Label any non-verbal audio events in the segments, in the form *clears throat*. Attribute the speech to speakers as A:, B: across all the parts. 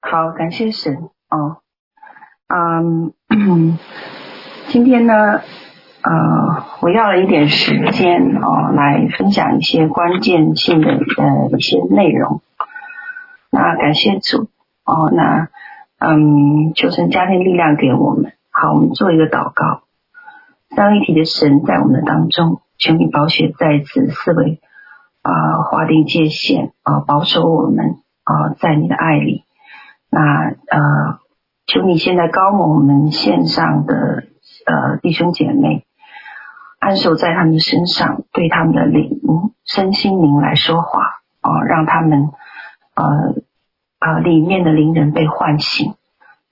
A: 好，感谢神哦，嗯， *clears throat* 今天呢，呃，我要了一点时间哦，来分享一些关键性的呃一些内容。那感谢主哦，那嗯，求神加添力量给我们。好，我们做一个祷告。三位一体的神在我们的当中，全民保险再次四维啊、划定界限啊、保守我们啊、在你的爱里。那呃，求你现在高蒙我们线上的呃弟兄姐妹，啊安守在他们身上，对他们的灵、身心灵来说话哦、让他们呃呃里面的灵人被唤醒。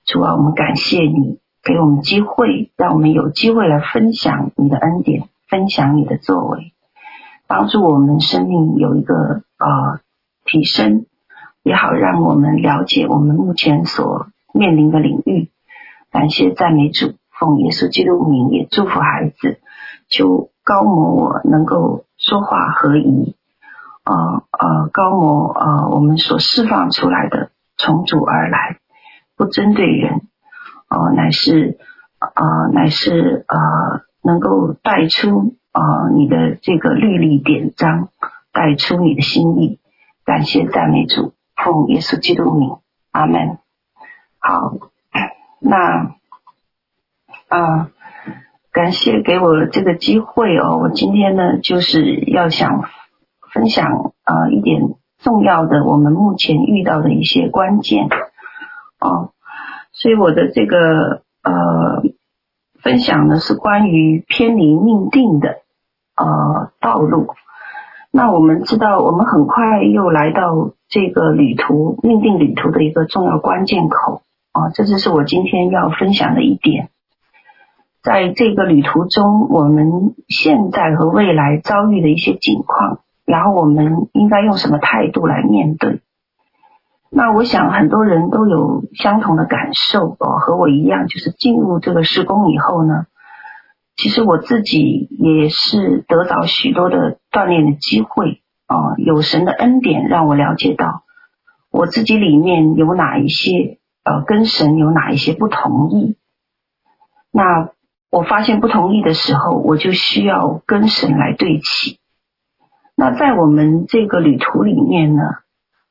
A: 主啊，我们感谢你给我们机会，让我们有机会来分享你的恩典，分享你的作为，帮助我们生命有一个呃提升，也好让我们了解我们目前所面临的领域。感谢赞美主，奉耶稣基督名也祝福孩子，求高摩我能够说话合宜，呃呃高摩呃我们所释放出来的从主而来，不针对人，哦、乃是呃乃是呃能够带出呃你的这个律例典章，带出你的心意。感谢赞美主，奉耶稣基督名，阿门。好，那呃，感谢给我这个机会哦，我今天呢就是要想分享呃一点重要的我们目前遇到的一些关键哦，所以我的这个呃分享呢是关于偏离命定的呃道路。那我们知道，我们很快又来到这个旅途命定旅途的一个重要关键口啊，这就是我今天要分享的一点。在这个旅途中，我们现在和未来遭遇的一些境况，然后我们应该用什么态度来面对？那我想很多人都有相同的感受哦，和我一样，就是进入这个施工以后呢，其实我自己也是得到许多的锻炼的机会啊、呃有神的恩典让我了解到我自己里面有哪一些呃跟神有哪一些不同意。那我发现不同意的时候，我就需要跟神来对齐。那在我们这个旅途里面呢，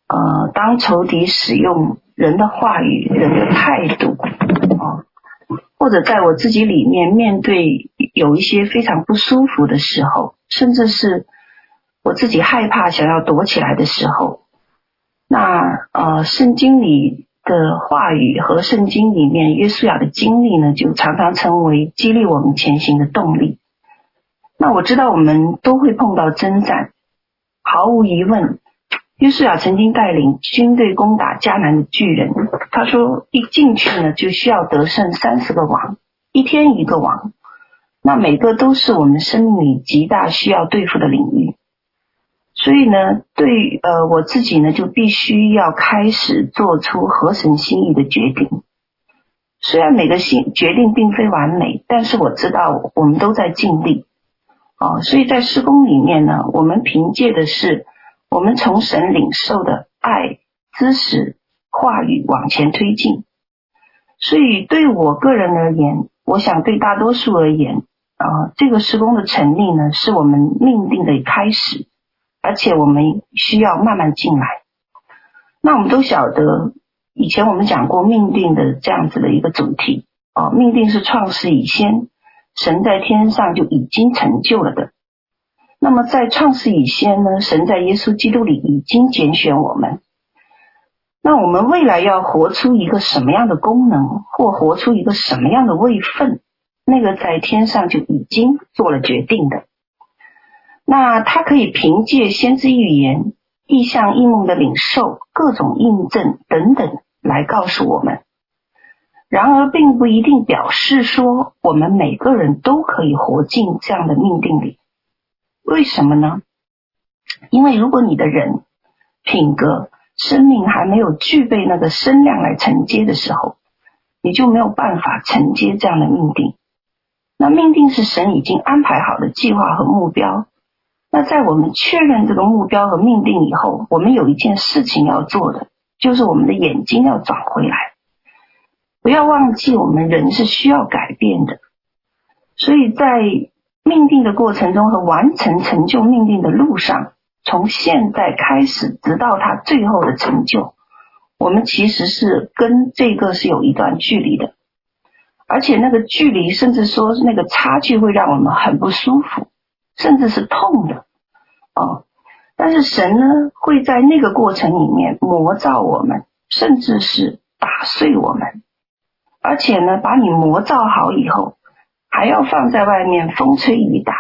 A: 呃，当仇敌使用人的话语、人的态度啊、呃或者在我自己里面面对有一些非常不舒服的时候，甚至是我自己害怕想要躲起来的时候，那呃，圣经里的话语和圣经里面约书亚的经历呢，就常常成为激励我们前行的动力。那我知道我们都会碰到征战，毫无疑问，约书亚曾经带领军队攻打迦南的巨人，他说一进去呢就需要得胜三十个王，一天一个王，那每个都是我们生命里极大需要对付的领域。所以呢，对于呃我自己呢，就必须要开始做出合神心意的决定。虽然每个心决定并非完美，但是我知道我们都在尽力。哦，所以在施工里面呢，我们凭借的是我们从神领受的爱、知识、话语往前推进。所以对我个人而言，我想对大多数而言，啊、这个施工的成立呢，是我们命定的开始，而且我们需要慢慢进来。那我们都晓得，以前我们讲过命定的这样子的一个主题，哦、命定是创世以先，神在天上就已经成就了的。那么在创世以先呢，神在耶稣基督里已经拣选我们。那我们未来要活出一个什么样的功能，或活出一个什么样的位分，那个在天上就已经做了决定的。那他可以凭借先知预言、意象、异梦的领受、各种印证等等来告诉我们。然而，并不一定表示说我们每个人都可以活进这样的命定里。为什么呢？因为如果你的人品格、生命还没有具备那个身量来承接的时候，你就没有办法承接这样的命定。那命定是神已经安排好的计划和目标。那在我们确认这个目标和命定以后，我们有一件事情要做的，就是我们的眼睛要转回来，不要忘记我们人是需要改变的。所以在命定的过程中和完成成就命定的路上，从现在开始，直到他最后的成就，我们其实是跟这个是有一段距离的，而且那个距离甚至说那个差距会让我们很不舒服，甚至是痛的哦。但是神呢，会在那个过程里面磨造我们，甚至是打碎我们，而且呢，把你磨造好以后。还要放在外面风吹雨打，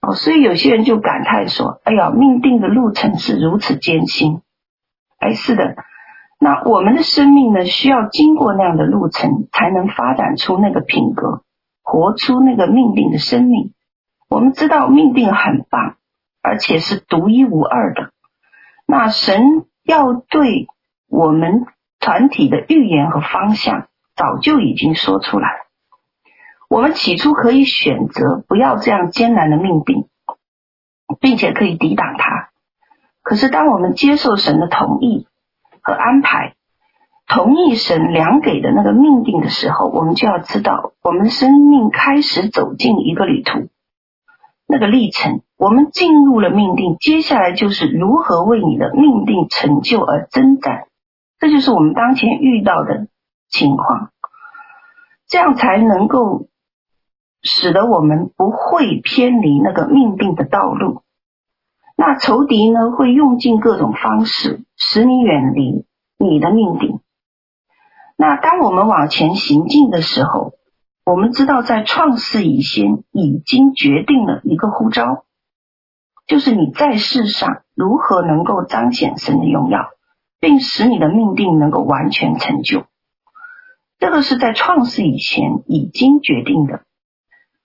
A: 哦，所以有些人就感叹说：“哎呀，命定的路程是如此艰辛。”哎，是的，那我们的生命呢，需要经过那样的路程，才能发展出那个品格，活出那个命定的生命。我们知道命定很棒，而且是独一无二的。那神要对我们团体的预言和方向，早就已经说出来了。我们起初可以选择不要这样艰难的命定，并且可以抵挡它。可是，当我们接受神的同意和安排，同意神量给的那个命定的时候，我们就要知道，我们生命开始走进一个旅途，那个历程，我们进入了命定，接下来就是如何为你的命定成就而征战。这就是我们当前遇到的情况，这样才能够。使得我们不会偏离那个命定的道路。那仇敌呢，会用尽各种方式使你远离你的命定。那当我们往前行进的时候，我们知道在创世以前已经决定了一个呼召，就是你在世上如何能够彰显神的荣耀，并使你的命定能够完全成就。这个是在创世以前已经决定的。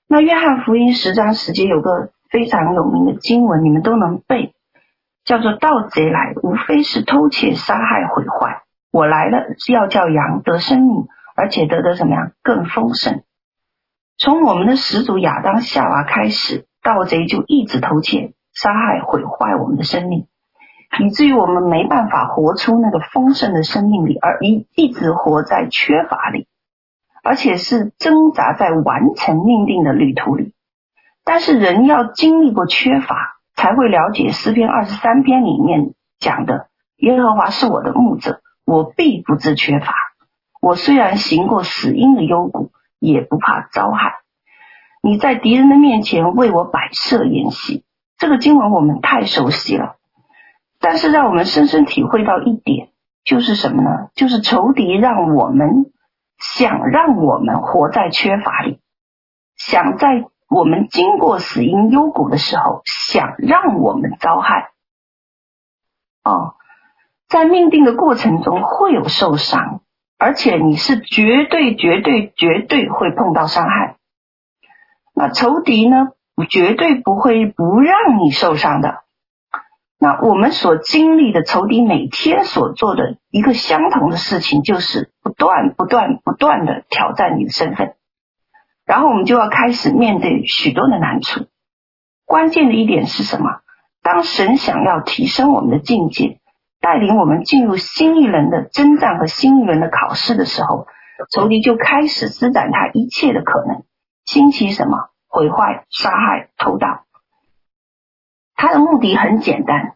A: 那约翰福音十章十节有个非常有名的经文，你们都能背，叫做“盗贼来，无非是偷窃、杀害、毁坏。我来了，是要叫羊得生命，而且得得什么呀？更丰盛。”从我们的始祖亚当、夏娃开始，盗贼就一直偷窃、杀害、毁坏我们的生命，以至于我们没办法活出那个丰盛的生命里，而一一直活在缺乏里。而且是挣扎在完成命定的旅途里，但是人要经历过缺乏，才会了解诗篇二十三篇里面讲的：“耶和华是我的牧者，我必不致缺乏。我虽然行过死荫的幽谷，也不怕遭害。你在敌人的面前为我摆设筵席。”这个经文我们太熟悉了，但是让我们深深体会到一点，就是什么呢？就是仇敌让我们。想让我们活在缺乏里，想在我们经过死因幽谷的时候，想让我们遭害。哦，在命定的过程中会有受伤，而且你是绝对、绝对、绝对会碰到伤害。那仇敌呢，绝对不会不让你受伤的。那我们所经历的仇敌每天所做的一个相同的事情，就是不断、不断、不断的挑战你的身份，然后我们就要开始面对许多的难处。关键的一点是什么？当神想要提升我们的境界，带领我们进入新一轮的征战和新一轮的考试的时候，仇敌就开始施展他一切的可能，兴起什么毁坏、杀害、偷盗。他的目的很简单，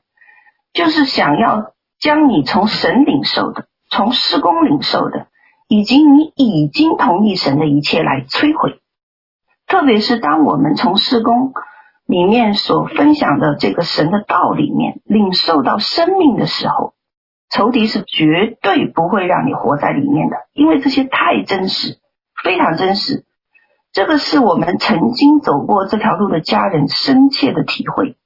A: 就是想要将你从神领受的、从施工领受的，以及你已经同意神的一切来摧毁。特别是当我们从施工里面所分享的这个神的道里面领受到生命的时候，仇敌是绝对不会让你活在里面的，因为这些太真实，非常真实。这个是我们曾经走过这条路的家人深切的体会。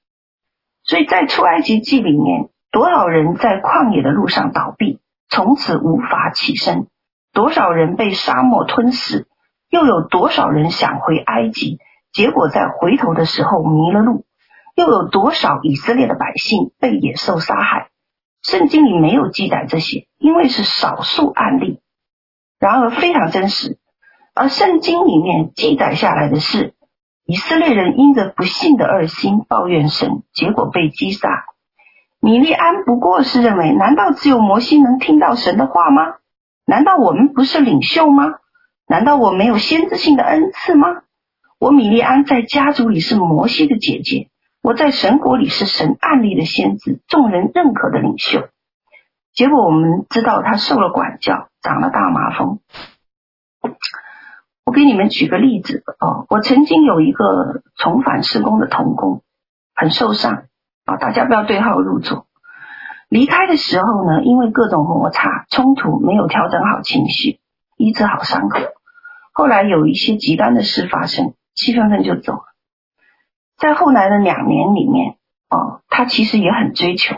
A: 所以在出埃及记里面，多少人在旷野的路上倒闭，从此无法起身；多少人被沙漠吞噬，又有多少人想回埃及，结果在回头的时候迷了路；又有多少以色列的百姓被野兽杀害？圣经里没有记载这些，因为是少数案例，然而非常真实。而圣经里面记载下来的是。以色列人因着不幸的二心抱怨神，结果被击杀；米利安不过是认为，难道只有摩西能听到神的话吗？难道我们不是领袖吗？难道我没有先知性的恩赐吗？我米利安在家族里是摩西的姐姐，我在神国里是神案例的先知，众人认可的领袖。结果我们知道他受了管教，长了大麻风。我给你们举个例子哦，我曾经有一个重返施工的童工，很受伤啊、大家不要对号入座。离开的时候呢，因为各种摩擦冲突，没有调整好情绪，医治好伤口。后来有一些极端的事发生，七月份就走了。在后来的两年里面，哦，他其实也很追求。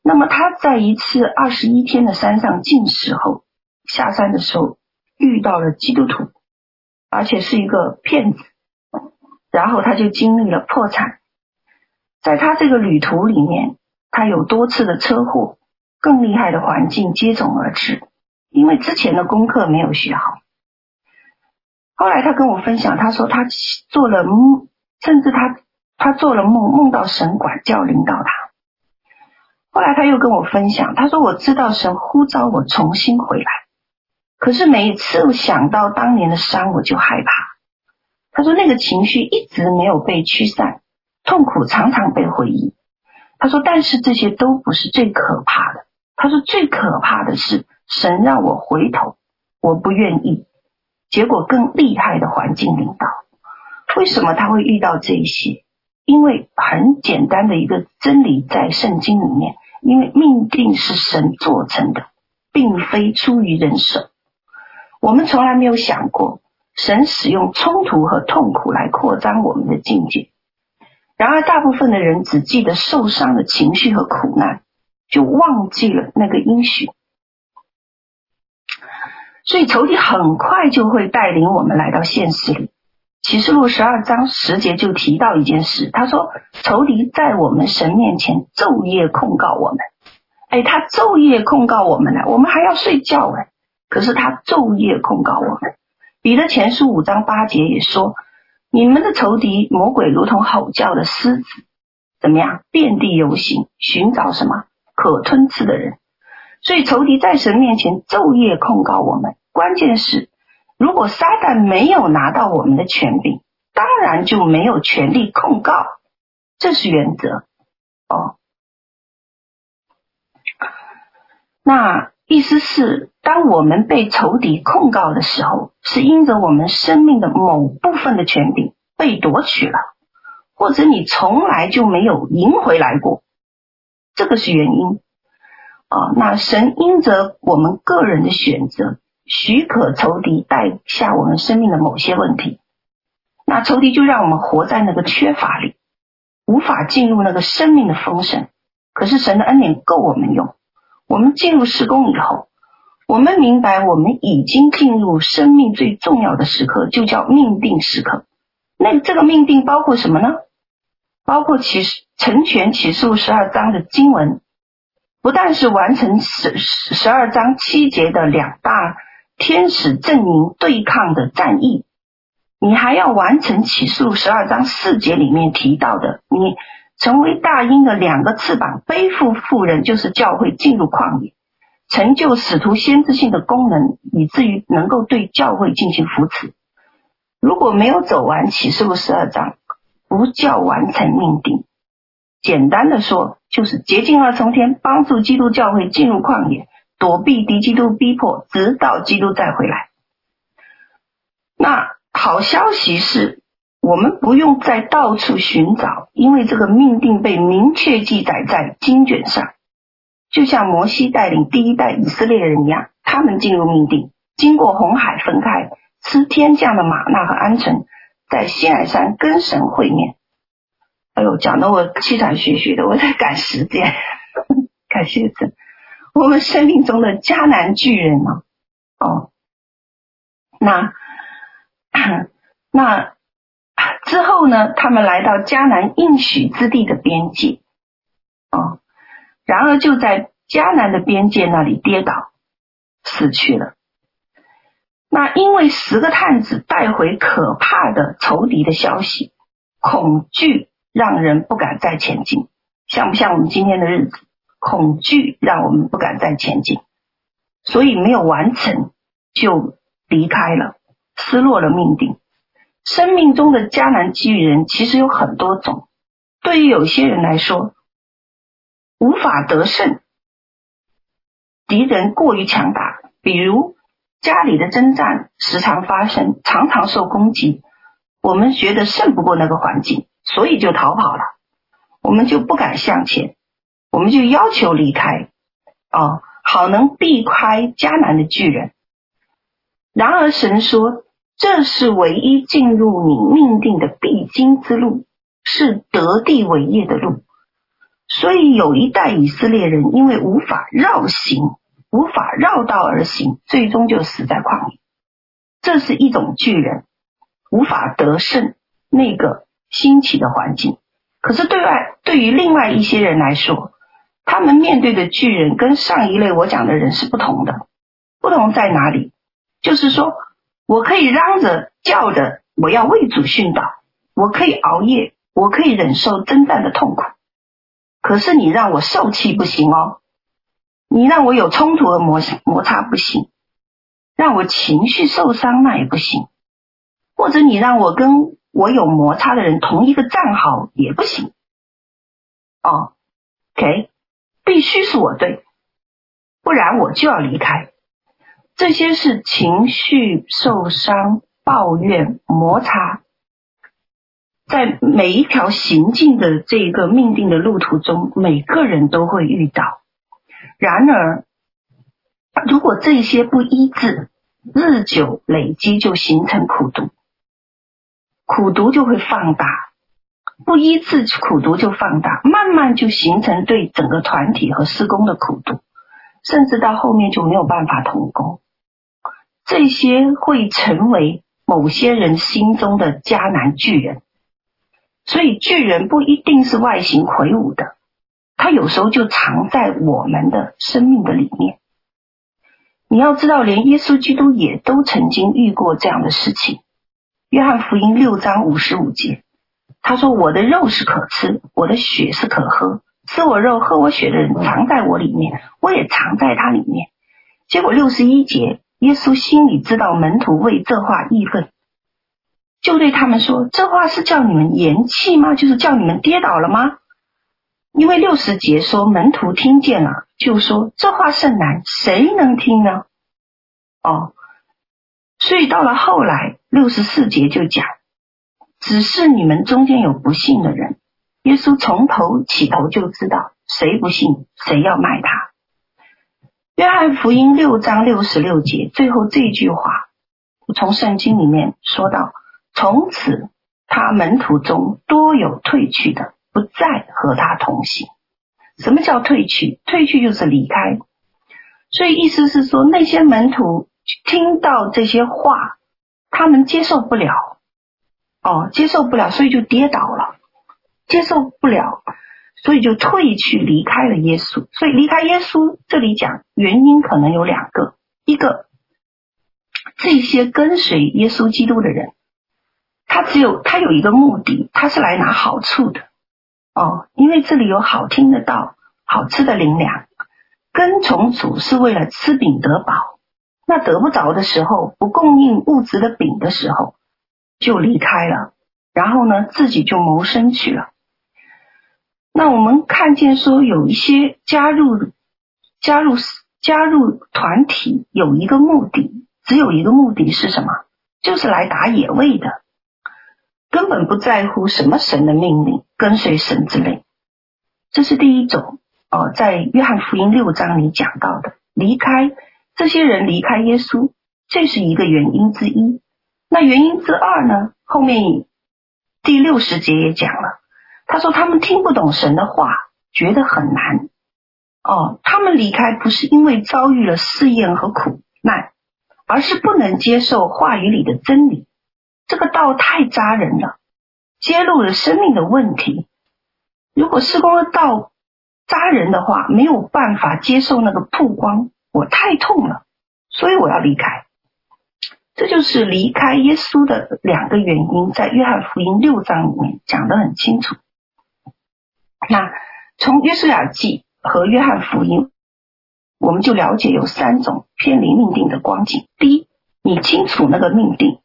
A: 那么他在一次二十一天的山上进食后，下山的时候遇到了基督徒，而且是一个骗子，然后他就经历了破产。在他这个旅途里面，他有多次的车祸，更厉害的环境接踵而至，因为之前的功课没有学好。后来他跟我分享，他说他做了梦，甚至他他做了梦，梦到神管教领导他。后来他又跟我分享，他说我知道神呼召我重新回来，可是每一次想到当年的伤，我就害怕。他说那个情绪一直没有被驱散，痛苦常常被回忆。他说，但是这些都不是最可怕的。他说最可怕的是神让我回头，我不愿意，结果更厉害的环境领导。为什么他会遇到这些？因为很简单的一个真理在圣经里面，因为命定是神做成的，并非出于人手。我们从来没有想过，神使用冲突和痛苦来扩张我们的境界。然而，大部分的人只记得受伤的情绪和苦难，就忘记了那个应许。所以，仇敌很快就会带领我们来到现实里。启示录十二章十节就提到一件事，他说：“仇敌在我们神面前昼夜控告我们。”哎，他昼夜控告我们呢，我们还要睡觉哎，可是他昼夜控告我们。彼得前书五章八节也说：“你们的仇敌魔鬼如同吼叫的狮子，怎么样遍地游行，寻找什么可吞吃的人。”所以仇敌在神面前昼夜控告我们，关键是如果撒旦没有拿到我们的权柄，当然就没有权利控告，这是原则哦。那意思是，当我们被仇敌控告的时候，是因着我们生命的某部分的权柄被夺取了，或者你从来就没有赢回来过，这个是原因。啊、那神因着我们个人的选择，许可仇敌带下我们生命的某些问题，那仇敌就让我们活在那个缺乏里，无法进入那个生命的丰盛。可是神的恩典够我们用。我们进入施工以后，我们明白我们已经进入生命最重要的时刻，就叫命定时刻。那这个命定包括什么呢？包括启示成全启示录十二章的经文，不但是完成十十十二章七节的两大天使阵营对抗的战役，你还要完成启示录十二章四节里面提到的，你成为大鹰的两个翅膀，背负妇人，就是教会进入旷野，成就使徒先知性的功能，以至于能够对教会进行扶持。如果没有走完启示录十二章，不叫完成命定。简单的说，就是洁净二重天，帮助基督教会进入旷野，躲避敌基督逼迫，直到基督再回来。那好消息是，我们不用再到处寻找，因为这个命定被明确记载在经卷上，就像摩西带领第一代以色列人一样，他们进入命定，经过红海分开，吃天降的玛纳和鹌鹑，在西奈山跟神会面。哎呦，讲的我气喘吁吁的，我在赶时间， *laughs* 感谢神，我们生命中的迦南巨人啊，哦，那 *coughs* 那之后呢，他们来到迦南应许之地的边界，哦，然而就在迦南的边界那里跌倒，死去了。那因为十个探子带回可怕的仇敌的消息，恐惧让人不敢再前进，像不像我们今天的日子？恐惧让我们不敢再前进，所以没有完成就离开了，失落了命定。生命中的迦南基于人其实有很多种，对于有些人来说，无法得胜，敌人过于强大，比如家里的征战时常发生，常常受攻击，我们觉得胜不过那个环境，所以就逃跑了，我们就不敢向前。我们就要求离开，哦，好能避开迦南的巨人。然而神说，这是唯一进入你命定的必经之路，是得地伟业的路。所以有一代以色列人因为无法绕行，无法绕道而行，最终就死在旷野。这是一种巨人，无法得胜那个兴起的环境。可是对外对于另外一些人来说，他们面对的巨人跟上一类我讲的人是不同的，不同在哪里？就是说我可以嚷着叫着，我要为主殉道，我可以熬夜，我可以忍受征战的痛苦。可是你让我受气不行哦，你让我有冲突和摩摩擦不行，让我情绪受伤那也不行，或者你让我跟我有摩擦的人同一个战壕也不行。哦，OK，必须是我对，不然我就要离开。这些是情绪受伤、抱怨、摩擦，在每一条行进的这个命定的路途中，每个人都会遇到。然而，如果这些不医治，日久累积就形成苦毒，苦毒就会放大，不医治苦毒就放大，慢慢就形成对整个团体和施工的苦毒，甚至到后面就没有办法同工。这些会成为某些人心中的迦南巨人，所以巨人不一定是外形魁梧的，他有时候就藏在我们的生命的里面。你要知道，连耶稣基督也都曾经遇过这样的事情。约翰福音六章五十五节，他说：“我的肉是可吃，我的血是可喝。吃我肉、喝我血的人，藏在我里面，我也藏在他里面。”结果六十一节，耶稣心里知道门徒为这话义愤，就对他们说：“这话是叫你们言弃吗？就是叫你们跌倒了吗？”因为六十节说门徒听见了，就说这话甚难，谁能听呢？哦，所以到了后来六十四节就讲，只是你们中间有不信的人，耶稣从头起头就知道谁不信，谁要卖他。约翰福音六章六十六节最后这句话，从圣经里面说到，从此他门徒中多有退去的，不再和他同行。什么叫退去？退去就是离开。所以意思是说，那些门徒听到这些话，他们接受不了，哦，接受不了，所以就跌倒了，接受不了，所以就退去离开了耶稣。所以离开耶稣，这里讲原因可能有两个，一个，这些跟随耶稣基督的人，他只有他有一个目的，他是来拿好处的。哦，因为这里有好听的道，好吃的灵粮，跟从主是为了吃饼得饱。那得不着的时候，不供应物质的饼的时候，就离开了。然后呢，自己就谋生去了。那我们看见说，有一些加入加入加入团体有一个目的，只有一个目的是什么？就是来打野味的。根本不在乎什么神的命令，跟随神之类。这是第一种哦，在约翰福音六章里讲到的，离开这些人离开耶稣，这是一个原因之一。那原因之二呢？后面第六十节也讲了，他说他们听不懂神的话，觉得很难。哦，他们离开不是因为遭遇了试验和苦难，而是不能接受话语里的真理。这个道太扎人了，揭露了生命的问题。如果施工的道扎人的话，没有办法接受那个曝光，我太痛了，所以我要离开。这就是离开耶稣的两个原因，在约翰福音六章里面讲得很清楚。那从约瑟尔记和约翰福音，我们就了解有三种偏离命定的光景。第一，你清楚那个命定，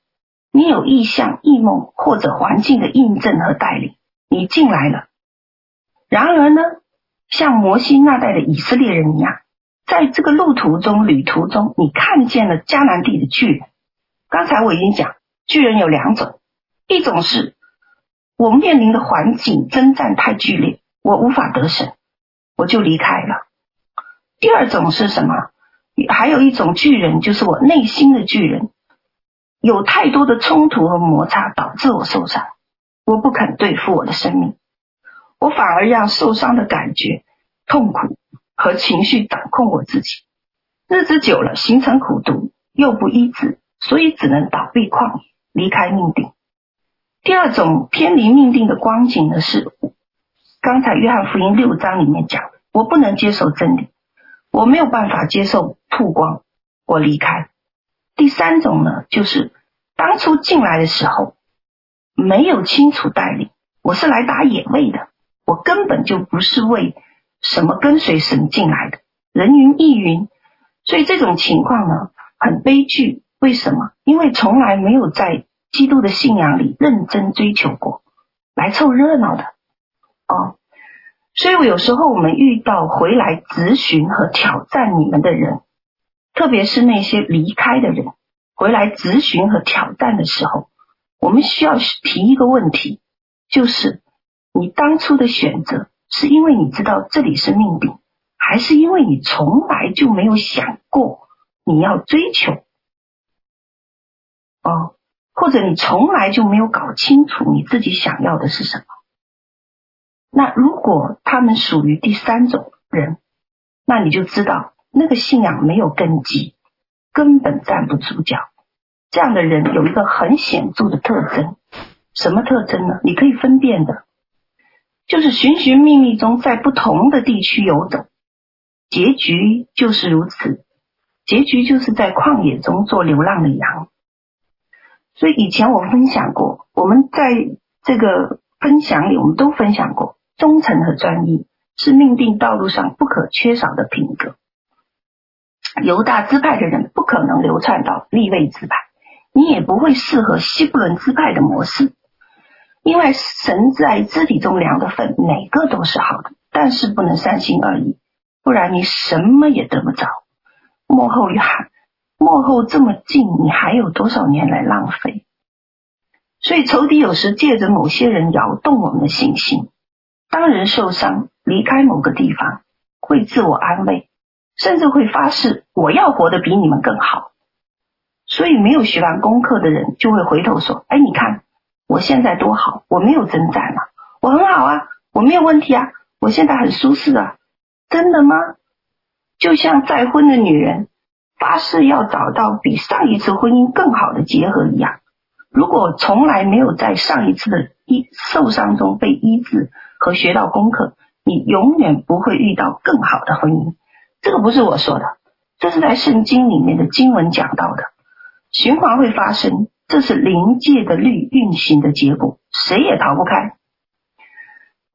A: 你有意向、异梦或者环境的印证和带领，你进来了。然而呢，像摩西那代的以色列人一样，在这个路途中、旅途中，你看见了迦南地的巨人。刚才我已经讲，巨人有两种，一种是我面临的环境征战太剧烈，我无法得胜，我就离开了。第二种是什么？还有一种巨人，就是我内心的巨人，有太多的冲突和摩擦导致我受伤，我不肯对付我的生命，我反而让受伤的感觉、痛苦和情绪掌控我自己。日子久了，形成苦毒，又不医治，所以只能倒闭旷野，离开命定。第二种偏离命定的光景呢，是刚才约翰福音六章里面讲，我不能接受真理，我没有办法接受曝光，我离开。第三种呢，就是当初进来的时候没有清楚带领，我是来打野味的，我根本就不是为什么跟随神进来的，人云亦云。所以这种情况呢，很悲剧。为什么？因为从来没有在基督的信仰里认真追求过，来凑热闹的哦。所以，我有时候我们遇到回来咨询和挑战你们的人，特别是那些离开的人，回来咨询和挑战的时候，我们需要提一个问题，就是你当初的选择是因为你知道这里是命定，还是因为你从来就没有想过你要追求哦？或者你从来就没有搞清楚你自己想要的是什么。那如果他们属于第三种人，那你就知道那个信仰没有根基，根本站不住脚。这样的人有一个很显著的特征，什么特征呢？你可以分辨的，就是寻寻觅觅中在不同的地区游走，结局就是如此，结局就是在旷野中做流浪的羊。所以以前我分享过，我们在这个分享里，我们都分享过，忠诚和专一是命定道路上不可缺少的品格。犹大支派的人不可能流窜到立位支派，你也不会适合西布伦支派的模式，因为神在肢体中量的份，哪个都是好的，但是不能三心二意，不然你什么也得不着。幕后呀，幕后这么近，你还有多少年来浪费？所以仇敌有时借着某些人摇动我们的信心。当人受伤，离开某个地方，会自我安慰，甚至会发誓我要活得比你们更好。所以没有学完功课的人就会回头说：“哎，你看我现在多好，我没有征战啊，我很好啊，我没有问题啊，我现在很舒适啊。”真的吗？就像再婚的女人发誓要找到比上一次婚姻更好的结合一样。如果从来没有在上一次的医受伤中被医治和学到功课，你永远不会遇到更好的婚姻。这个不是我说的，这是在圣经里面的经文讲到的。循环会发生，这是灵界的律运行的结果，谁也逃不开。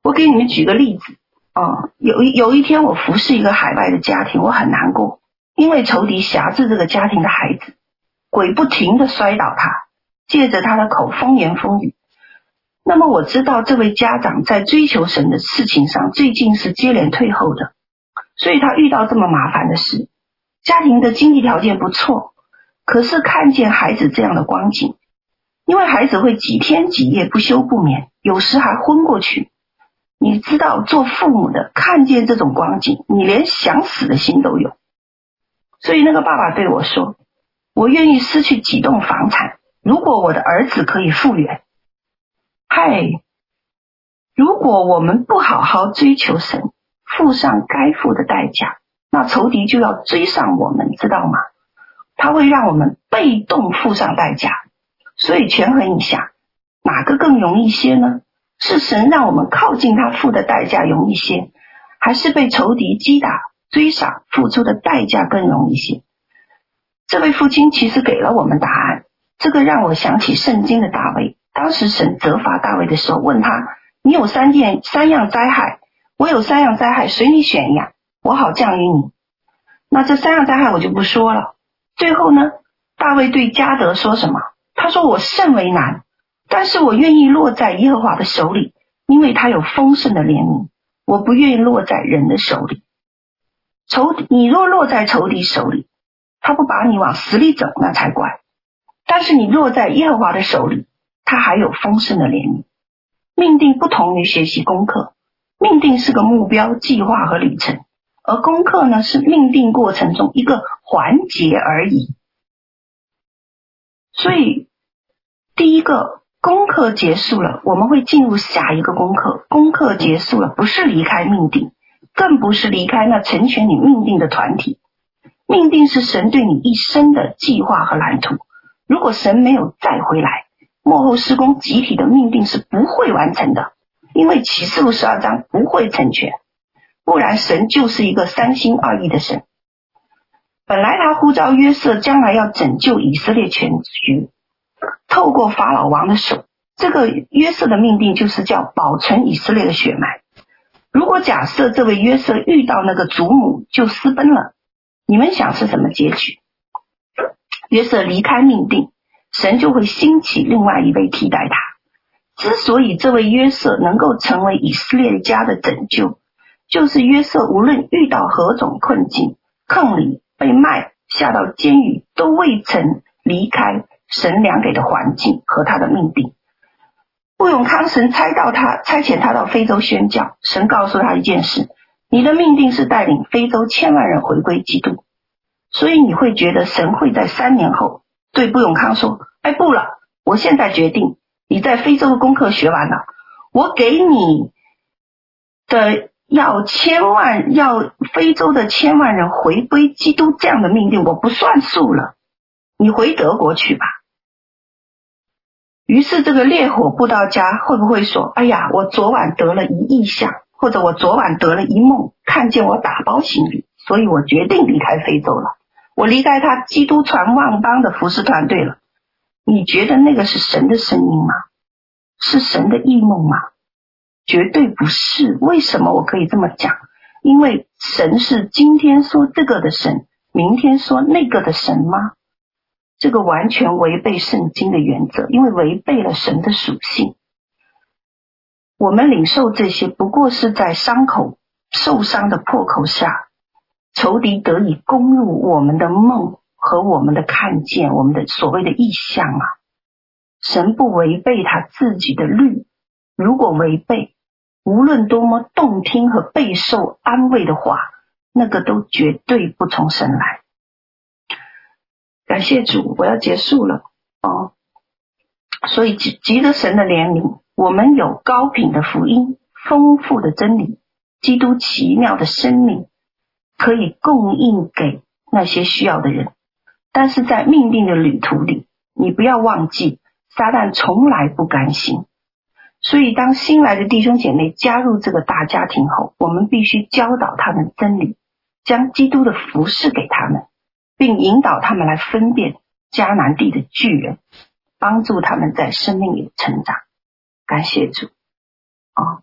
A: 我给你们举个例子哦，有一有一天我服侍一个海外的家庭，我很难过，因为仇敌辖制这个家庭的孩子，鬼不停的摔倒他，借着他的口风言风语。那么我知道这位家长在追求神的事情上最近是接连退后的，所以他遇到这么麻烦的事。家庭的经济条件不错，可是看见孩子这样的光景，因为孩子会几天几夜不休不眠，有时还昏过去。你知道，做父母的看见这种光景，你连想死的心都有。所以那个爸爸对我说：“我愿意失去几栋房产，如果我的儿子可以复原。”嗨，如果我们不好好追求神，付上该付的代价，那仇敌就要追上我们，知道吗？他会让我们被动付上代价。所以权衡一下，哪个更容易些呢？是神让我们靠近他付的代价容易些，还是被仇敌击打追上付出的代价更容易些？这位父亲其实给了我们答案，这个让我想起圣经的大卫。当时神责罚大卫的时候，问他：“你有三件三样灾害，我有三样灾害，随你选一样，我好降于你。那这三样灾害我就不说了。最后呢，大卫对加德说什么？他说：“我甚为难，但是我愿意落在耶和华的手里，因为他有丰盛的怜悯。我不愿意落在人的手里。仇敌，你若落在仇敌手里，他不把你往死里整，那才怪。但是你落在耶和华的手里，他还有丰盛的怜悯。命定不同于学习功课，命定是个目标、计划和旅程，而功课呢是命定过程中一个环节而已。所以，第一个功课结束了，我们会进入下一个功课。功课结束了，不是离开命定，更不是离开那成全你命定的团体。命定是神对你一生的计划和蓝图。如果神没有再回来，幕后施工集体的命定是不会完成的，因为启示录十二章不会成全。不然，神就是一个三心二意的神。本来他呼召约瑟将来要拯救以色列全局，透过法老王的手，这个约瑟的命定就是叫保存以色列的血脉。如果假设这位约瑟遇到那个祖母就私奔了，你们想是什么结局？约瑟离开命定，神就会兴起另外一位替代他。之所以这位约瑟能够成为以色列家的拯救，就是约瑟无论遇到何种困境、坑里、被卖、下到监狱，都未曾离开神量给的环境和他的命定。布永康神猜到他差遣他到非洲宣教，神告诉他一件事：你的命定是带领非洲千万人回归基督。所以你会觉得神会在三年后对布永康说：“哎，不了，我现在决定，你在非洲的功课学完了，我给你的要千万要非洲的千万人回归基督这样的命令，我不算数了，你回德国去吧。”于是这个烈火布道家会不会说：“哎呀，我昨晚得了一意象，或者我昨晚得了一梦，看见我打包行李，所以我决定离开非洲了。”我离开他基督传万邦的服饰团队了。你觉得那个是神的声音吗？是神的异梦吗？绝对不是。为什么我可以这么讲？因为神是今天说这个的神，明天说那个的神吗？这个完全违背圣经的原则，因为违背了神的属性。我们领受这些，不过是在伤口受伤的破口下仇敌得以攻入我们的梦和我们的看见，我们的所谓的意象啊。神不违背他自己的律，如果违背，无论多么动听和备受安慰的话，那个都绝对不从神来。感谢主，我要结束了哦。所以急急着神的怜悯，我们有高品的福音、丰富的真理、基督奇妙的生命。可以供应给那些需要的人。但是在命定的旅途里，你不要忘记，撒旦从来不甘心。所以，当新来的弟兄姐妹加入这个大家庭后，我们必须教导他们真理，将基督的服饰给他们，并引导他们来分辨迦南地的巨人，帮助他们在生命里成长。感谢主啊、哦！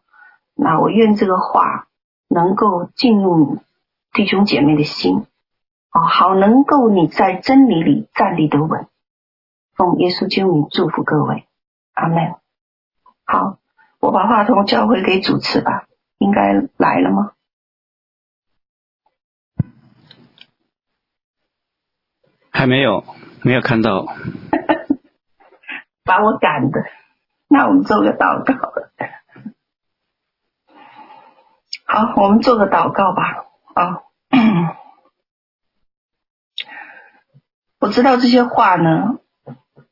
A: 那我愿这个话能够进入弟兄姐妹的心，哦，好能够你在真理里站立得稳。奉耶稣基督名祝福各位，阿门。好，我把话筒交回给主持吧，应该来了吗？
B: 还没有，没有看到。
A: 把我赶的，那我们做个祷告。好，我们做个祷告吧。啊、 *clears throat* 哦我知道这些话呢，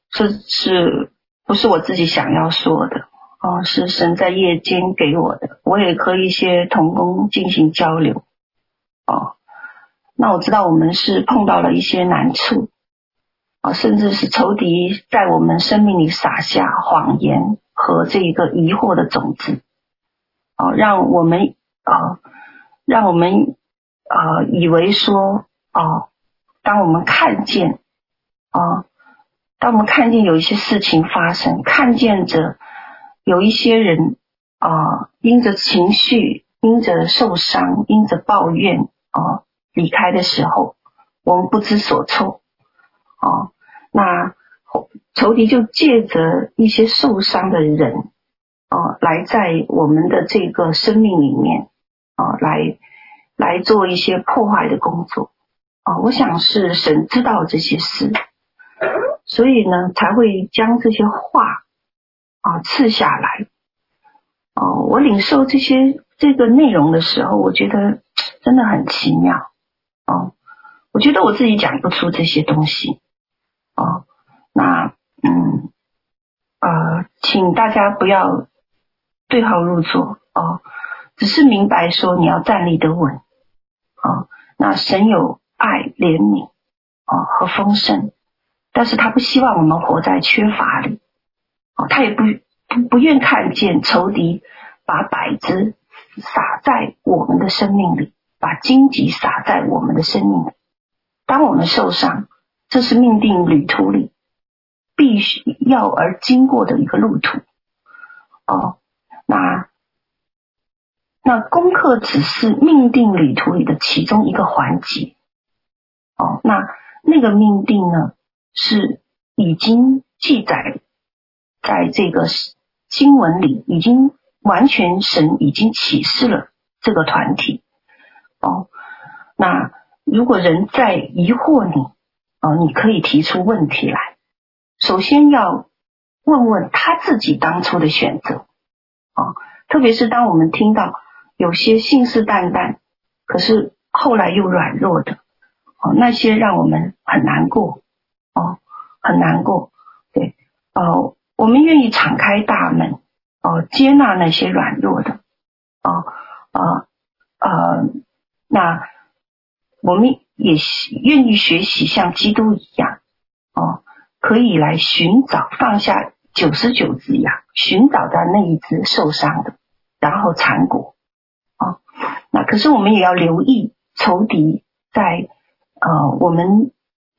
A: 这是不是我自己想要说的？哦，是神在夜间给我的。我也和一些童工进行交流。哦，那我知道我们是碰到了一些难处，啊、哦，甚至是仇敌在我们生命里撒下谎言和这一个疑惑的种子，哦，让我们啊、哦，让我们。啊、呃，以为说哦、呃，当我们看见啊、呃，当我们看见有一些事情发生，看见着有一些人啊，因着情绪因着受伤、因着抱怨哦离开的时候，我们不知所措哦。那仇敌就借着一些受伤的人哦，来在我们的这个生命里面哦，来来做一些破坏的工作哦。我想是神知道这些事，所以呢才会将这些话啊、哦、刺下来。哦，我领受这些这个内容的时候，我觉得真的很奇妙哦。我觉得我自己讲不出这些东西哦。那嗯呃，请大家不要对号入座哦，只是明白说你要站立得稳哦。那神有爱、怜悯哦和丰盛，但是他不希望我们活在缺乏里哦，他也不。不愿看见仇敌把百子撒在我们的生命里，把荆棘撒在我们的生命里。当我们受伤，这是命定旅途里必须要而经过的一个路途。哦，那那功课只是命定旅途里的其中一个环节。哦，那那个命定呢，是已经记载在这个。经文里已经完全神已经启示了这个团体哦。那如果人在疑惑你哦，你可以提出问题来。首先要问问他自己当初的选择哦，特别是当我们听到有些信誓旦旦，可是后来又软弱的哦，那些让我们很难过哦，很难过。对哦。我们愿意敞开大门，哦，接纳那些软弱的，哦，呃，呃，那我们也愿意学习像基督一样，哦，可以来寻找放下九十九只羊，寻找到那一只受伤的，然后缠裹，哦，那可是我们也要留意仇敌在呃我们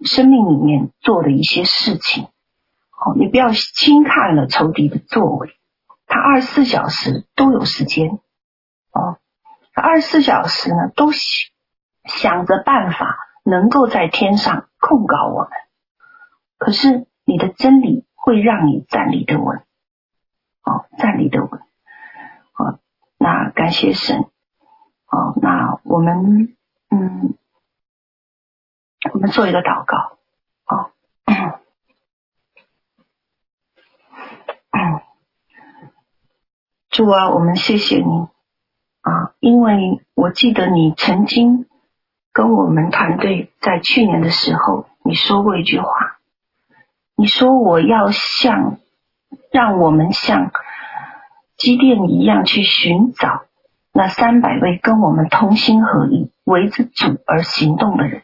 A: 生命里面做的一些事情。哦，你不要轻看了仇敌的作为，他二十四小时都有时间哦，二十四小时呢都想着办法能够在天上控告我们。可是你的真理会让你站立得稳，哦，站立得稳，哦，那感谢神，哦，那我们嗯，我们做一个祷告，哦。主啊，我们谢谢你啊，因为我记得你曾经跟我们团队在去年的时候，你说过一句话，你说我要像让我们像基甸一样去寻找那三百位跟我们同心合意、为之主而行动的人。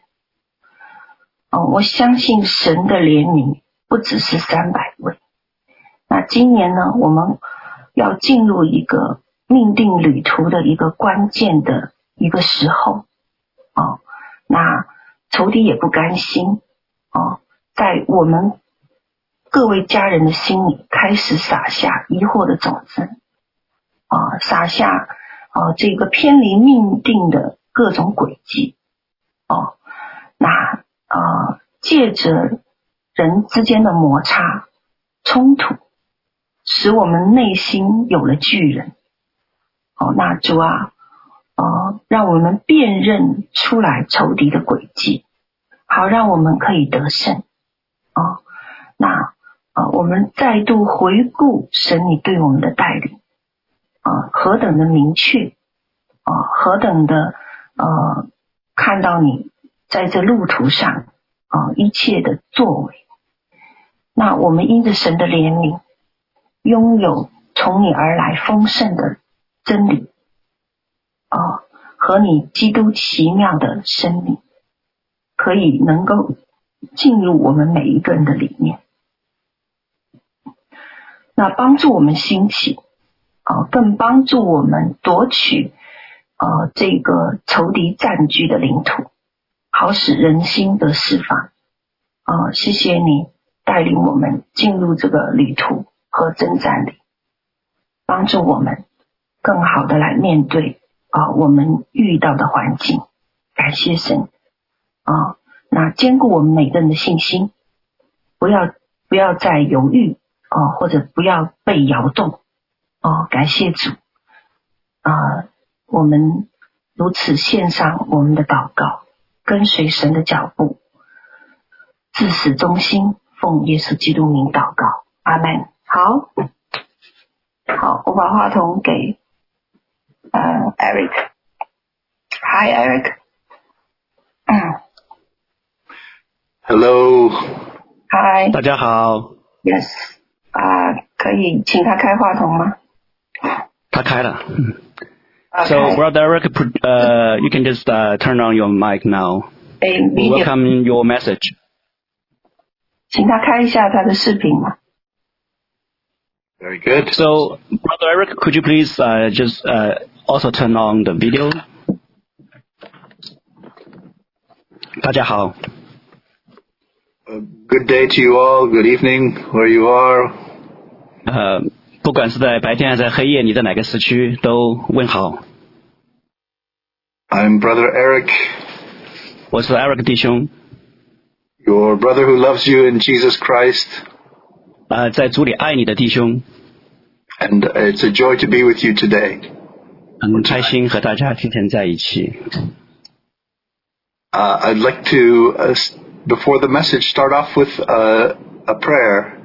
A: 哦，我相信神的怜悯不只是三百位。那今年呢，我们。要进入一个命定旅途的一个关键的一个时候，哦，那仇敌也不甘心，哦，在我们各位家人的心里开始撒下疑惑的种子，啊、哦，撒下哦这个偏离命定的各种轨迹，哦，那啊、呃、借着人之间的摩擦冲突。使我们内心有了巨人，哦，那主啊，哦，让我们辨认出来仇敌的诡计，好让我们可以得胜，哦，那啊、哦，我们再度回顾神你对我们的带领，啊、哦，何等的明确，啊、哦，何等的呃，看到你在这路途上啊一切的作为，那我们因着神的怜悯。拥有从你而来丰盛的真理，哦，和你基督奇妙的生命，可以能够进入我们每一个人的里面，那帮助我们兴起，哦，更帮助我们夺取，呃，这个仇敌占据的领土，好使人心得释放。哦，谢谢你带领我们进入这个旅途。和征战力，帮助我们更好的来面对啊、我们遇到的环境。感谢神啊、那兼顾我们每个人的信心，不要不要再犹豫啊、或者不要被摇动哦、感谢主啊、我们如此献上我们的祷告，跟随神的脚步，至始忠心，奉耶稣基督名祷告，阿门。好，好，我把话筒给呃 Eric。Hi Eric。Um,
C: Hello，
A: Hi。
B: 大家好，
A: Yes。啊、可以请他开话筒吗？
B: 他开了。嗯
A: 啊
B: So brother Eric, put- uh, you can just uh, turn on your mic now.
A: 开 Media，
B: Welcome your message.
A: 请他开一下他的视频嘛。
C: very good.
B: So brother Eric, could you please uh, just uh, also turn on the video? 大家好，
C: Uh, good day to you all. Good evening, where you are.
B: 呃，不管是在白天还是在黑夜，你在哪个时区都问好。
C: I'm Brother Eric,
B: 我是 Eric 弟兄，
C: your brother who loves you in Jesus Christ,
B: 呃，在主里爱你的弟兄，
C: and it's a joy to be with you today.
B: 很开心和大家今天在一起。
C: Uh, I'd like to, uh, s- before the message, start off with uh, a prayer.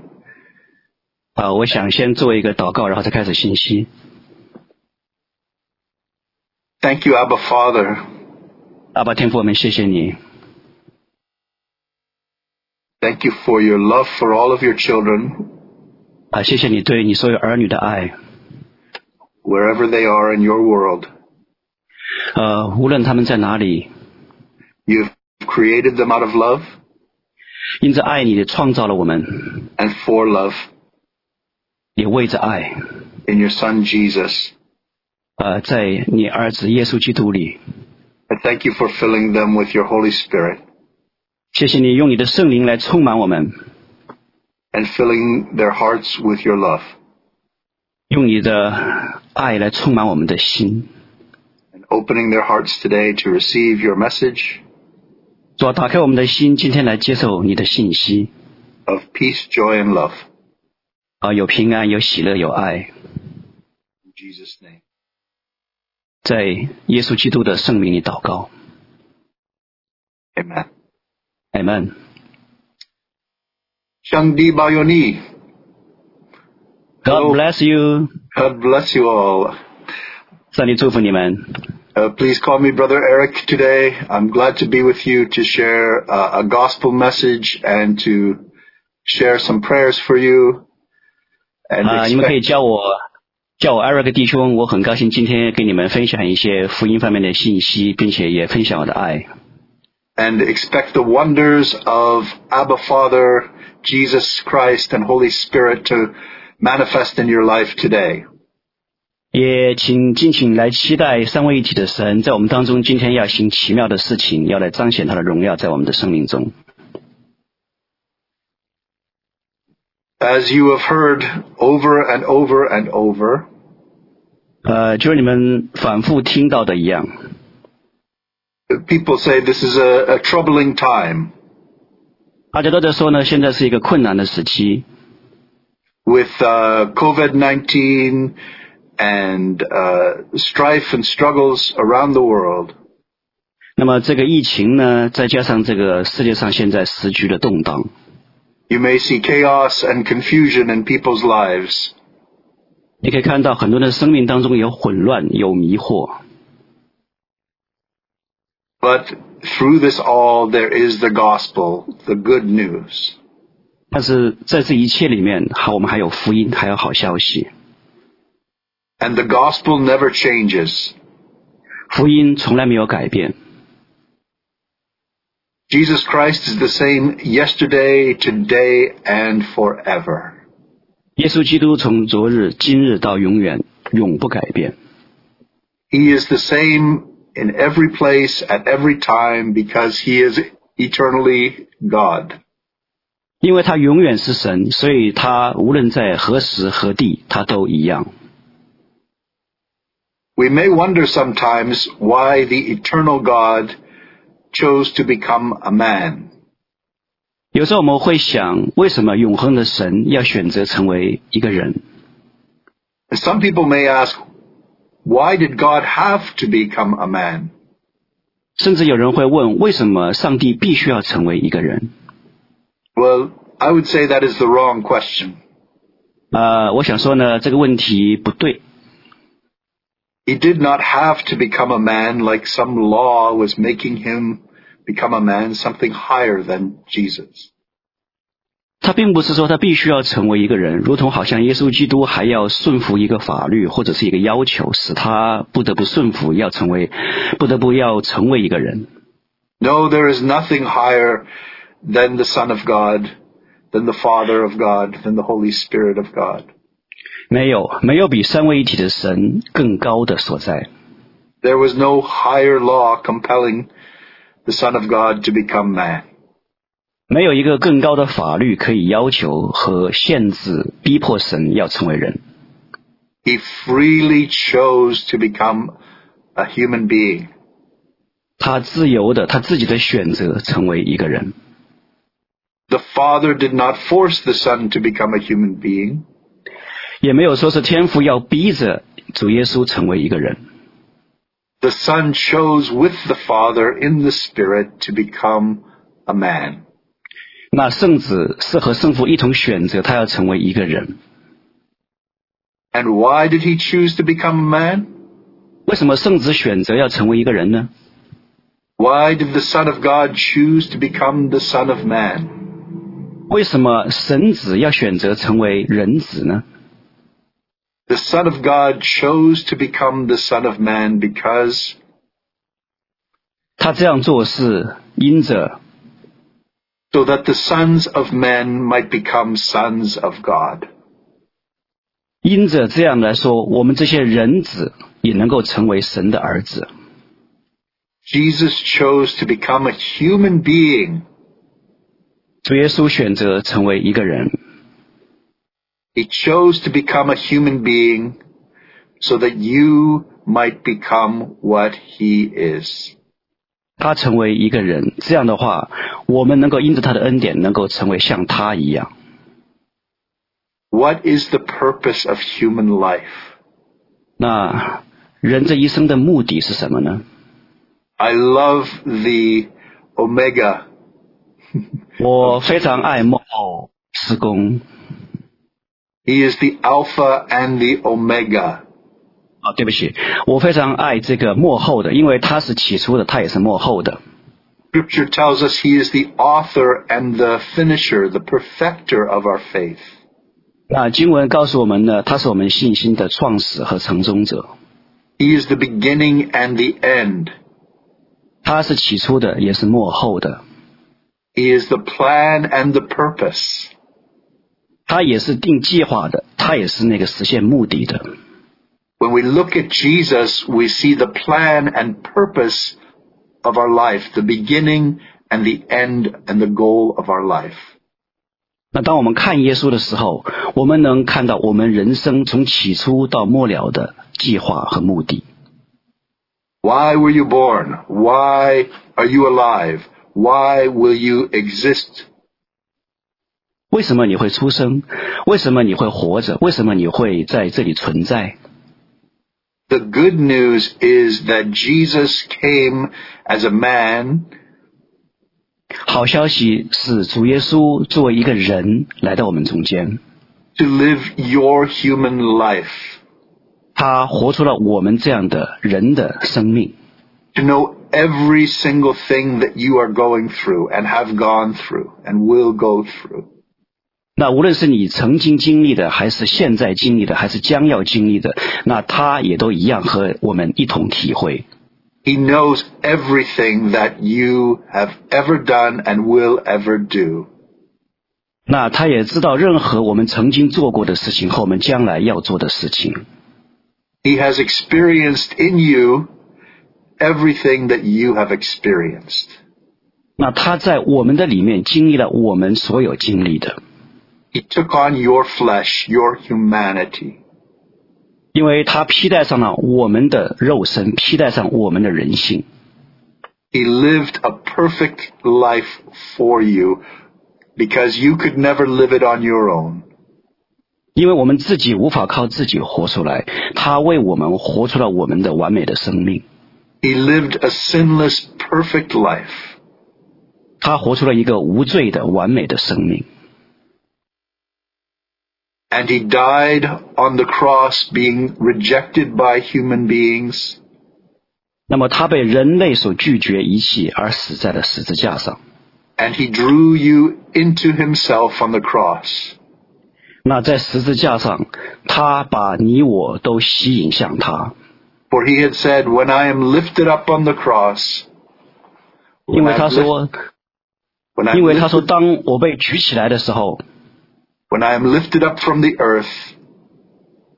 B: 啊、我想先做一个祷告，然后再开始信息。
C: Thank you, Abba Father.
B: 阿爸天父，我们谢谢你，
C: Thank you for your love for all of your children,
B: 啊、谢谢你对你所有儿女的爱，
C: wherever they are in your world.
B: 呃，无论他们在哪里，
C: You've created them out of love
B: 因着爱你创造了我们，
C: and for love
B: 也为着爱，
C: in your Son Jesus.
B: 呃，在你儿子耶稣基督里，
C: I thank you for filling them with your Holy Spirit
B: 谢谢你用你的圣灵来充满我们，
C: and filling their hearts with your love.
B: 用你的爱来充满我们的心，
C: And opening their hearts today to receive your message
B: 主啊，打开我们的心，今天来接受你的信息，
C: of peace, joy, and love.
B: 啊、有平安，有喜乐，有爱，
C: In Jesus' name.
B: 在耶稣基督的圣名里祷告
C: Amen.
B: ，Amen。
C: Shangdi Bayoni.
B: God
C: Hello.
B: bless you，
C: God bless you all.
B: 上帝祝福你们。
C: Uh, please call me Brother Eric today. I'm glad to be with you to share uh, a gospel message and to share some prayers for you.
B: 啊、
C: And
B: 你们可
C: expect-
B: 以叫我叫我 Eric 弟兄，我很高兴今天跟你们分享一些福音方面的信息，并且也分享我的爱。
C: and expect the wonders of Abba Father, Jesus Christ, and Holy Spirit to manifest in your life today.
B: 也请敬请来期待三位一体的神在我们当中今天要行奇妙的事情，要来彰显他的荣耀在我们的生命中。
C: As you have heard over and over and over,
B: 呃，就是你们反复听到的一样，
C: people say this is a, a troubling time
B: 大家都在说呢，现在是一个困难的时期，
C: with uh, COVID-19 and uh, strife and struggles around the world.
B: 那么这个疫情呢，再加上这个世界上现在时局的动荡，
C: You may see chaos and confusion in people's lives.
B: 你可以看到很多人的生命当中有混乱，有迷惑。
C: But through this all, there is the gospel, the good news.
B: 但是在这一切里面，好，我们还有福音，还有好消息。
C: And the gospel never changes.
B: 福音从来没有改变，
C: Jesus Christ is the same yesterday, today, and forever.
B: 耶稣基督从昨日、今日到永远，永不改变。
C: He is the same in every place, at every time, because He is eternally God.
B: 因为他永远是神，所以他无论在何时何地，他都一样。
C: We may wonder sometimes why the eternal God chose to become a man.
B: 有时候我们会想，为什么永恒的神要选择成为一个人？
C: Some people may ask, why did God have to become a man?
B: 甚至有人会问，为什么上帝必须要成为一个人？
C: Well, I would say that is the wrong question.
B: 呃，我想说呢，这个问题不对。
C: He did not have to become a man like some law was making him become a man, something higher than Jesus.
B: 他并不是说他必须要成为一个人，如同好像耶稣基督还要顺服一个法律或者是一个要求，使他不得不顺服，要成为，不得不要成为一个人。
C: No, there is nothing higher than the Son of God, than the Father of God, than the Holy Spirit of God.
B: 没有，没有比三位一体的神更高的所在。
C: There was no higher law compelling the Son of God to become man.
B: 没有一个更高的法律可以要求和限制逼迫神要成为人。
C: He freely chose to become a human being.
B: 他自由的，他自己的选择成为一个人。
C: The Father did not force the Son to become a human being.
B: 也没有说是天父要逼着主耶稣成为一个人。
C: The Son chose with the Father in the Spirit to become a man.
B: 那圣子是和圣父一同选择他要成为一个人。
C: And why did he choose to become a man?
B: 为什么圣子选择要成为一个人呢？
C: Why did the Son of God choose to become the Son of Man?
B: 为什么神子要选择成为人子呢？
C: The Son of God chose to become the Son of Man because
B: 他这样做是因着
C: so that the sons of men might become sons of God.
B: 因着这样来说，我们这些人子也能够成为神的儿子。
C: Jesus chose to become a human being.
B: 主耶稣选择成为一个人，
C: He chose to become a human being so that you might become what he is.
B: 他成为一个人，这样的话，我们能够因着他的恩典，能够成为像他一样。
C: What is the purpose of human life?
B: 那人这一生的目的是什么呢？
C: I love the Omega.
B: 我非常爱慕哦，施工
C: He is the Alpha and the Omega.
B: 啊，对不起，我非常爱这个幕后的，因为他是起初的，他也是幕后的。
C: Scripture tells us he is the author and the finisher, the perfecter of our faith.
B: 那啊经文告诉我们呢，他是我们信心的创始和成终者，
C: He is the beginning and the end.
B: 他是起初的，也是幕后的，
C: He is the plan and the purpose.
B: 他也是定计划的，他也是那个实现目的的。
C: When we look at Jesus, we see the plan and purpose of our life, the beginning and the end and the goal of our life.
B: 那当我们看耶稣的时候，我们能看到我们人生从起初到末了的计划和目的。
C: Why were you born? Why are you alive? Why will you exist?
B: 为什么你会出生？为什么你会活着？为什么你会在这里存在？
C: The good news is that Jesus came as a man
B: 好消息是，主耶稣作为一个人来到我们中间，
C: to live your human life,
B: 他活出了我们这样的人的生命，
C: to know every single thing that you are going through and have gone through and will go through.
B: 那无论是你曾经经历的，还是现在经历的，还是将要经历的，那他也都一样和我们一同体会。
C: He knows everything that you have ever done and will ever do.
B: 那他也知道任何我们曾经做过的事情和我们将来要做的事情，
C: He has experienced in you everything that you have experienced.
B: 那他在我们的里面经历了我们所有经历的。
C: He took on your flesh, your humanity.
B: 因为他披戴上了我们的肉身，披戴上我们的人性。
C: He lived a perfect life for you because you could never live it on your own.
B: 因为我们自己无法靠自己活出来，他为我们活出了我们的完美的生命。
C: He lived a sinless, perfect life.
B: 他活出了一个无罪的完美的生命，
C: And he died on the cross being rejected by human beings.
B: 那么他被人类所拒绝遗弃而死在了十字架上。
C: And he drew you into himself on the cross.
B: 那在十字架上，他把你我都吸引向他，
C: For he had said, When I am lifted up on the cross,
B: 因为他
C: I'm lift-
B: 说，
C: when I'm
B: 因为他
C: lifted-
B: 说，当我被举起来的时候，
C: when I am lifted up from the earth,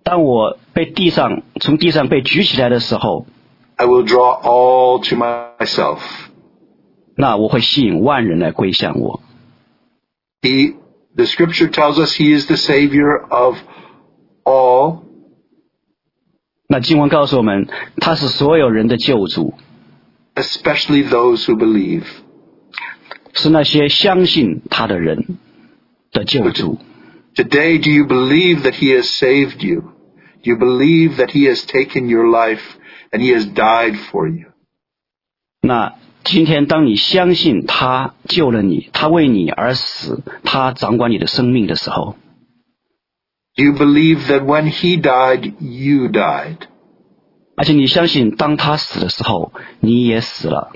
B: 当我被地上从地上被举起来的时候，
C: I will draw all to myself.
B: 那我会吸引万人来归向我。
C: He, the scripture tells us he is the savior of all,
B: 那经文告诉我们，他是所有人的救主，
C: especially those who believe.
B: 是那些相信他的人的救主。
C: Today, do you believe that he has saved you? Do you believe that he has taken your life and he has died for you?
B: 那今天，当你相信他救了你，他为你而死，他掌管你的生命的时候，
C: Do you believe that when he died, you died?
B: 而且你相信当他死的时候，你也死了。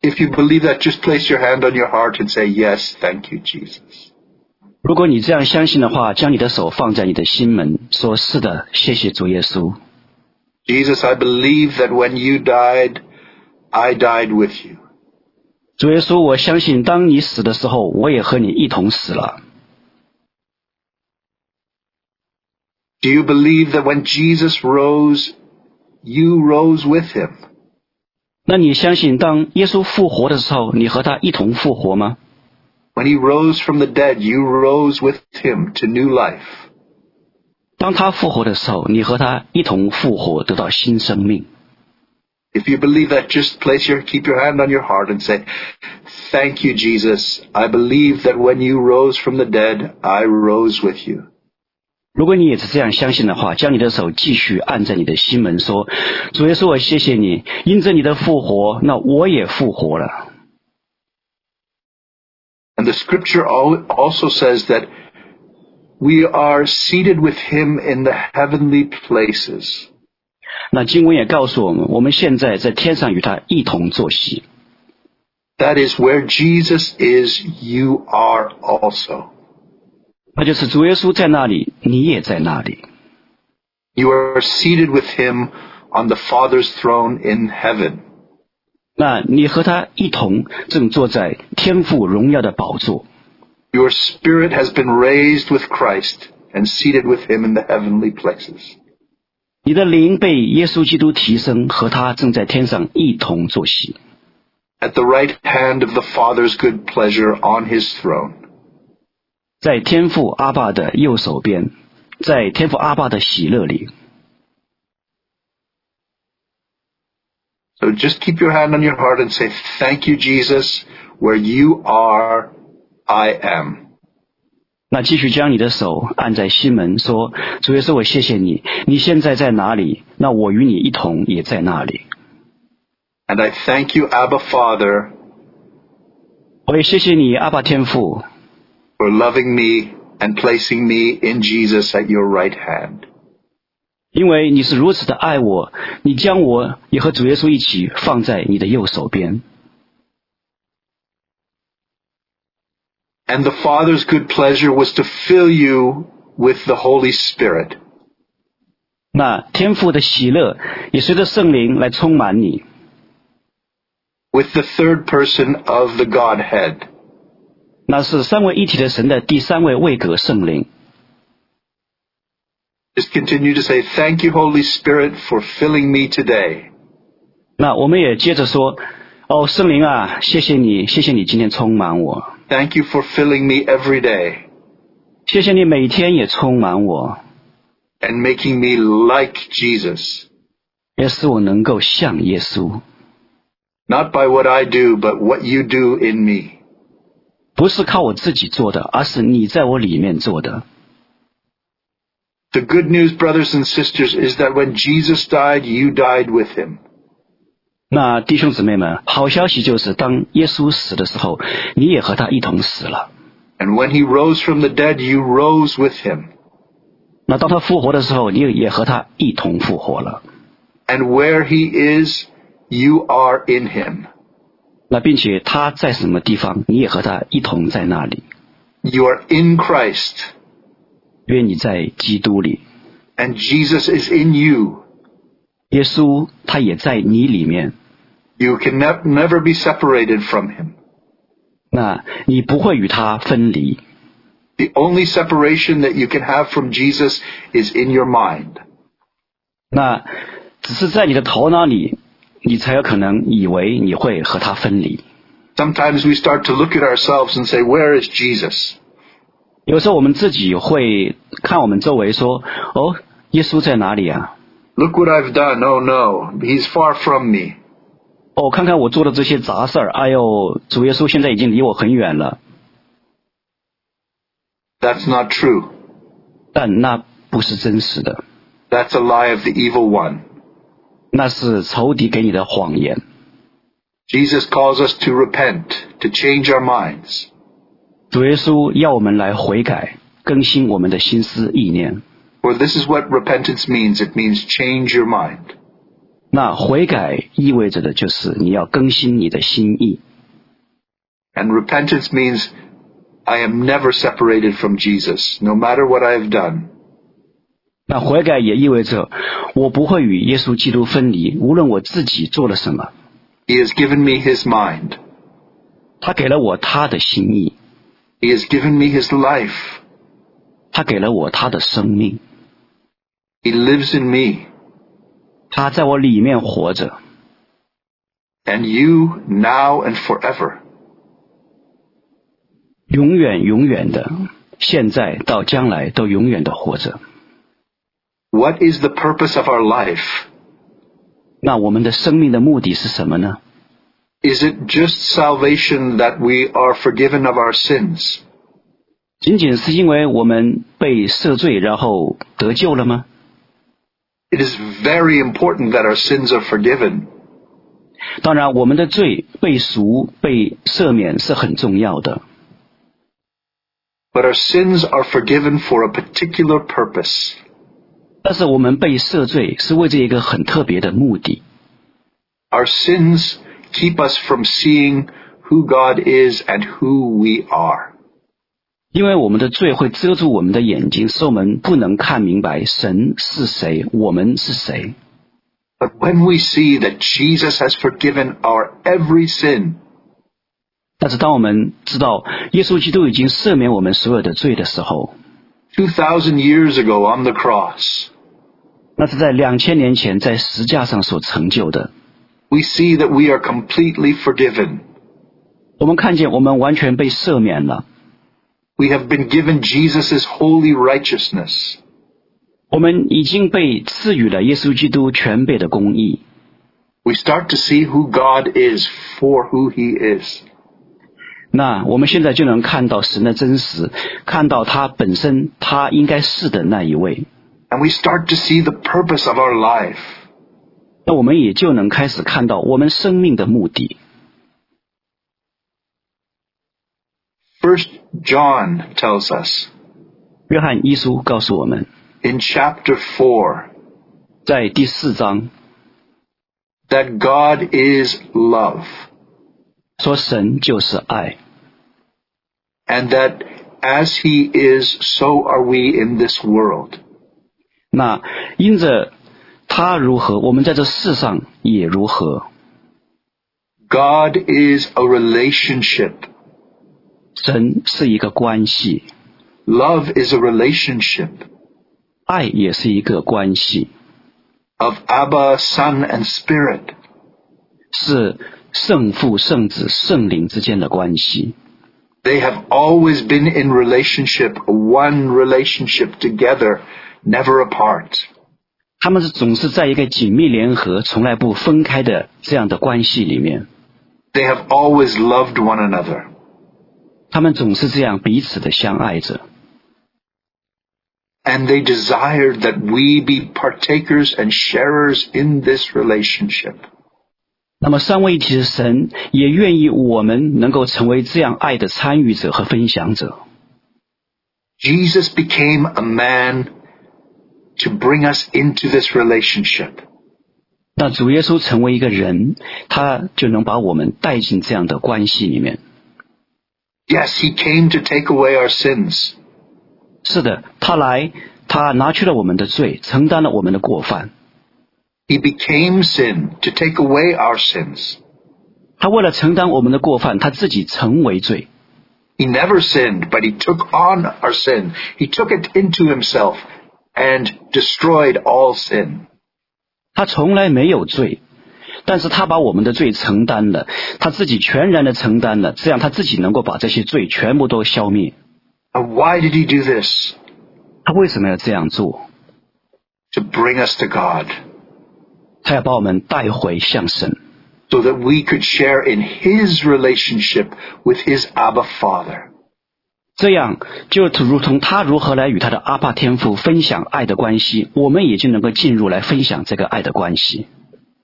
C: If you believe that, just place your hand on your heart and say, Yes, thank you, Jesus.
B: 如果你这样相信的话，将你的手放在你的心门，说：“是的，谢谢主耶稣，
C: Jesus, I believe that when you died, I died with you.
B: 主耶稣，我相信当你死的时候，我也和你一同死了。
C: Do you believe that when Jesus rose, you rose with him? ”
B: 那你相信当耶稣复活的时候，你和他一同复活吗？
C: When he rose from the dead, you rose with him to new life.
B: 当他复活的时候，你和他一同复活，得到新生命。
C: If you believe that, just place your, keep your hand on your heart and say, Thank you, Jesus. I believe that when you rose from the dead, I rose with you.
B: 如果你也是这样相信的话，将你的手继续按在你的心门，说：“主耶稣，我谢谢你，因着你的复活，那我也复活了。
C: And the scripture al- also says that we are seated with him in the heavenly places. ”
B: 那经文也告诉我们，我们现在在天上与他一同坐席。
C: That is where Jesus is, you are also.
B: 那就是主耶稣在那里，你也在那里。
C: You are seated with him on the Father's throne in heaven.
B: 那你和他一同正坐在天父荣耀的宝座，
C: Your spirit has been raised with Christ and seated with him in the heavenly places.
B: 你的灵被耶稣基督提升，和他正在天上一同坐席，
C: At the right hand of the Father's good pleasure on his throne.
B: 在天父阿爸的右手边，在天父阿爸的喜乐里。
C: So just keep your hand on your heart and say, Thank you, Jesus. Where you are, I am.
B: 那继续将你的手按在心门，说：“主耶稣，我谢谢你，你现在在哪里？那我与你一同也在那里。
C: And I thank you, Abba Father,
B: 我也谢谢你，阿爸天父，
C: for loving me and placing me in Jesus at your right hand.
B: 因为你是如此的爱我，你将我也和主耶稣一起放在你的右手边。
C: And the Father's good pleasure was to fill you with the Holy Spirit.
B: 那天父的喜乐也随着圣灵来充满你，
C: with the third person of the Godhead.
B: 那是三位一体的神的第三位位格圣灵。
C: Just continue to say, Thank you, Holy Spirit, for filling me today.
B: 那我们也接着说，哦，圣灵啊，谢谢你，谢谢你今天充满我，
C: Thank you for filling me every day.
B: 谢谢你每天也充满我。
C: and making me like Jesus,
B: 要使我能够像耶稣，
C: not by what I do, but what you do in me.
B: 不是靠我自己做的，而是你在我里面做的。
C: The good news, brothers and sisters, is that when Jesus died, you died with him.
B: 那弟兄姊妹们，好消息就是，当耶稣死的时候，你也和他一同死了。
C: And when he rose from the dead, you rose with him.
B: 那当他复活的时候，你也和他一同复活了。
C: And where he is, you are in him.
B: 那并且他在什么地方，你也和他一同在那里。
C: You are in Christ,
B: 愿你在基督里，
C: and Jesus is in you.
B: 耶稣他也在你里面。
C: You can ne- never be separated from him.
B: 那你不会与他分离。
C: The only separation that you can have from Jesus is in your mind.
B: 那只是在你的头脑里，你才有可能以为你会和他分离。
C: Sometimes we start to look at ourselves and say, Where is Jesus?
B: 有时候我们自己会看我们周围说：“哦，耶稣在哪里啊？
C: Look what I've done. Oh no, he's far from me.
B: 哦，看看我做的这些杂事儿。哎呦，主耶稣现在已经离我很远了。
C: That's not true. ”
B: 但那不是真实的，
C: That's a lie of the evil one.
B: 那是仇敌给你的谎言。
C: Jesus calls us to repent, to change our minds.
B: 主耶稣要我们来悔改，更新我们的心思意念。
C: For this is what repentance means it means change your mind.
B: 那悔改意味着的就是你要更新你的心意。
C: And repentance means I am never separated from Jesus, no matter what I have done.
B: 那悔改也意味着我不会与耶稣基督分离，无论我自己做了什么，
C: He has given me his mind.
B: 他给了我他的心意，
C: He has given me his life.
B: 他给了我他的生命，
C: He lives in me.
B: 他在我里面活着。
C: And you now and forever.
B: 永远永远的，现在到将来都永远的活着。
C: What is the purpose of our life?
B: 那我们的生命的目的是什么呢？
C: Is it just salvation that we are forgiven of our sins?
B: 仅仅是因为我们被赦罪，然后得救了吗？
C: It is very important that our sins are forgiven,
B: 当然，我们的罪被赎、被赦免是很重要的。
C: but our sins are forgiven for a particular purpose.
B: 但是我们被赦罪是为着一个很特别的目的。
C: Our sins keep us from seeing who God is and who we are.
B: 因为我们的罪会遮住我们的眼睛，使我们不能看明白神是谁，我们是谁。
C: But when we see that Jesus has forgiven our every sin,
B: 但是当我们知道耶稣基督已经赦免我们所有的罪的时候，
C: 2,000 years ago on the cross,
B: 那是在两千年前在石架上所成就的。
C: we see that we are completely forgiven.
B: 我们看见我们完全被赦免了，
C: We have been given Jesus' holy righteousness.
B: 我们已经被赐予了耶稣基督全备的公义。
C: We start to see who God is for who he is.
B: 那我们现在就能看到神的真实，看到他本身他应该是的那一位。
C: And we start to see the purpose of our life.
B: 那我们也就能开始看到我们生命的目的。
C: First John tells us
B: 约翰一书告诉我们，
C: in chapter 4
B: 在第四章
C: that God is love
B: 说神就是爱，
C: and that as he is, so are we in this world.
B: 那因着他如何，我们在这世上也如何。
C: God is a relationship.
B: 神是一个关系，
C: Love is a relationship
B: 爱也是一个关系，
C: of Abba, Son, and Spirit.
B: 是圣父、圣子、圣灵之间的关系。
C: They have always been in relationship, one relationship together never apart.
B: 他们是总是在一个紧密联合、从来不分开的这样的关系里面，
C: They have always loved one another.
B: 他们总是这样彼此的相爱着，
C: And they desired that we be partakers and sharers in this relationship.
B: 那么三位一体的神也愿意我们能够成为这样爱的参与者和分享者。
C: Jesus became a man to bring us into this relationship.
B: 那主耶稣成为一个人，他就能把我们带进这样的关系里面。
C: Yes, he came to take away our sins.
B: 是的，他来，他拿去了我们的罪，承担了我们的过犯。
C: He became sin to take away our sins.
B: 他为了承担我们的过犯，他自己成为罪。
C: He never sinned, but he took on our sin. He took it into himself and destroyed all sin.
B: 他从来没有罪，但是他把我们的罪承担了，他自己全然的承担了，这样他自己能够把这些罪全部都消灭。
C: And why did he do this?
B: 他为什么要这样做？
C: To bring us to God,
B: 他要把我们带回向神，
C: so that we could share in his relationship with his Abba Father.
B: 这样就如同他如何来与他的阿爸天父分享爱的关系，我们也就能够进入来分享这个爱的关系。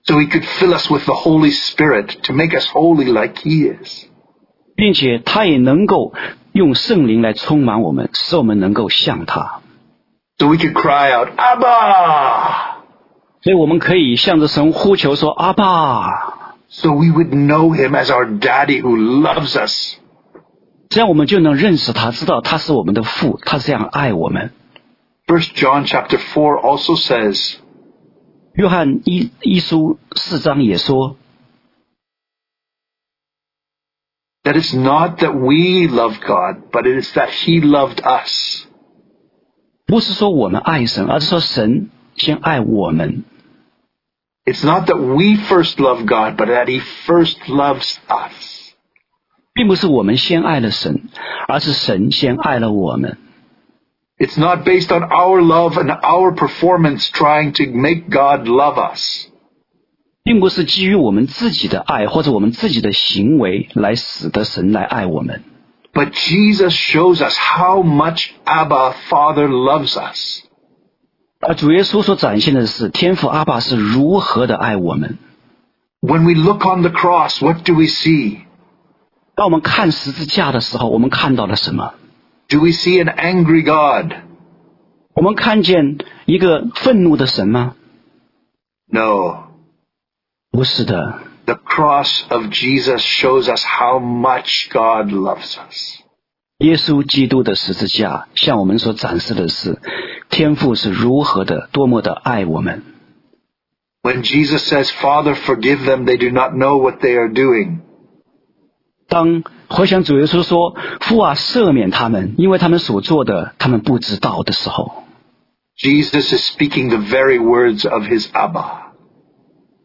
C: So he could fill us with the Holy Spirit to make us holy like he is.
B: 并且他也能够用圣灵来充满我们，使我们能够像他。
C: So we could cry out, Abba!
B: 所以我们可以向着神呼求说：“阿爸！”
C: So we would know him as our daddy who loves us.
B: 这样我们就能认识他，知道他是我们的父，他这样爱我们。
C: First John chapter 4 also says,
B: 约翰一一书四章也说，
C: that it's not that we love God, but it is that He loved us.
B: 不是说我们爱神，而是说神先爱我们。
C: It's not that we first love God, but that He first loves us.
B: 并不是我们先爱了神，而是神先爱了我们。
C: It's not based on our love and our performance trying to make God love us.
B: 并不是基于我们自己的爱或者我们自己的行为来使得神来爱我们，
C: But Jesus shows us how much Abba Father loves us.
B: 而主耶稣所展现的是天父阿爸是如何的爱我们。
C: When we look on the cross, what do we see?
B: 当我们看十字架的时候，我们看到了什么？
C: Do we see an angry God?
B: 我们看见一个愤怒的神吗？
C: No.
B: 不是的，
C: The cross of Jesus shows us how much God loves us.
B: 耶稣基督的十字架向我们所展示的是天父是如何的、多么的爱我们。
C: When Jesus says, Father, forgive them, they do not know what they are doing.
B: 当回想主耶稣说“父啊，赦免他们，因为他们所做的，他们不知道”的时候，
C: Jesus is speaking the very words of his Abba.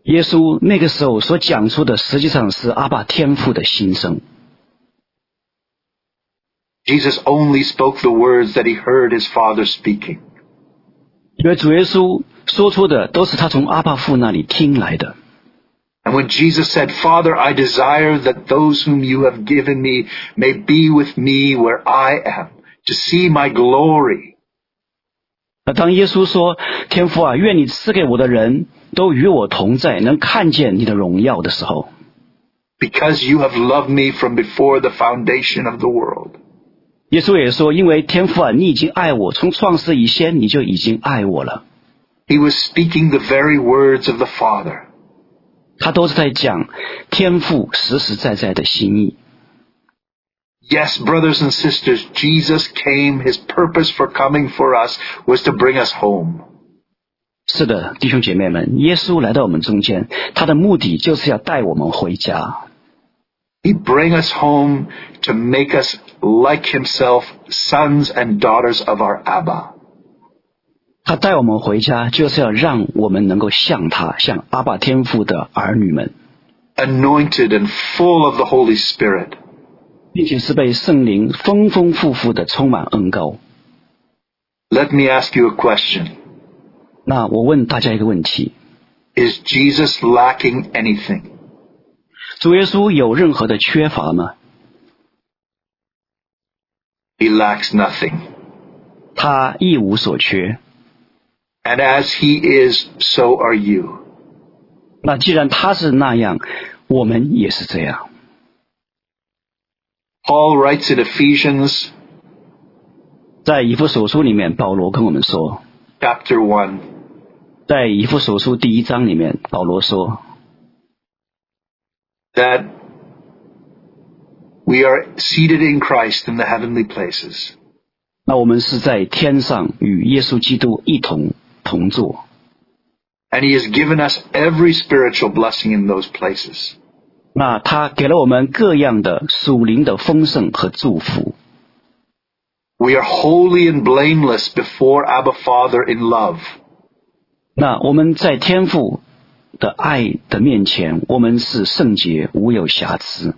B: 耶稣那个时候所讲出的，实际上是阿爸天父的心声。
C: Jesus only spoke the words that he heard his Father speaking.
B: 因为主耶稣说出的都是他从阿爸父那里听来的。
C: And when Jesus said, Father, I desire that those whom you have given me may be with me where I am, to see my glory,
B: 那当耶稣说“天父啊，愿你赐给我的人都与我同在，能看见你的荣耀”的时候，
C: because you have loved me from before the foundation of the world.
B: 耶稣也说：“因为天父啊，你已经爱我，从创世以先你就已经爱我了。
C: He was speaking the very words of the Father. ”
B: 他都是在讲天父实实在在的心意。
C: Yes, brothers and sisters, Jesus came. His purpose for coming for us was to bring us home.
B: 是的，弟兄姐妹们，耶稣来到我们中间，他的目的就是要带我们回家。
C: He bring us home to make us like himself, sons and daughters of our Abba.
B: 他带我们回家，就是要让我们能够像他，像阿爸天父的儿女们，
C: Anointed and full of the Holy Spirit.
B: 并且是被圣灵丰丰富富的充满恩高。
C: Let me ask you a question.
B: 那我问大家一个问题：
C: Is Jesus lacking anything?
B: 主耶稣有任何的缺乏吗？
C: He lacks nothing.
B: 他一无所缺。
C: And as he is, so are you.
B: 那既然他是那样，我们也是这样。
C: Paul writes in Ephesians
B: 在以父所书里面，保罗跟我们说，
C: chapter 1,
B: 在以父所书第一章里面，保罗说，
C: that we are seated in Christ in the heavenly places.
B: 那我们是在天上与耶稣基督一同同坐，
C: And he has given us every spiritual blessing in those places.
B: 那他给了我们各样的属灵的丰盛和祝福。
C: We are holy and blameless before Abba Father in love.
B: 那我们在天父的爱的面前，我们是圣洁，无有瑕疵。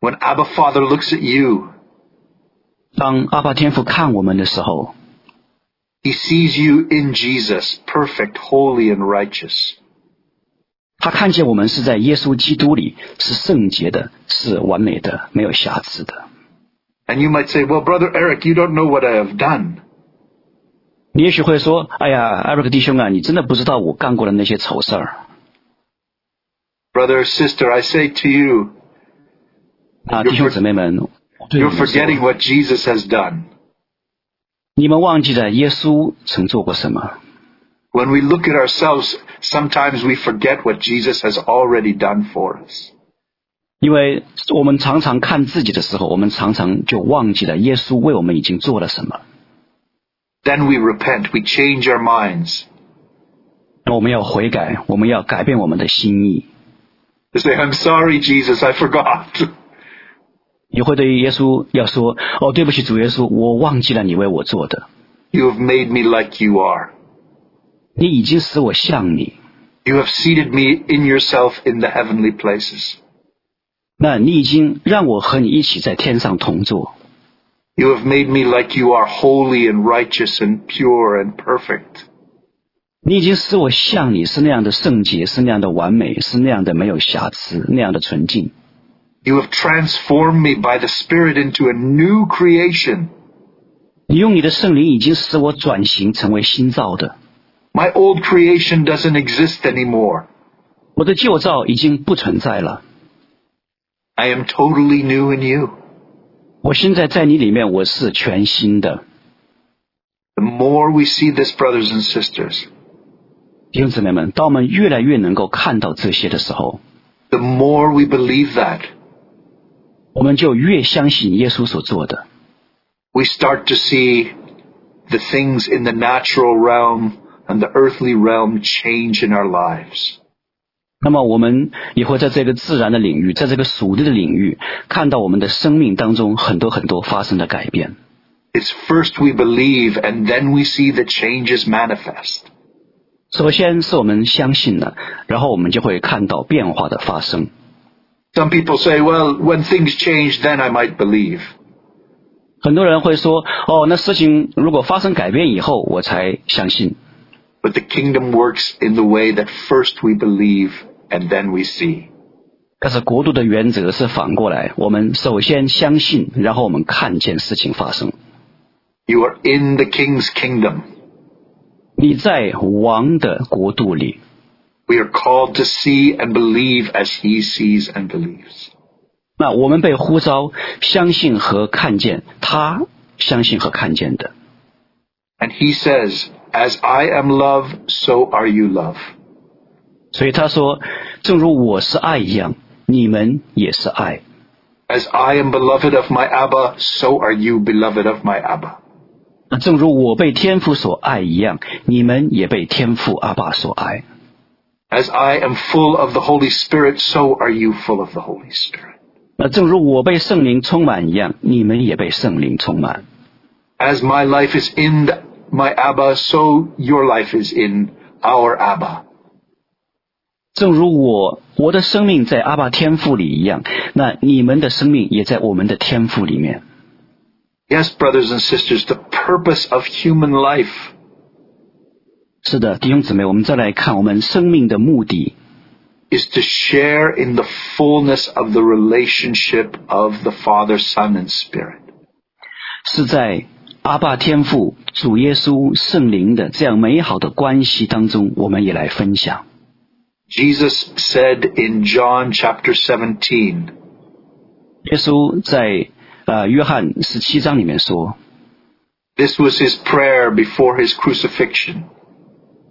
C: When Abba Father looks at you,
B: 当阿爸天父看我们的时候，
C: he sees you in Jesus, perfect, holy, and righteous.
B: 他看见我们是在耶稣基督里是圣洁的，是完美的，没有瑕疵的。
C: And you might say, well, Brother Eric, you don't know what I have done.
B: 你也许会说：“哎呀，艾瑞克弟兄啊，你真的不知道我干过的那些丑事儿
C: Brother or sister, I say to you,
B: 啊！”弟兄姊妹们，对你
C: you're
B: 们说
C: forgetting what Jesus has done.
B: 你们忘记了耶稣曾做过什么。
C: When we look at ourselves, sometimes we forget what Jesus has already done for us.
B: 因为我们常常看自己的时候，我们常常就忘记了耶稣为我们已经做了什么。
C: Then we repent, we change our minds.
B: 那我们要悔改，我们要改变我们的心意。
C: We say, I'm sorry, Jesus, I forgot. *laughs*
B: 你会对耶稣要说：“哦，对不起，主耶稣，我忘记了你为我做的。
C: You have made me like you are.
B: 你已经使我像你，
C: You have seated me in yourself in the heavenly places.
B: 那你已经让我和你一起在天上同坐。
C: You have made me like you are, holy and righteous and pure and perfect.
B: 你已经使我像你，是那样的圣洁，是那样的完美，是那样的没有瑕疵，那样的纯净。
C: You have transformed me by the Spirit into a new creation.
B: 你用你的圣灵已经使我转型成为新造的，
C: My old creation doesn't exist anymore.
B: 我的旧造已经不存在了。
C: I am totally new in you.
B: 我现在在你里面，我是全新的。
C: The more we see this, brothers and sisters,
B: 弟兄姊妹们，当我们越来越能够看到这些的时候，
C: the more we believe that,
B: 我们就越相信耶稣所做的。
C: we start to see the things in the natural realm and the earthly realm change in our lives.
B: 那么我们也会在这个自然的领域，在这个属地的领域，看到我们的生命当中很多很多发生的改变。
C: It's first we believe and then we see the changes manifest.
B: 首先是我们相信了，然后我们就会看到变化的发生。
C: Some people say, well, when things change, then I might believe.
B: 很多人会说：“哦，那事情如果发生改变以后，我才相信。
C: But the kingdom works in the way that first we believe and then we see. ”
B: 但是国度的原则是反过来，我们首先相信，然后我们看见事情发生。
C: You are in the King's kingdom.
B: 你在王的国度里，
C: We are called to see and believe as He sees and believes.
B: 那我们被呼召相信和看见他相信和看见的。
C: And He says, As I am love, so are you love.
B: 所以他说：“正如我是爱一样，你们也是爱。
C: As I am beloved of my Abba, so are you beloved of my Abba.
B: 那正如我被天父所爱一样，你们也被天父阿爸所爱。
C: As I am full of the Holy Spirit, so are you full of the Holy Spirit.
B: 那正如我被圣灵充满一样，你们也被圣灵充满。
C: As my life is in the- my Abba, so your life is in our Abba.
B: 正如我我的生命在阿爸天父里一样，那你们的生命也在我们的天父里面。
C: Yes, brothers and sisters, the purpose of human life
B: 是的，弟兄姊妹，我们再来看我们生命的目的，
C: is to share in the fullness of the relationship of the Father, Son, and Spirit.
B: 是在阿爸天父、主耶稣、圣灵的这样美好的关系当中，我们也来分享。
C: Jesus said in John chapter 17,
B: 耶稣在呃约翰十七章里面说，
C: this was his prayer before his crucifixion.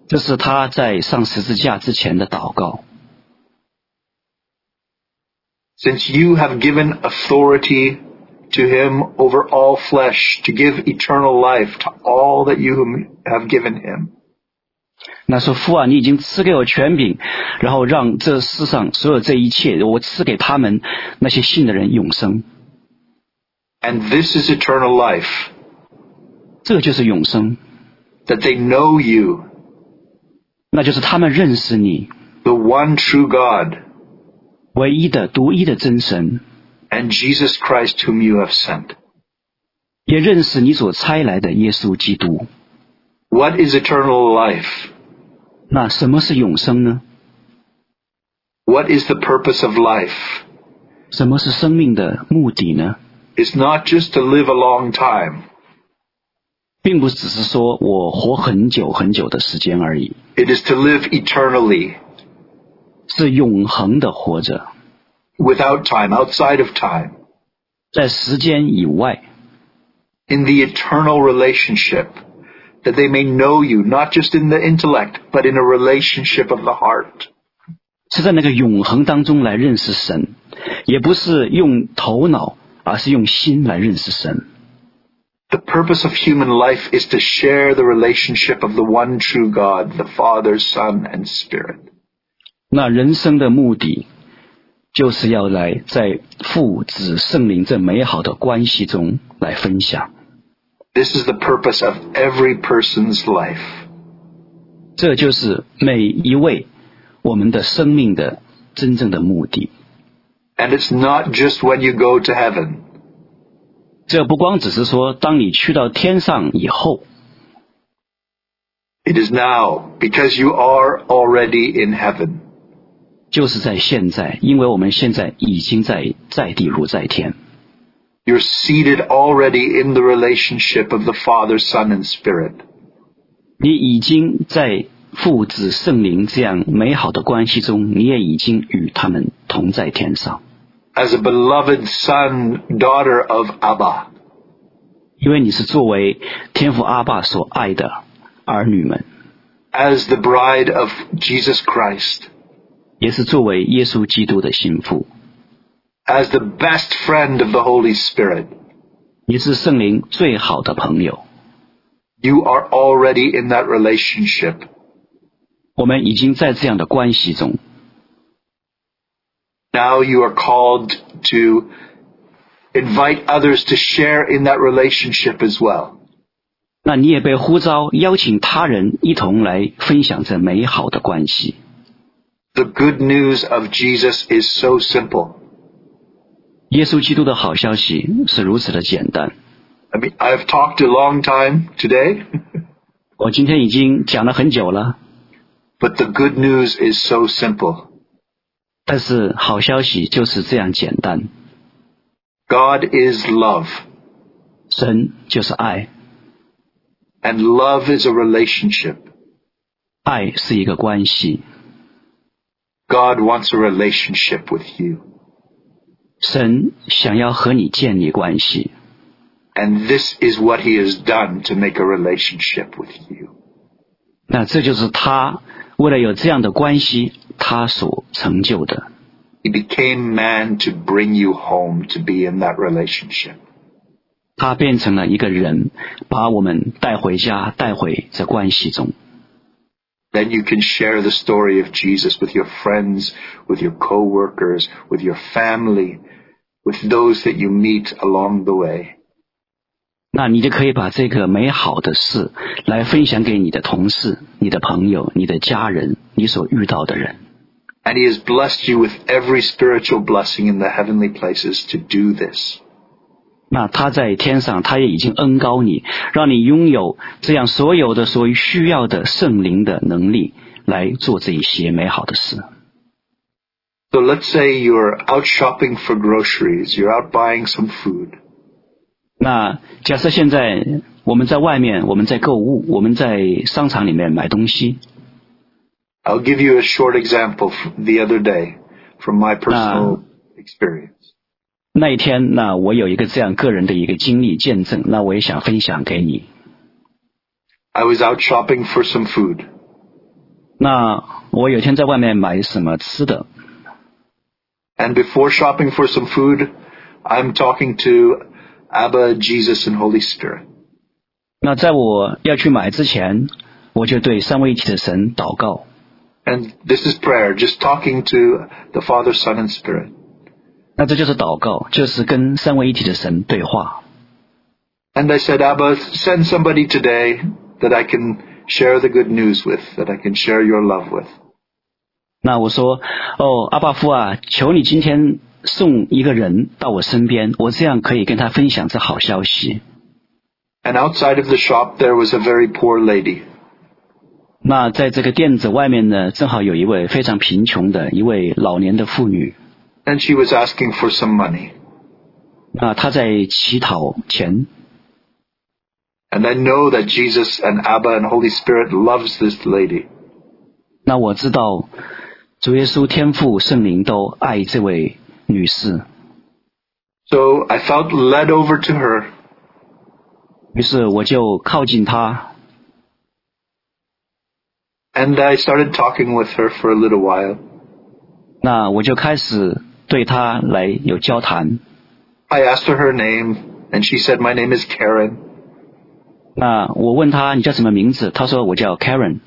B: 这是他在上十字架之前的祷告。
C: Since you have given authority to him over all flesh to give eternal life to all that you have given him.
B: 那说父啊，你已经赐给我权柄，然后让这世上所有这一切，我赐给他们那些信的人永生，
C: And this is eternal life,
B: 这就是永生，
C: that they know you,
B: 那就是他们认识你，
C: the one true God,
B: 唯一的、独一的真神，
C: and Jesus Christ whom you have sent.
B: 也认识你所差来的耶稣基督。
C: What is eternal life?
B: 那什么是永生呢？
C: What is the purpose of life?
B: 什么是生命的目的呢？
C: It's not just to live a long time.
B: 并不只是说我活很久很久的时间而已，
C: It is to live eternally,
B: 是永恒的活着，
C: without time, outside of time,
B: 在时间以外，
C: in the eternal relationship, that they may know you, not just in the intellect, but in a relationship of the heart.
B: 是在那个永恒当中来认识神，也不是用头脑，而是用心来认识神。
C: The purpose of human life is to share the relationship of the one true God, the Father, Son, and Spirit.
B: 那人生的目的，就是要来在父子圣灵这美好的关系中来分享，
C: This is the purpose of every person's life.
B: 这就是每一位我们的生命的真正的目的。
C: And it's not just when you go to heaven.
B: 这不光只是说，当你去到天上以后，
C: It is now, because you are already in heaven.
B: 就是在现在，因为我们现在已经在在地如在天，
C: You're seated already in the relationship of the Father, Son, and Spirit.
B: 你已经在父子圣灵这样美好的关系中，你也已经与他们同在天上，
C: As a beloved son, daughter of Abba,
B: 因为你是作为天父阿爸所爱的儿女们，
C: as the bride of Jesus Christ,
B: 也是作为耶稣基督的心腹，
C: as the best friend of the Holy Spirit,
B: 你是圣灵最好的朋友。
C: you are already in that relationship.
B: 我们已经在这样的关系中，
C: Now you are called to invite others to share in that relationship as well.
B: 那你也被呼召邀请他人一同来分享这美好的关系。
C: The good news of Jesus is so simple.
B: 耶稣基督的好消息是如此的简单。
C: I mean, I've talked a long time today,
B: 我今天已经讲了很久了，
C: but the good news is so simple.
B: 但是好消息就是这样简单。
C: God is love,
B: 神就是爱，
C: and love is a relationship.
B: 爱是一个关系，
C: God wants a relationship with you.
B: 神想要和你建立关系，
C: And this is what he has done to make a relationship with you.
B: 那这就是他为了有这样的关系，他所成就的。
C: He became man to bring you home to be in that relationship.
B: 他变成了一个人，把我们带回家，带回这关系中。
C: Then you can share the story of Jesus with your friends, with your coworkers, with your family, with those that you meet along the way.
B: 那你就可以把这个美好的事来分享给你的同事、你的朋友、你的家人、你所遇到的人。
C: And he has blessed you with every spiritual blessing in the heavenly places to do this.
B: 那他在天上，他也已经恩高你，让你拥有这样所有的所需要的圣灵的能力，来做这一些美好的事。
C: So let's say you're out shopping for groceries, you're out buying some food.
B: 那假设现在我们在外面，我们在购物，我们在商场里面买东西，
C: I'll give you a short example from the other day from my personal experience.
B: 那一天，那我有一个这样个人的一个经历见证，那我也想分享给你。
C: I was out shopping for some food.
B: 那我有一天在外面买什么吃的，
C: And before shopping for some food, I'm talking to Abba, Jesus, and Holy Spirit.
B: 那在我要去买之前，我就对三位一体的神祷告。
C: And this is prayer, just talking to the Father, Son, and Spirit.
B: 那这就是祷告，就是跟三位一体的神对话。
C: And I said, Abba, send somebody today that I can share the good news with, that I can share your love with.
B: 那我说，哦，阿爸父啊，求你今天送一个人到我身边，我这样可以跟他分享这好消息。
C: And outside of the shop, there was a very poor lady.
B: 那在这个店子外面呢，正好有一位非常贫穷的一位老年的妇女，
C: and she was asking for some money.
B: 那她在乞讨钱。
C: And I know that Jesus and Abba and Holy Spirit loves this lady.
B: 那我知道，主耶稣、天父、圣灵都爱这位女士，
C: So I felt led over to her
B: 于是我就靠近她，
C: and I started talking with her for a little while.
B: 那我就开始对她来有交谈。
C: I asked her her name and she said, my name is Karen.
B: 那我问她你叫什么名字？她说我叫 Karen。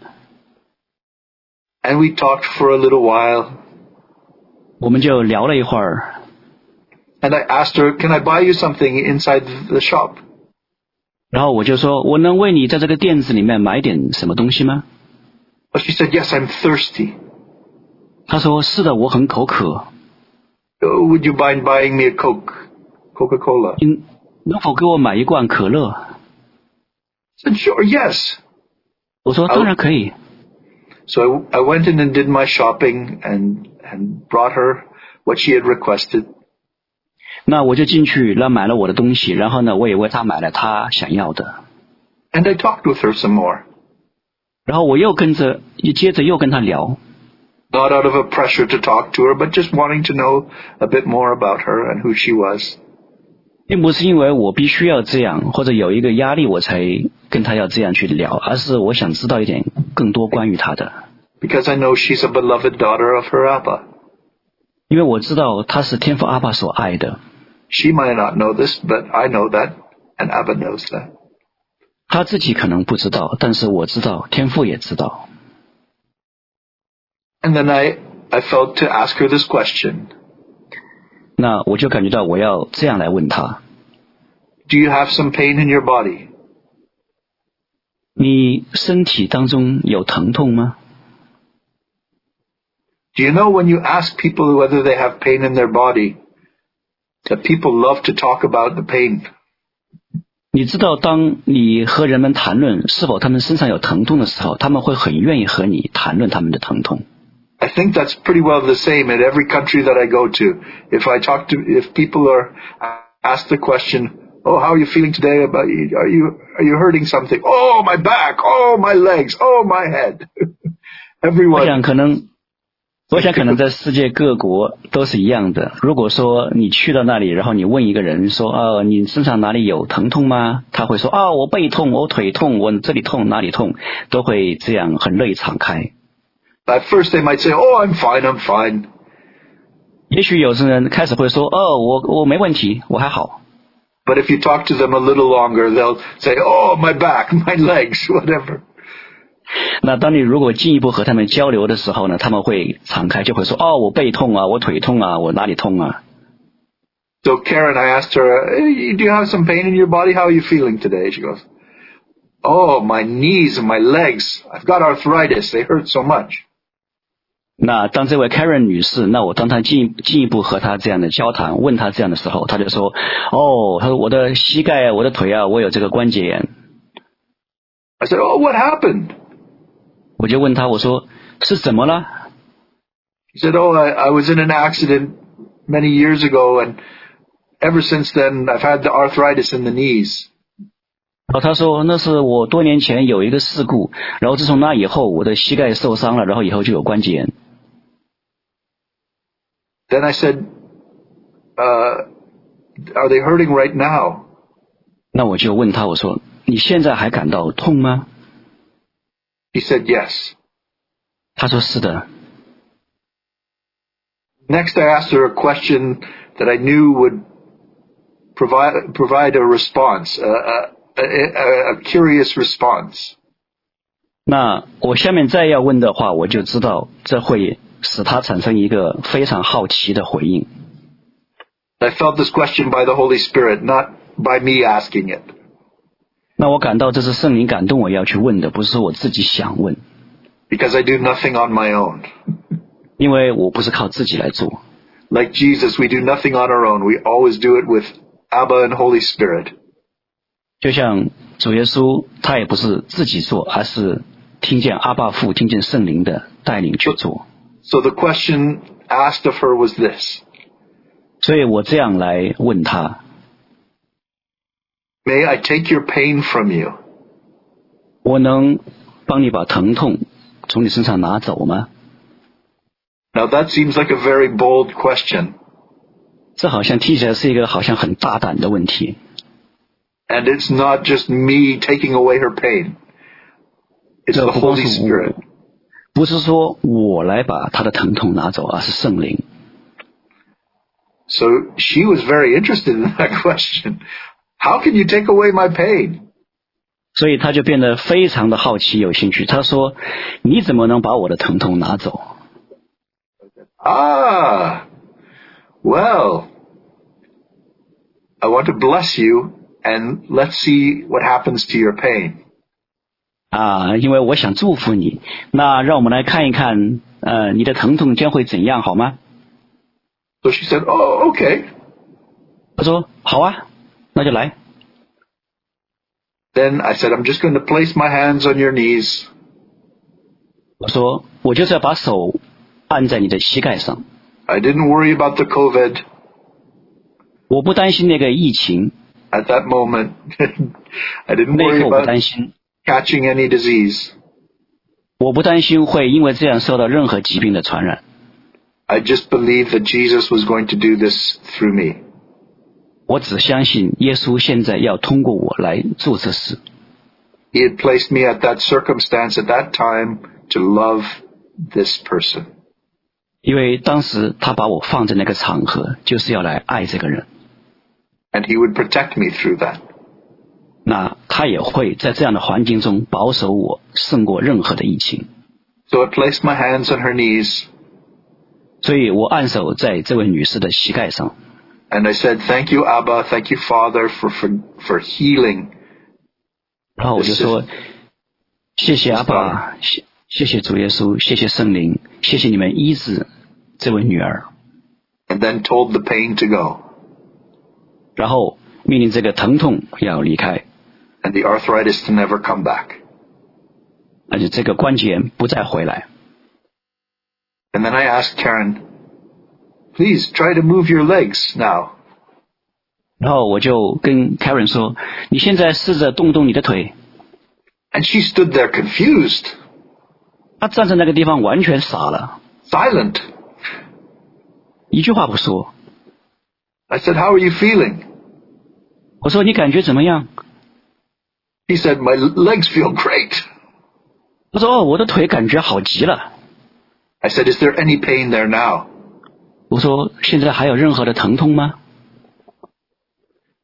C: And we talked for a little while
B: 我们就聊了一会儿，
C: and I asked her, can I buy you something inside the shop?
B: 然后我就说我能为你在这个店子里面买点什么东西吗？
C: But she said, yes, I'm thirsty.
B: 她说是的，我很口渴。
C: Oh, would you mind buying me a Coke, Coca-Cola?
B: 您能否给我买一罐可乐？
C: I said, sure, yes.
B: 我说
C: 好
B: 当然可以。
C: So I, I went in and did my shopping and, and brought her what she had requested.
B: 那我就进去，那买了我的东西，然后呢，我也为她买了她想要的。
C: And I talked with her some more.
B: 然后我又跟着，又接着又跟她聊。
C: Not out of a pressure to talk to her, but just wanting to know a bit more about her and who she was.
B: 并不是因为我必须要这样，或者有一个压力我才跟她要这样去聊，而是我想知道一点更多关于她的，
C: Because I know she's a beloved daughter of her Abba.
B: 因为我知道她是天父阿爸所爱的。
C: She might not know this, but I know that, and Abba knows that.
B: 他自己可能不知道，但是我知道，天父也知道。
C: And then I, I felt to ask her this question.
B: 那我就感觉到我要这样来问他：
C: Do you have some pain in your body?
B: 你身体当中有疼痛吗？
C: Do you know when you ask people whether they have pain in their body, that people love to talk about the pain?
B: 你知道，当你和人们谈论是否他们身上有疼痛的时候，他们会很愿意和你谈论他们的疼痛。
C: I think that's pretty well the same in every country that I go to. If I talk to, if people are asked the question, "Oh, how are you feeling today? About are you are you hurting something? Oh, my back! Oh, my legs! Oh, my head!" *laughs*
B: 我
C: Everyone,
B: 想，可能，我想，可能在世界各国都是一样的。如果说你去到那里，然后你问一个人说：“啊，你身上哪里有疼痛吗？”他会说：“啊，我背痛，我腿痛，我这里痛，哪里痛，都会这样很乐意敞开。
C: at first they might say, "Oh, I'm fine, I'm fine,"
B: 也许有些人开始会说：“哦，我我没问题，我还好。
C: but if you talk to them a little longer, they'll say, "Oh, my back, *laughs* my legs, whatever." ”
B: 那当你如果进一步和他们交流的时候呢，他们会敞开，就会说：“哦，我背痛啊，我腿痛啊，我哪里痛啊。
C: So Karen, I asked her, "Hey, "Do you have some pain in your body? How are you feeling today?" She goes, "Oh, my knees and my legs. I've got arthritis. They hurt so much."
B: 那当这位 Karen 女士，那我当她进一进一步和她这样的交谈，问她这样的时候，她就说：“哦，她说我的膝盖、我的腿啊，我有这个关节炎。
C: I said, Oh, what happened? ”
B: 我就问她，我说：“是怎么了
C: He said, Oh, I, I was in an accident many years ago, and ever since then, I've had the arthritis in the knees.？”
B: 然后她说：“那是我多年前有一个事故，然后自从那以后，我的膝盖受伤了，然后以后就有关节炎。
C: Then I said, uh, Are they hurting right now? ”
B: 那我就问她，我说：“你现在还感到痛吗
C: He said, Yes.？”
B: 她说：“是的。
C: Next, I asked her a question that I knew would provide, provide a response, a, a, a, a curious response. ”
B: 那我下面再要问的话，我就知道这会使她产生一个非常好奇的回应。
C: I felt this question by the Holy Spirit, not by me asking it.
B: 那我感到这是圣灵感动我要去问的，不是说我自己想问，
C: because I do nothing on my own.
B: 因为我不是靠自己来做。
C: Like Jesus, we do nothing on our own. We always do it with Abba and Holy Spirit.
B: 就像主耶稣，他也不是自己做，而是听见阿爸父、听见圣灵的带领去做。
C: So the question asked of her was this
B: 所以我这样来问他：
C: May I take your pain from you?
B: 我能帮你把疼痛从你身上拿走吗？
C: Now that seems like a very bold question,
B: 这好像听起来是一个好像很大胆的问题。
C: and it's not just me taking away her pain. It's
B: No,
C: the Holy
B: because-
C: Spirit.
B: 不是说我来把他的疼痛拿走，而是圣灵。
C: So she was very interested in *laughs* that question. How can you take away my pain?
B: 所以他就变得非常的好奇、有兴趣。他说：“你怎么能把我的疼痛拿走
C: Ah, well, I want to bless you and let's see what happens to your pain.
B: 啊？因为我想祝福你。那让我们来看一看，呃，你的疼痛将会怎样，好吗
C: So she said, Oh, okay.？”
B: 他说：“好啊，那就来。
C: Then I said, I'm just going to place my hands on your knees. ”
B: 我说：“我就是要把手按在你的膝盖上，
C: I didn't worry about the COVID
B: 我不担心那个疫情，
C: at that moment. *laughs* I didn't
B: 那一
C: worry
B: 刻我不
C: about
B: 担心，
C: catching any disease.
B: 我不担心会因为这样受到任何疾病的传染。
C: I just believed that Jesus was going to do this through me.
B: 我只相信耶稣现在要通过我来做这事。”
C: He had placed me at that circumstance at that time to love this person.
B: 因为当时他把我放在那个场合，就是要来爱这个人。
C: and he would protect me through that.
B: 那他也会在这样的环境中保守我，胜过任何的疫情。
C: So I placed my hands on her knees
B: 所以我按手在这位女士的膝盖上，
C: and I said, Thank you, Abba, thank you, Father, for, for, for healing.
B: 然后我就说：“谢谢阿爸，谢谢谢主耶稣，谢谢圣灵，谢谢你们医治这位女儿。
C: And then told the pain to go ”
B: 然后命令这个疼痛要离开，
C: and the arthritis to never come back.
B: 而且这个关节炎不再回来。
C: And then I asked Karen, Please try to move your legs now.
B: 然后我就跟 Karen 说：“你现在试着动动你的腿。
C: And she stood there confused, ”
B: 她站在那个地方完全傻了，
C: silent.
B: 一句话不说。
C: I said, How are you feeling?
B: 我说你感觉怎么样？
C: He said, My legs feel great.
B: 他说哦，我的腿感觉好极了。
C: I said, Is there any pain there now?
B: 我说现在还有任何的疼痛吗？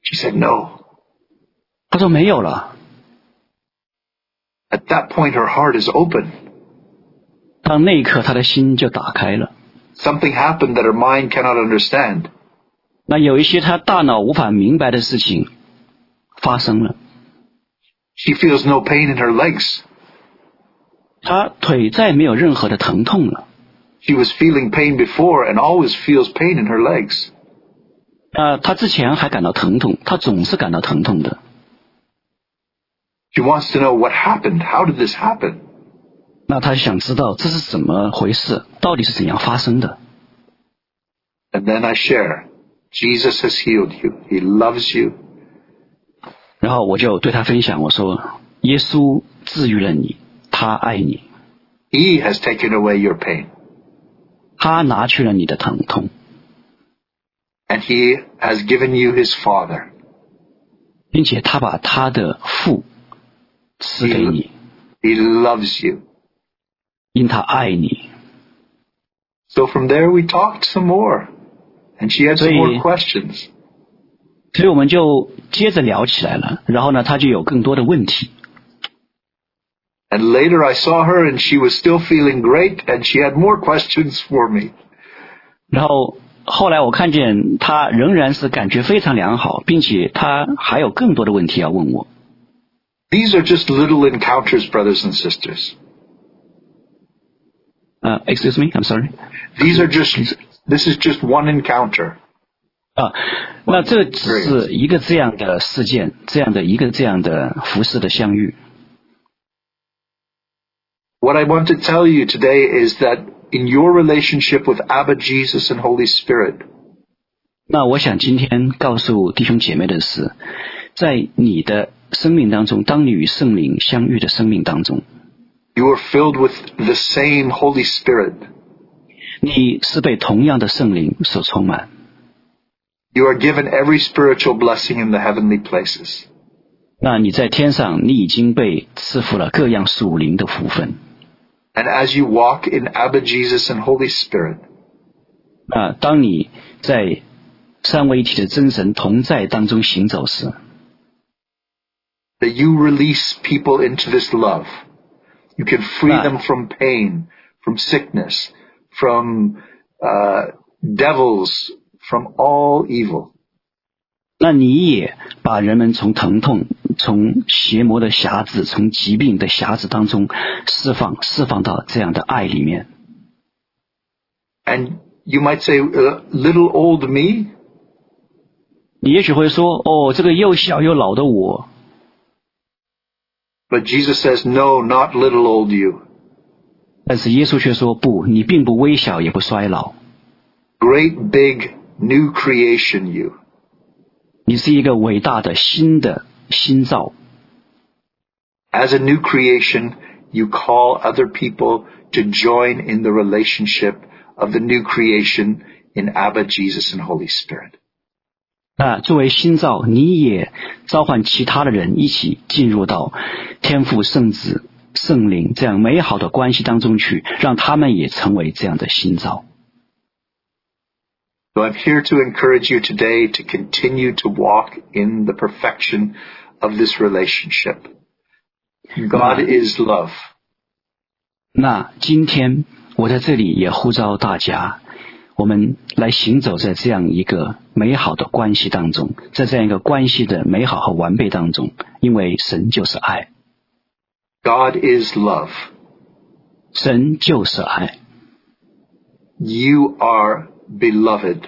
C: She said, No.
B: 他说没有了。
C: At that point, her heart is open.
B: 到那一刻，他的心就打开了。
C: Something happened that her mind cannot understand.
B: 那有一些他大脑无法明白的事情发生了。
C: She feels no pain in her legs.
B: 他腿再没有任何的疼痛了。
C: she was feeling pain before and always feels pain in her legs.
B: 呃，他之前还感到疼痛，他总是感到疼痛的。
C: She wants to know what happened. How did this happen?
B: 那他想知道这是怎么回事，到底是怎样发生的？
C: And then I share. Jesus has healed you. He loves you.
B: 然后我就对他分享，我说：“耶稣治愈了你，他爱你，
C: He has taken away your pain.
B: 他拿去了你的疼痛，
C: And He has given you His Father.
B: 并且他把他的父赐给你，
C: He loves you.
B: 因他爱你。
C: So from there we talked some more. And she had some more
B: Sí.
C: questions. ”
B: 所以我们就接着聊起来了。然后呢，他就有更多的问题。
C: And later I saw her and she was still feeling great and she had more questions for me.
B: 然后后来我看见他仍然是感觉非常良好，并且他还有更多的问题要问我。
C: These are just little encounters, brothers and sisters.
B: 呃、e x c u s e me，I'm sorry。
C: These are just, this is just one encounter.
B: 啊，那这只是一个这样的事件，这样的一个这样的服饰的相遇。
C: What I want to tell you today is that in your relationship with Abba, Jesus, and Holy Spirit,
B: 那我想今天告诉弟兄姐妹的是，在你的生命当中，当你与圣灵相遇的生命当中，
C: you are filled with the same Holy Spirit.
B: 你是被同样的圣灵所充满，
C: You are given every spiritual blessing in the heavenly places.
B: 那你在天上，你已经被赐福了各样属灵的福分。
C: And as you walk in Abba, Jesus, and Holy Spirit,
B: 那当你在三位一体的真神同在当中行走时，
C: that you release people into this love. You can free
B: Right.
C: them from pain, from sickness, from uh, devils, from all evil.
B: 那你也把人们从疼痛、从邪魔的匣子、从疾病的匣子当中释放，释放到这样的爱里面。
C: And you might say, uh, little old me?
B: 你也许会说：“哦，这个又小又老的我。
C: But Jesus says, no, not little old you. ”
B: 但是耶稣却说：“不，你并不微小，也不衰老，
C: Great, big, new creation you.
B: 你是一个伟大的新的新造。
C: As a new creation, you call other people to join in the relationship of the new creation in Abba, Jesus, and Holy Spirit. ”
B: 那作为新造，你也召唤其他的人一起进入到天父、圣子、圣灵这样美好的关系当中去，让他们也成为这样的新造。
C: So I'm here to encourage you today to continue to walk in the perfection of this relationship. God is love.
B: 那今天我在这里也呼召大家，我们来行走在这样一个美好的关系当中，在这样一个关系的美好和完备当中，因为神就是爱，
C: God is love.
B: 神就是爱，
C: You are beloved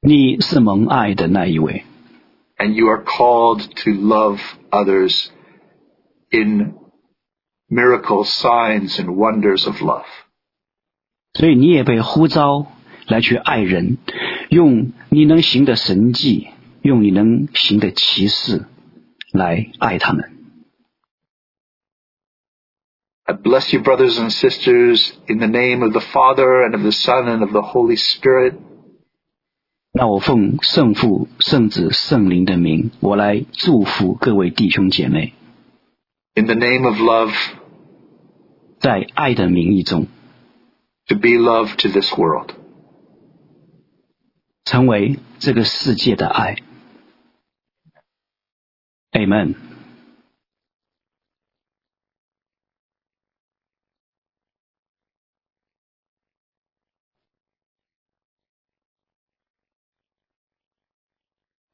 B: 你是蒙爱的那一位，
C: and you are called to love others in miracles, signs, and wonders of love.
B: 所以你也被呼召来去爱人，用你能行的神迹，用你能行的奇事来爱他们。
C: I bless you, brothers and sisters, in the name of the Father and of the Son and of the Holy Spirit.
B: 那我奉圣父、圣子、圣灵的名，我来祝福各位弟兄姐妹，
C: In the name of love,
B: 在爱的名义中，
C: to be love to this world.
B: 成为这个世界的爱。Amen。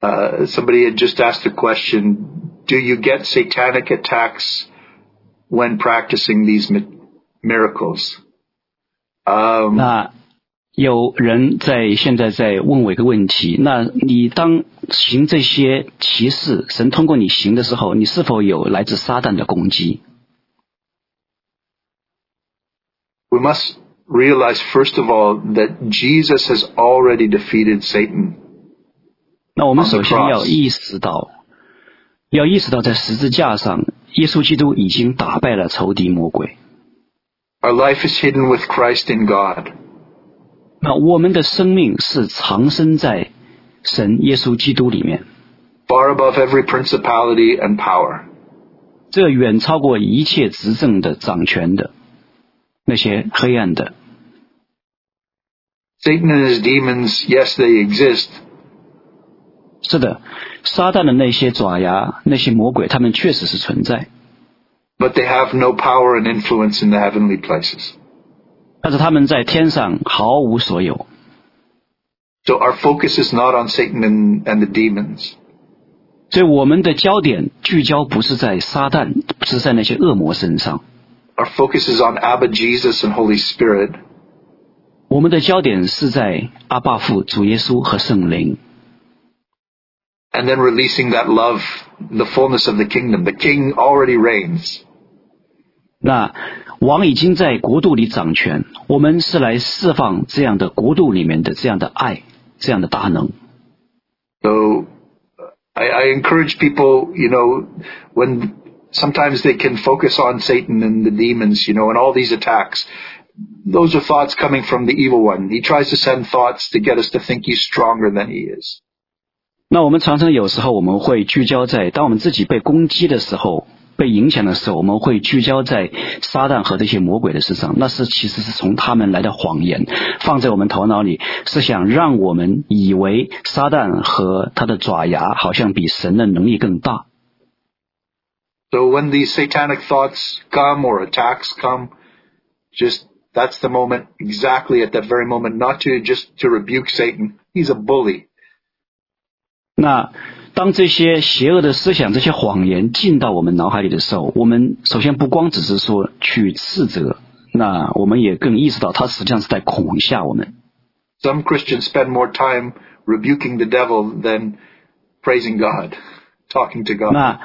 C: Uh, somebody had just asked the question, do you get satanic attacks when practicing these mi- miracles? Um,
B: 那有人在现在在问我一个问题：那你当行这些歧视，神通过你行的时候，你是否有来自撒旦的攻击？
C: we must realize, first of all, that Jesus has already defeated Satan.
B: 那我们
C: On the
B: 首先
C: cross.
B: 要意识到，要意识到在十字架上，耶稣基督已经打败了仇敌魔鬼。
C: Our life is hidden with Christ in God.
B: 那我们的生命是藏身在神耶稣基督里面，
C: far above every principality and power.
B: 这远超过一切执政的、掌权的、那些黑暗的。
C: Satan and his demons, yes, they exist,
B: 是的，撒旦的那些爪牙、那些魔鬼，他们确实是存在，
C: but they have no power and influence in the heavenly places.
B: 但是他们在天上毫无所有。
C: So our focus is not on Satan and, and the demons.
B: 所以我们的焦点聚焦不是在撒旦，是在那些恶魔身上。
C: Our focus is on Abba Jesus and Holy Spirit.
B: 我们的焦点是在阿爸父、主耶稣和圣灵，
C: And then releasing that love, the fullness of the kingdom. The king already reigns.
B: 那王已经在国度里掌权，我们是来释放这样的国度里面的这样的爱、这样的大能。
C: So I, I encourage people, you know, when sometimes they can focus on Satan and the demons, you know, and all these attacks. Those are thoughts coming from the evil one. He tries to send thoughts to get us to think he's stronger than he is.
B: 那我们常常有时候我们会聚焦在，当我们自己被攻击的时候、被影响的时候，我们会聚焦在撒旦和这些魔鬼的身上，那是其实是从他们来的谎言放在我们头脑里，是想让我们以为撒旦和他的爪牙好像比神的能力更大。
C: So when these satanic thoughts come or attacks come, just that's the moment, exactly at that very moment, not to just to rebuke Satan. He's a bully.
B: 那当这些邪恶的思想、这些谎言进到我们脑海里的时候，我们首先不光只是说去斥责，那我们也更意识到他实际上是在恐吓我们。
C: Some Christians spend more time rebuking the devil than praising God, talking to God.
B: 那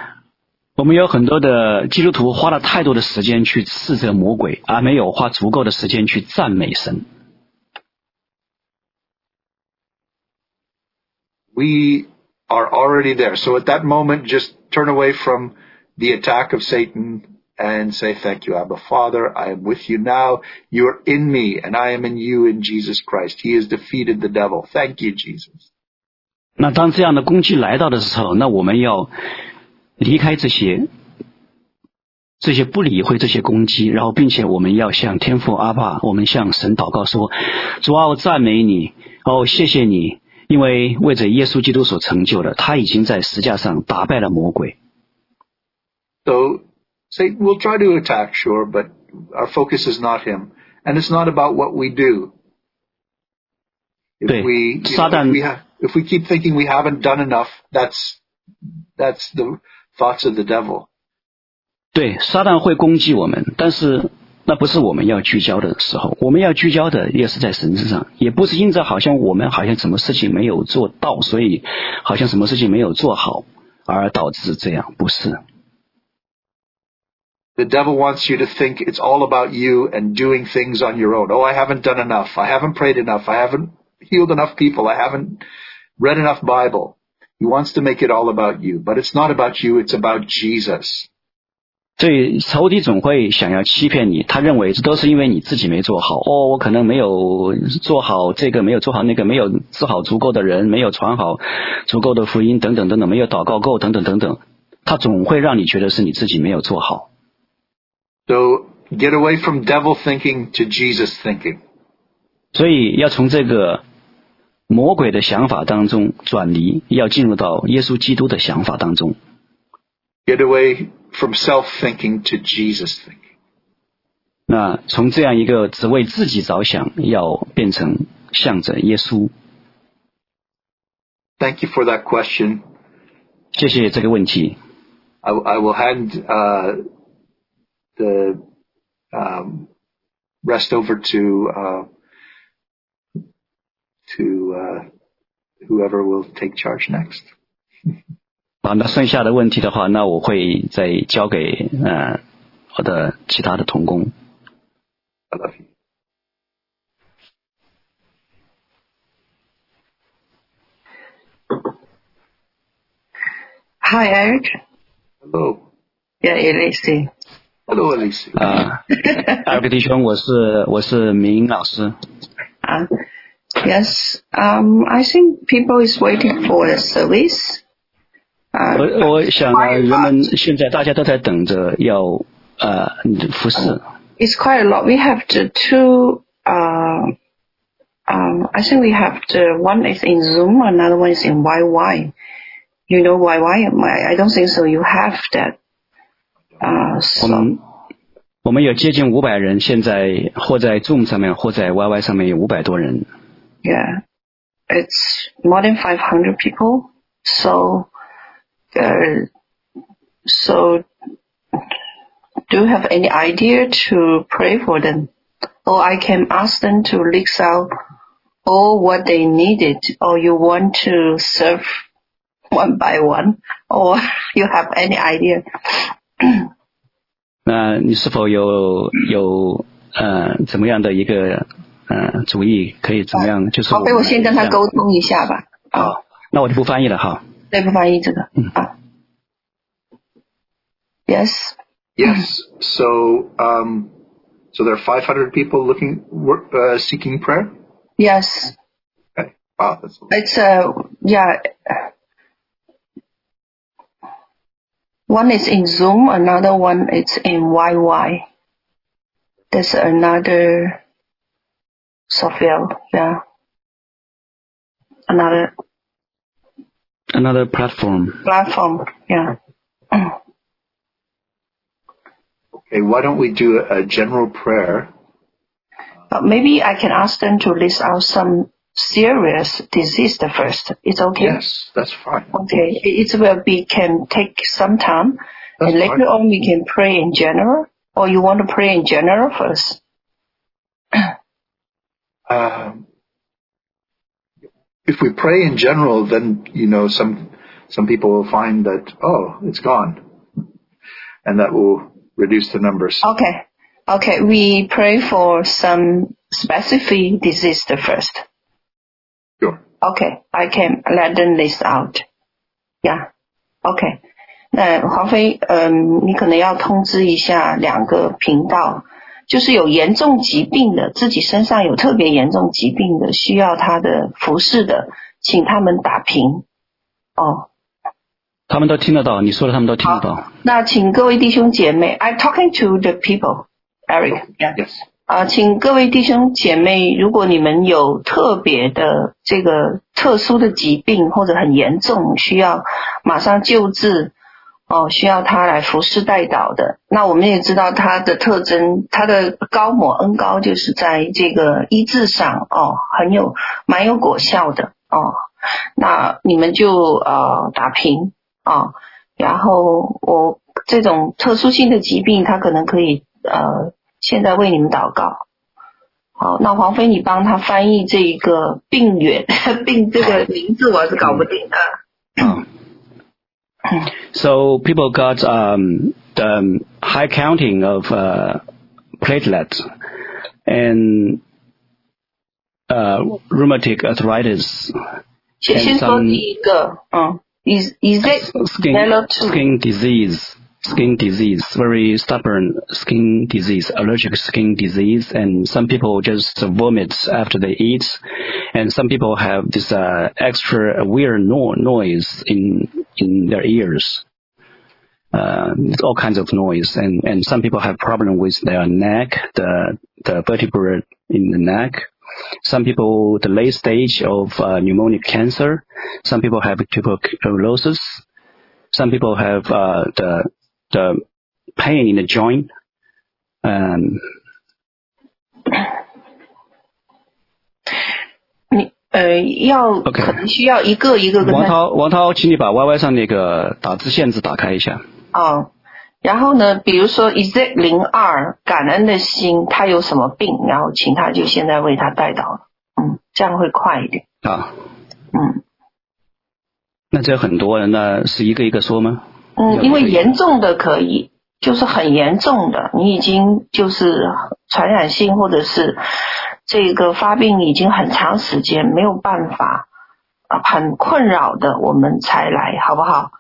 B: 我们有很多的基督徒花了太多的时间去斥责魔鬼，而没有花足够的时间去赞美神。
C: we are already there. So at that moment, just turn away from the attack of Satan and say, Thank you, Abba Father. I am with you now. You're in me, and I am in you in Jesus Christ. He has defeated the devil. Thank you, Jesus.
B: 那当这样的攻击来到的时候，那我们要离开这些，这些不理会这些攻击，然后并且我们要向天父阿爸，我们向神祷告说：主啊，我赞美你，哦，谢谢你，因为为着耶稣基督所成就的，他已经在石架上打败了魔鬼。
C: So Satan will try to attack, sure, but our focus is not him. And it's not about what we do.
B: Right.
C: If we, you know,
B: Satan-
C: if, we ha- if we keep thinking we haven't done enough, that's, that's the thoughts of the devil.
B: 对，撒旦会攻击我们，但是那不是我们要聚焦的时候。我们要聚焦的也是在神身上，也不是因着好像我们好像什么事情没有做到，所以好像什么事情没有做好而导致这样，不是。
C: The devil wants you to think it's all about you and doing things on your own. Oh, I haven't done enough. I haven't prayed enough. I haven't healed enough people. I haven't read enough Bible. He wants to make it all about you, but it's not about you. It's about Jesus.
B: 所以仇敌总会想要欺骗你，他认为这都是因为你自己没做好。哦，我可能没有做好这个，没有做好那个，没有治好足够的人，没有传好足够的福音，等等等等，没有祷告够，等等等等。他总会让你觉得是你自己没有做好。
C: So get away from devil thinking to Jesus thinking.
B: 所以要从这个魔鬼的想法当中转离，要进入到耶稣基督的想法当中。
C: Get away from self thinking to Jesus thinking.
B: 那从这样一个只为自己着想，要变成向着耶稣。
C: Thank you for that question.
B: 谢谢这个问题。
C: I, I will hand uh, the um, rest over to uh, to uh, whoever will take charge next.
B: 啊，那剩下的问题的话，那我会再交给呃我的其他的童工。
C: I love you.
D: 嗨，Eric，
C: Hello.
D: 也也类似。
C: Hello, Elise.
B: 啊、艾瑞克弟兄，我是我是明老师。
D: Uh, yes, um, I think people is waiting for the service.
B: 我
D: Uh,
B: 我想啊，人们现在大家都在等着要呃服侍。
D: it's quite a lot. We have the two. Uh, um, I think we have the one is in Zoom, another one is in YY. You know YY? I I don't think so. You have that. Uh,
B: 我
D: so,
B: 们我们有接近五百人，现在或在 Zoom 上面，或在 YY 上面有五百多人。
D: yeah, it's more than 500 people. So, uh, so do you have any idea to pray for them? Or I can ask them to list out all what they needed, or you want to serve one by one, or *laughs* you have any idea?
B: 那你是否有有呃怎么样的一个呃主意？可以怎么样？就是
D: 好，被我先跟他沟通一下吧。啊，
B: 好，那我就不翻译了哈。
D: 对不翻译这个啊。Yes,
C: Yes. So, um, so there are 500 people looking, wor- uh, seeking prayer.
D: yes.
C: Okay. Wow, that's a lot.
D: It's a yeah. One is in Zoom, another one is in YY. There's another software, yeah. Another
B: Another platform.
D: platform, yeah.
C: Okay. Why don't we do a, a general prayer?
D: But maybe I can ask them to list out some serious disease the first. It's okay.
C: Yes, that's fine.
D: Okay, it it will be can take some time,
C: That's
D: and later
C: fine.
D: on we can pray in general, or you want to pray in general first.
C: Um, if we pray in general, then you know some some people will find that oh, it's gone, and that will reduce the numbers.
D: Okay, okay, we pray for some specific disease the first.
C: Sure.
D: Okay, I can let them list out. Yeah. OK，那黄飞，嗯，你可能要通知一下两个频道，就是有严重疾病的，自己身上有特别严重疾病的，需要他的服饰的，请他们打平。哦，
B: 他们都听得到，你说的他们都听得到。
D: 那请各位弟兄姐妹，I talking to the people, Eric. Yeah.
C: Yes.
D: 啊，请各位弟兄姐妹，如果你们有特别的这个特殊的疾病或者很严重，需要马上救治，哦，需要他来服侍带导的，那我们也知道他的特征，他的高抹恩高就是在这个医治上哦，很有蛮有果效的哦。那你们就呃打平啊、哦然后我这种特殊性的疾病，他可能可以呃，现在为你们祷告。好，那黄飞，你帮他翻译这一个病源 *laughs* 病这个名字，我是搞不定的。
B: Oh. So people got um, the um, high counting of uh, platelets and uh, rheumatic arthritis,
D: 先先说
B: some-
D: 第一个，嗯，is is it yellow
B: skin
D: too？
B: skin disease, skin disease, very stubborn skin disease, allergic skin disease, and some people just vomit after they eat, and some people have this uh, extra weird no- noise in in their ears. Uh, it's all kinds of noise, and, and some people have problem with their neck, the the vertebrae in the neck. Some people the late stage of uh, pneumonic cancer. Some people have tuberculosis. Some people have uh, the the pain in the joint. Um,
D: 你呃要
B: OK
D: 可能需要一个一个跟
B: 王
D: 他
B: 涛，王涛，请你把 YY 上那个打字限制打开一下。
D: 哦，然后呢，比如说 e z 零二感恩的心，他有什么病，然后请他就现在为他带到了，嗯，这样会快一点，
B: 啊，
D: 嗯
B: 那这很多人呢，是一个一个说吗？
D: 嗯，因为严重的可以，就是很严重的，你已经就是传染性或者是这个发病已经很长时间没有办法啊，很困扰的，我们才来，好不好？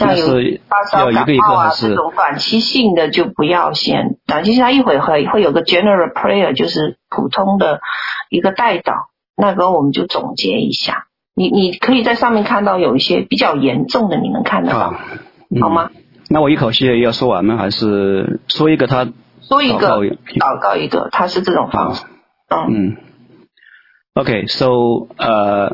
B: 那
D: 像有
B: 是
D: 发烧、
B: 要一个
D: 感
B: 一
D: 冒
B: 个
D: 啊
B: 还是
D: 这种短期性的就不要先，短期性它一会会会有个 general prayer，就是普通的一个带导，那个我们就总结一下。你你可以在上面看到有一些比较严重的，你能看得到，
B: 啊？嗯
D: 好吗？
B: 那我一口气要说完吗？还是说一个他
D: 说一
B: 祷
D: 个
B: 告
D: 祷告一个，它是这种方式。嗯
B: Mm. Okay, so uh,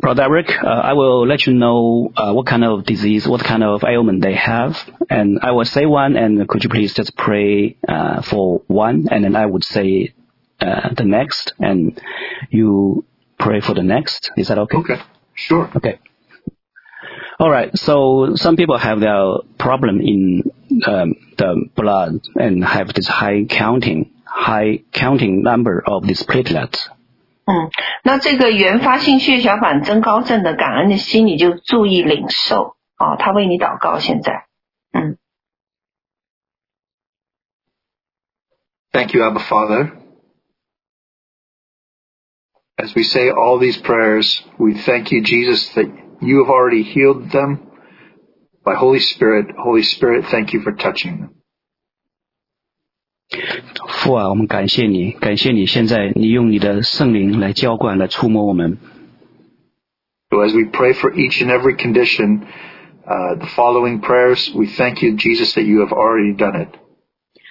B: Brother Eric, uh, I will let you know uh, what kind of disease, what kind of ailment they have, and I will say one, and could you please just pray uh, for one, and then I would say uh, the next, and you pray for the next. Is that okay?
C: Okay, sure.
B: Okay. All right. So some people have their problem in um, the blood and have this high counting, high counting number of these platelets.
D: 嗯，那这个原发性血小板增高症的感恩的心，你就注意领受啊、哦，他为你祷告。现在，嗯，
C: Thank you, Abba Father. As we say all these prayers, we thank you, Jesus, that you have already healed them by Holy Spirit. Holy Spirit, thank you for touching them.
B: 父啊，我们感谢你，感谢你现在你用你的圣灵来浇灌，来触摸我们。
C: So as we pray for each and every condition, uh, the following prayers, we thank you, Jesus, that you have already done it.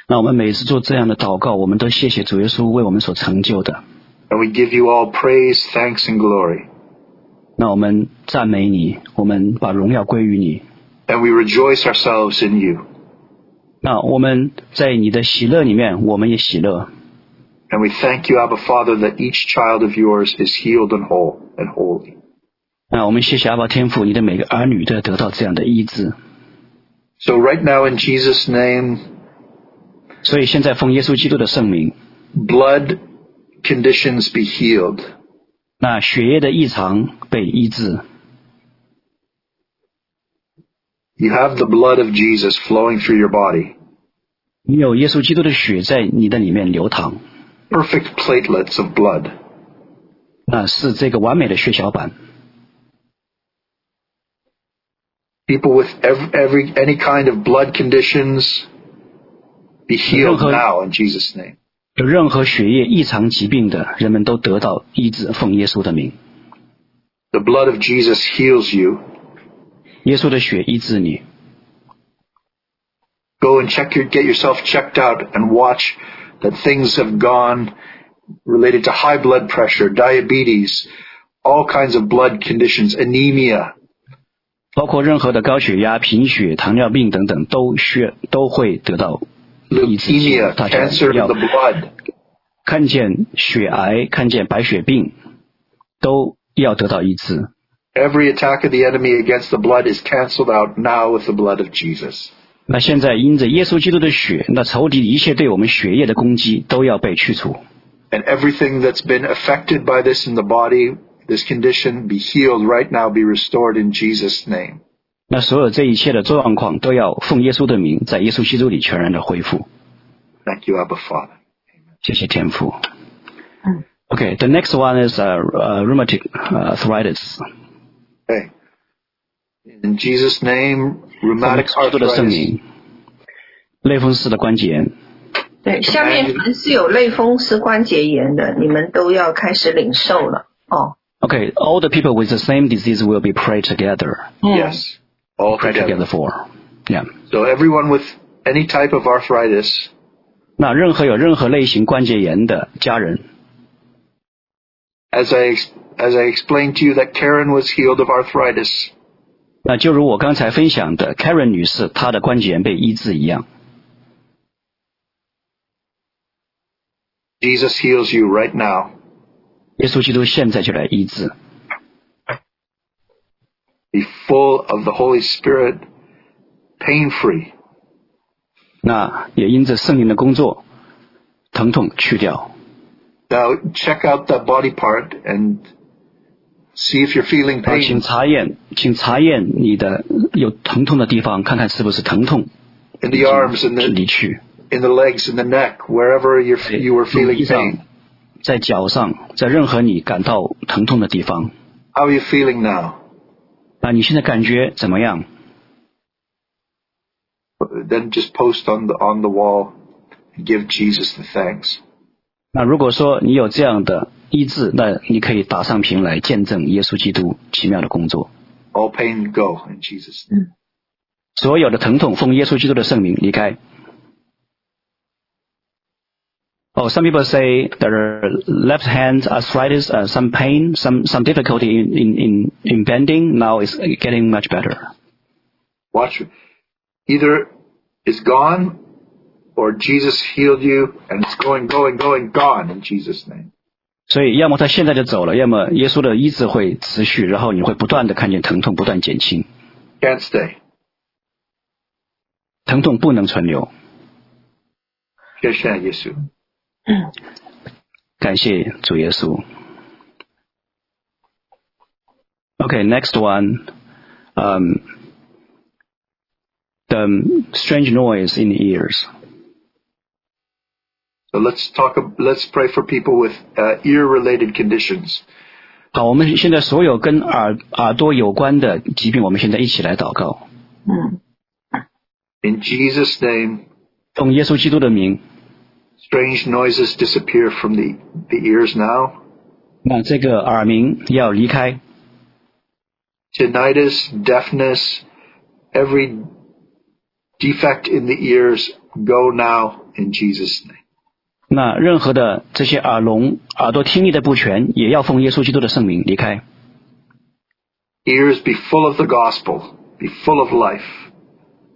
B: 那我们每次做这样的祷告，我们都谢谢主耶稣为我们所成就的。
C: And we give you all praise, thanks, and glory.
B: 那我们赞美你，我们把荣耀归于你。
C: And we rejoice ourselves in you.
B: 那我们在你的喜乐里面，我们也喜乐。
C: And we thank you, Abba Father, that each child of yours is healed and whole and holy.
B: 那我们谢谢阿爸天父，你的每个儿女都要得到这样的医治。
C: So right now in Jesus' name,
B: 所以现在奉耶稣基督的圣名，
C: blood conditions be healed.
B: 那血液的异常被医治。
C: You have the blood of Jesus flowing through your body.
B: 你有耶稣基督的血在你的里面流淌，
C: Perfect platelets of blood.
B: 那是这个完美的血小板。
C: People with every, every any kind of blood conditions be healed
B: Okay.
C: now in Jesus' name.
B: 有任何血液异常疾病的人们都得到医治，奉耶稣的名，
C: The blood of Jesus heals you.
B: 耶稣的血医治你。
C: Go and check your get yourself checked out and watch that things have gone related to high blood pressure, diabetes, all kinds of blood conditions, anemia,
B: 包括任何的高血压、贫血、糖尿病等等，都需都会得到医治。希望
C: leukemia,
B: 大家
C: cancer of
B: 要
C: the blood.
B: 看见血癌、看见白血病，都要得到医治。
C: Every attack of the enemy against the blood is canceled out now with the blood of Jesus.
B: 那现在因着耶稣基督的血，那仇敌一切对我们血液的攻击都要被去除。
C: And everything that's been affected by this in the body, this condition, be healed right now, be restored in Jesus' name.
B: 那所有这一切的状况都要奉耶稣的名，在耶稣基督里全然的恢复。
C: Thank you, Abba Father.
B: 谢谢天父。Okay, the next one is uh, uh, rheumatic uh, arthritis.
C: Okay. In Jesus' name,
B: 我们
C: rheumatic
B: 基督的圣
C: arthritis.
B: 名，类风湿的关节炎。
D: 对，下面凡是有类风湿关节炎的，你们都要开始领受了哦。
B: Okay, all the people with the same disease will be prayed together.
D: 嗯
C: Yes. All
B: Pray together
C: together.
B: for. Yeah.
C: So everyone with any type of arthritis,
B: 那任何有任何类型关节炎的家人，
C: as I ex- as I explained to you that Karen was healed of arthritis,
B: 那就如我刚才分享的，Karen 女士她的关节炎被医治一样，
C: Jesus heals you right now.
B: 耶稣基督现在就来医治。
C: Be full of the Holy Spirit, pain free.
B: 那也因着圣灵的工作，疼痛去掉。
C: Now check out that body part and see if you're feeling
B: 啊，请
C: pain.
B: 查验，请查验你的有疼痛的地方，看看是不是疼痛
C: In the arms, in
B: 离
C: the
B: 去。
C: in the legs, in the neck, wherever you're, you were
B: 容
C: feeling
B: 易上
C: pain.
B: 在脚上，在任何你感到疼痛的地方，
C: How are you feeling now?
B: 啊，你现在感觉怎么样？
C: Then just post on the on the wall and give Jesus the thanks.
B: 那如果说你有这样的医治，那你可以打上屏来见证耶稣基督奇妙的工作。
C: All pain go in Jesus' name.
B: 所有的疼痛，奉耶稣基督的圣名离开。Oh, some people say there are left hand arthritis, uh, some pain, some some difficulty in in in, in bending. Now it's getting much better.
C: Watch. Either it's gone or Jesus healed you and it's going, going, going, gone in Jesus' name.
B: 所以，要么他现在就走了，要么耶稣的医治会持续，然后你会不断的看见疼痛不断减轻，
C: Can't stay.
B: 疼痛不能存留。
C: Krishna Yesu.
B: 感谢主耶稣。Okay, next one. Um, the strange noise in the ears.
C: So let's talk, let's pray for people with uh, ear related conditions.
B: 好，我们现在所有跟耳耳朵有关的疾病，我们现在一起来祷告，
A: 嗯
C: In Jesus' name,
B: 奉耶稣基督的名，
C: strange noises disappear from the, the ears now.
B: 那这个耳鸣要离开，
C: Tinnitus, deafness, every defect in the ears go now in Jesus' name.
B: 那任何的这些耳聋、耳朵听力的不全，也要奉耶稣基督的圣名离开。
C: Ears be full of the gospel, be full of life.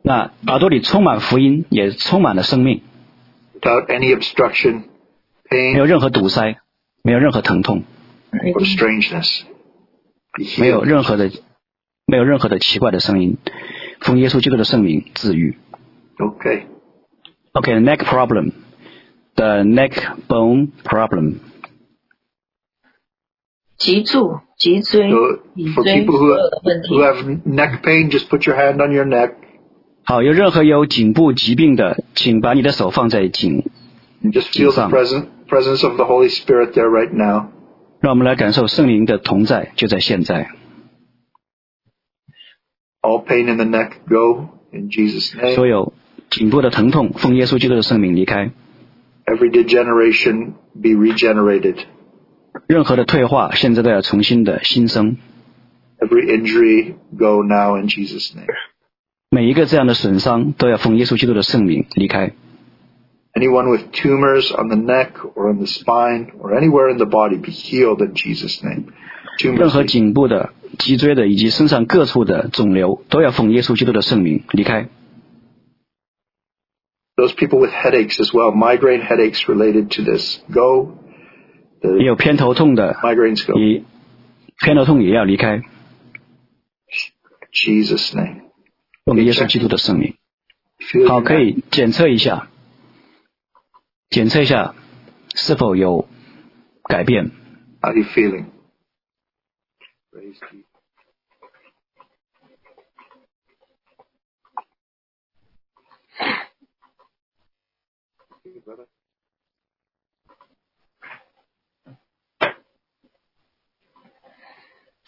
B: 那耳朵里充满福音，也充满了生命，
C: without any obstruction,
B: 没有
C: pain,
B: 任何堵塞，没有任何疼痛，
C: or strangeness. Be
B: 没有
C: healed.
B: 任何的没有任何的奇怪的声音。奉耶稣基督的圣名治愈。
C: Okay.
B: Okay, neck problem, the neck bone problem.
A: 脊柱、脊椎
C: So、
A: 颈
C: for
A: 椎
C: people
A: 所
C: who
A: 有的问
C: who
A: 题，
C: have neck pain, just put your hand on your neck
B: 好，有任何有颈部疾病的，请把你的手放在颈，
C: and just feel the
B: Inside.
C: present presence of the Holy Spirit there right now.
B: 让我们来感受圣灵的同在，就在现在。
C: All pain in the neck go in Jesus' name.
B: 所有颈部的疼痛，奉耶稣基督的圣名离开。
C: Every degeneration be regenerated.
B: 任何的退化，现在都要重新的新生。
C: Every injury go now in Jesus' name.
B: 每一个这样的损伤，都要奉耶稣基督的圣名离开。
C: Anyone with tumors on the neck or on the spine or anywhere in the body be healed in Jesus' name.
B: 任
C: Tumors
B: 何
C: be
B: 颈部的、脊椎的以及身上各处的肿瘤，都要奉耶稣基督的圣名离开。
C: those people with headaches as well, migraine headaches related to this. Go,
B: 也
C: the
B: 有偏头痛的，
C: migraines go.
B: 也偏头痛也要离开，
C: Jesus' name.
B: 奉耶稣基督的圣名。
C: Feel
B: 好，
C: your
B: 可
C: neck.
B: 以检测一下，检测一下是否有改变。
C: How are you feeling? Praise Jesus.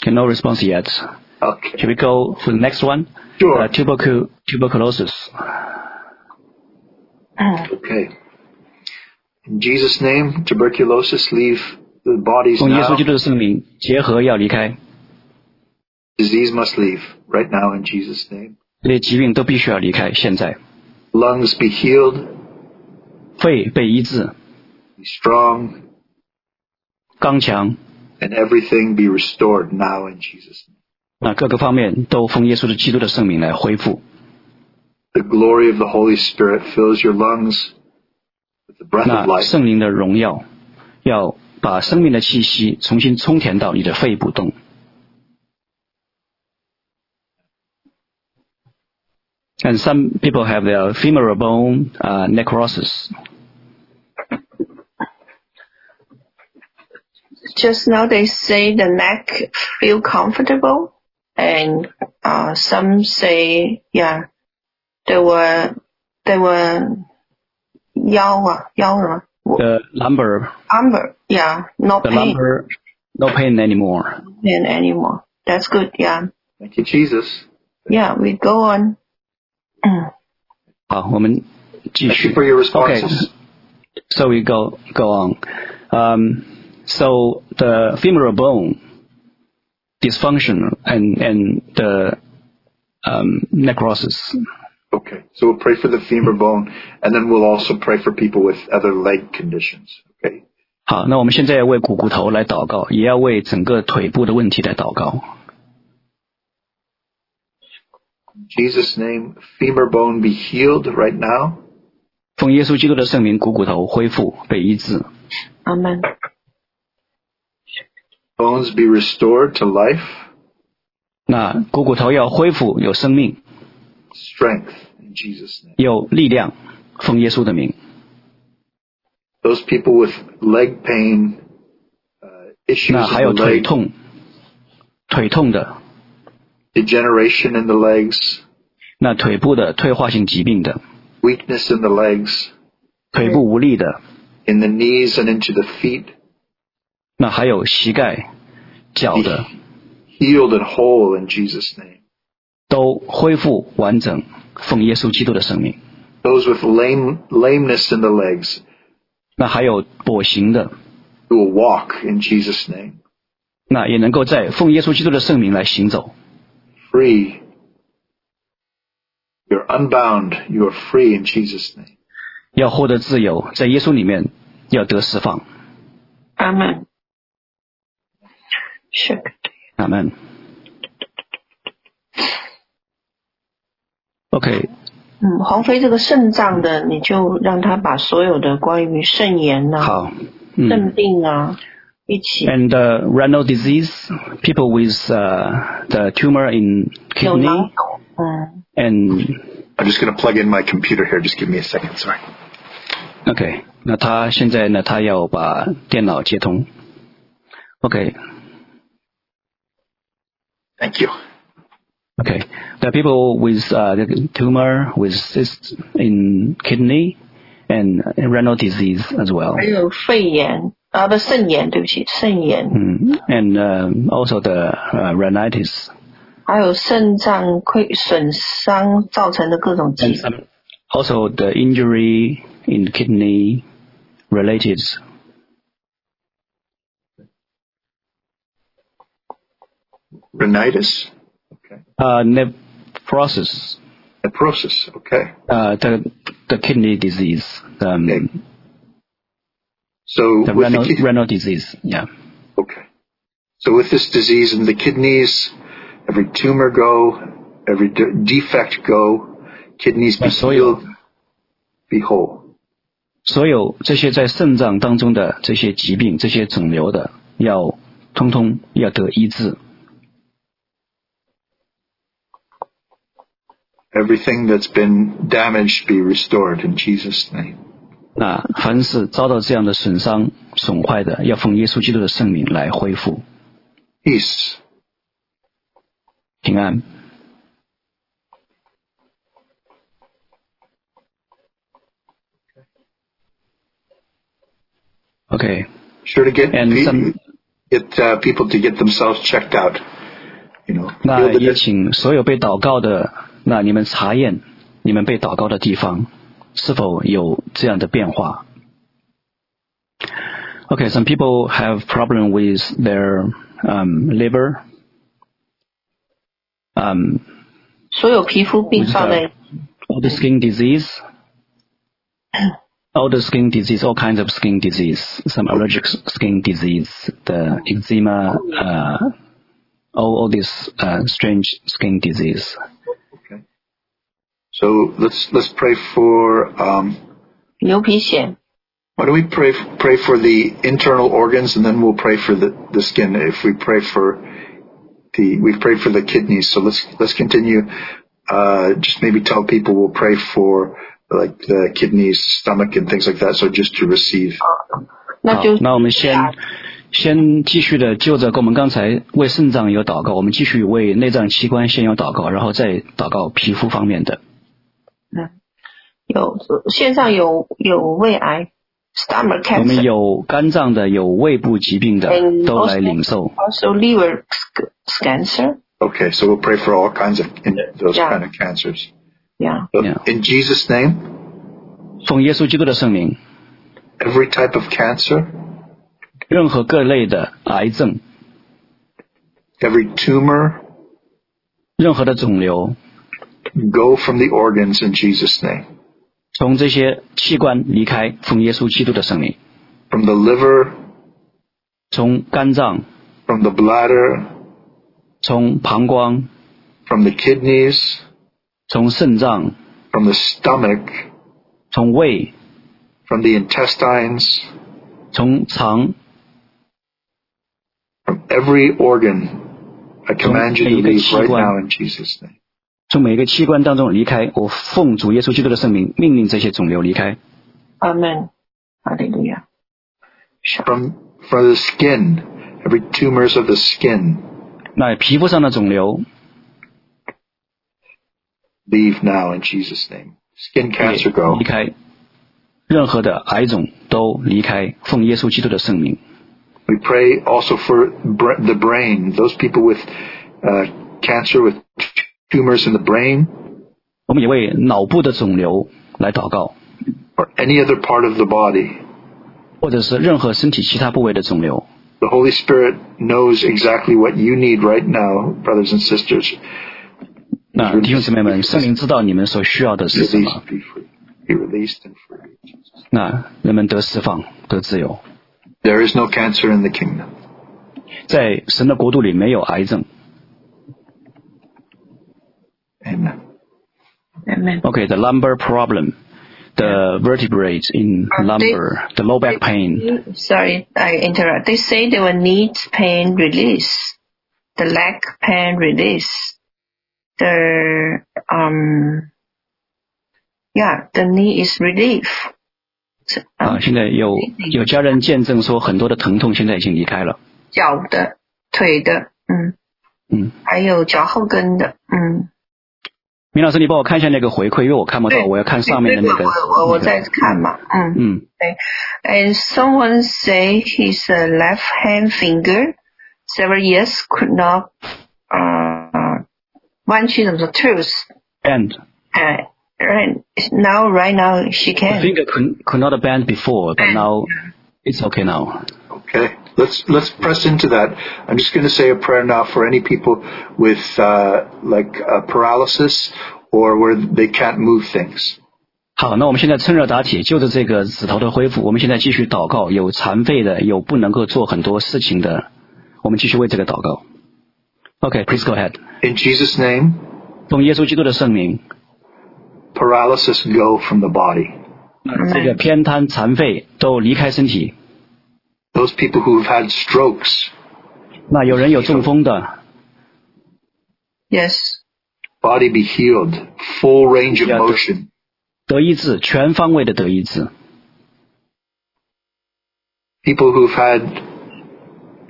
B: Okay, no response yet.
C: Okay.
B: Should we go for the next one?
C: Sure.
B: Uh, tubercu- tuberculosis.
C: Okay. In Jesus' name, tuberculosis leave the bodies
B: 奉耶稣
C: now.
B: 基督的圣名，结核要离开，
C: Disease must leave right now in Jesus' name.
B: 这些疾病都必须要离开。现在，
C: Lungs be healed,
B: 肺被医治，
C: be strong,
B: 刚强，
C: and everything be restored now in Jesus' name.
B: 那各个方面都奉耶稣的基督的圣名来恢复。
C: The glory of the Holy Spirit fills your lungs with the breath of
B: 那
C: life.
B: 圣灵的荣耀要把生命的气息重新充填到你的肺部洞。 And some people have their femoral bone uh, necrosis.
D: Just now they say the neck feel comfortable, and uh, some say yeah, they were they were 腰啊腰什么
B: The lumbar,
D: lumbar yeah not
B: the
D: pain
B: lumbar, no pain anymore.
D: pain anymore. That's good yeah
C: Thank you, Jesus.
D: yeah we go on.
B: 好，我们继
C: Thank
B: 续
C: you。for your
B: Okay.
C: responses.
B: So we go go on. Um, so the femoral bone dysfunction and and the um, necrosis.
C: Okay. So we'll pray for the femur bone, and then we'll also pray for people with other leg conditions. Okay.
B: 好，那我们现在为股骨头来祷告，也要为整个腿部的问题来祷告。
C: In Jesus' name, femur bone be healed right now.
B: 奉耶稣基督的圣名，股骨头恢复被医治，
D: Amen.
C: Bones be restored to life,
B: 那股骨头要恢复有生命，
C: strength in Jesus' name.
B: 有力量。奉耶稣的名，
C: Those people with leg pain, uh, issues
B: 那还有
C: in the
B: 腿
C: leg,
B: 痛，腿痛的，
C: degeneration in the legs,
B: 那腿部的退化性疾病的，
C: weakness in the legs,
B: 腿部无力的，
C: in the knees and into the feet,
B: 那还有膝盖、脚的
C: 哎 healed and whole in Jesus' name.
B: 都恢复完整，奉耶稣基督的圣名。
C: Those with lame, lameness in the legs,
B: 那还有跛行的，
C: who will walk in Jesus' name.
B: 那也能够在奉耶稣基督的圣名来行走。
C: Free. You're unbound. You are free in Jesus' name.
B: 要获得自由，在耶稣里面要得释放。
D: Amen. Sure.
B: 阿门。OK，
D: 嗯，Hmm, 黄飞这个肾脏的，你就让他把所有的关于肾炎呐、
B: 好，嗯。
D: 肾病啊一起
B: And uh, renal disease, people with uh, the tumor in
D: 有囊
B: kidney
D: 肿，嗯，
B: and
C: I'm just going to plug in my computer here. Just give me a second. Sorry.
B: OK，那他现在呢？他要把电脑接通。OK，
C: Thank you.
B: Okay. The people with uh, the tumor, with cysts in kidney and renal disease as well.
D: 还有肺炎啊，不肾炎，对不起，肾炎，
B: Mm. And um, also the uh, rhinitis
D: 还有肾脏溃损伤造成的各种疾
B: and
D: 病，
B: some, also the injury in kidney related.
C: Rhinitis,
B: Uh, nephrosis,
C: necrosis. Okay.
B: uh, the, the kidney disease, um,
C: Okay. So
B: the
C: with the
B: renal,
C: kid-
B: renal disease. Yeah.
C: Okay. So with this disease in the kidneys, every tumor go, every de- defect go, kidneys be
B: Yes, so
C: healed, be whole.
B: 所有这些在肾脏当中的这些疾病、这些肿瘤的，要通通要得医治。
C: Everything that's been damaged be restored in Jesus' name.
B: 那凡是遭到这样的损伤、损坏的，要奉耶稣基督的圣名来恢复
C: Peace.
B: 平安。OK，
C: Sure to get
B: And
C: pe-
B: some-
C: get uh, people to get themselves checked out. You know,
B: 那
C: heal the
B: 也
C: dis-
B: 请所有被祷告的，那你们查验你们被祷告的地方是否有这样的变化。Okay, some people have problem with their um, liver. Um,
D: 所有皮肤病放在
B: all the skin disease, all the skin disease, all kinds of skin disease, some allergic s- skin disease, the eczema, uh, all, all these uh, strange skin disease.
C: so let's let's pray for. Um,
D: 牛皮癣，
C: why don't we pray pray for the internal organs and then we'll pray for the, the skin. If we pray for the we've prayed for the kidneys, so let's let's continue uh, just maybe tell people we'll pray for like the kidneys, stomach, and things like that. So just to receive.
D: 那
B: 好
D: 就，啊
B: 那我们先先继续的就着跟我们刚才为肾脏有祷告，我们继续为内脏器官先有祷告，然后再祷告皮肤方面的。
D: 有线上有有胃癌 stomach
B: 我们
D: cancer
B: 有肝脏的，有胃部疾病的
D: 嗯，
B: 都来领受。
D: also liver cancer
C: Okay, so we'll pray for all kinds of in, those
D: Yeah.
C: kind of cancers.
D: yeah
C: So
B: Yeah.
C: In Jesus' name,
B: 奉耶稣基督的圣名，
C: every type of cancer,
B: 任何各类的癌症、
C: every tumor,
B: 任何的肿瘤，
C: go from the organs in Jesus' name.
B: 从这些器官离开，奉耶稣基督的圣名，
C: From the liver,
B: 从肝脏、
C: from the bladder,
B: 从膀胱、
C: from the kidneys,
B: 从肾脏、
C: from the stomach,
B: 从胃、
C: from the intestines,
B: 从肠、
C: from every organ. I command you to
B: From every
C: leave right
B: 器官。
C: now in Jesus' name.
B: 从每一个器官当中离开。我奉主耶稣基督的圣名，命令这些肿瘤离开。
D: amen 哈利路亚
C: From from the skin, every tumors of the skin,
B: 那皮肤上的肿瘤，
C: leave now in Jesus' name.
B: 对
C: Skin cancer, go.
B: 离开。任何的癌种都离开，奉耶稣基督的圣名。
C: We pray also for br- the brain, those people with uh, cancer, with tumors in the brain,
B: 我们也为脑部的肿瘤来祷告，
C: or any other part of the body.
B: 或者是任何身体其他部位的肿瘤。
C: The Holy Spirit knows exactly what you need right now, brothers and sisters.
B: 那弟兄姊妹们，圣灵知道你们所需要的
C: Be
B: 是什
C: released,
B: 么，
C: be free. Be released and free.
B: 那人们得释放，得自由，
C: There is no cancer in the kingdom.
B: 在神的国度里没有癌症。
C: Amen.
D: amen
B: Okay, the lumbar problem, the vertebrae in lumbar, the low back pain.
D: sorry I interrupt they say they will need pain release the leg pain release the um yeah the knee is relief um, 嗯
B: 啊，现在有有家人见证说，很多的疼痛现在已经离开了。
D: 脚的腿的嗯
B: 嗯，
D: 还有脚后跟的嗯
B: 明老师，你帮我看一下那个回馈，因为我看不到，
D: 对
B: 我要看上面的那个。
D: 我我我在看嘛嗯
B: 嗯，
D: And someone say his uh, left hand finger several years could not uh, 弯曲怎么说 truth
B: and
D: uh, right now right now she
B: the
D: can
B: finger could could not bend before, but now
D: 嗯
B: it's okay now.
C: Okay. Let's let's press into that. I'm just going to say a prayer now for any people with uh, like uh, paralysis or where they can't move things.
B: 好，那我们现在趁热打铁，就着这个指头的恢复，我们现在继续祷告。有残废的，有不能够做很多事情的，我们继续为这个祷告。OK，please、go ahead。
C: In Jesus' name.
B: 奉耶稣基督的圣名，
C: paralysis go from the body.
B: 这个偏瘫、残废都离开身体。
C: Those people who have had strokes,
B: 那有人有中风的，
D: yes
C: body be healed, full range of
B: Yeah, the-
C: motion.
B: 得医治，全方位的得医治。
C: People who've had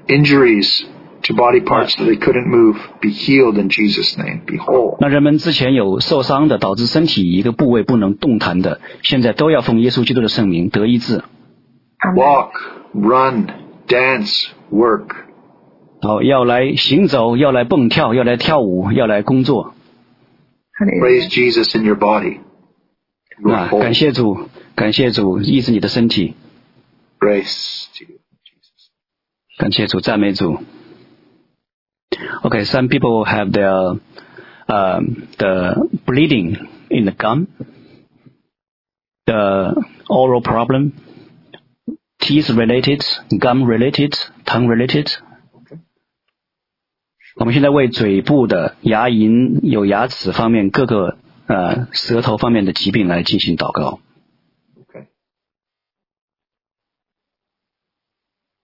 C: injuries to body parts that they couldn't move, be healed in Jesus' name. Be whole.
B: 那人们之前有受伤的，导致身体一个部位不能动弹的，现在都要奉耶稣基督的圣名得医治。
D: Amen.
C: Walk, run, dance, work.
B: 好，要来行走，要来蹦跳，要来跳舞，要来工作。
C: Praise Jesus in your body. You are
B: 啊，
C: whole.
B: 感谢主，感谢主，医治你的身体，
C: Grace to you.
B: 感谢主，赞美主。Okay, some people have their um, the bleeding in the gum, the oral problem, teeth related, gum related, tongue related. 我们现在为嘴部的牙龈、有牙齿方面各个呃舌头方面的疾病来进行祷告。
C: Okay.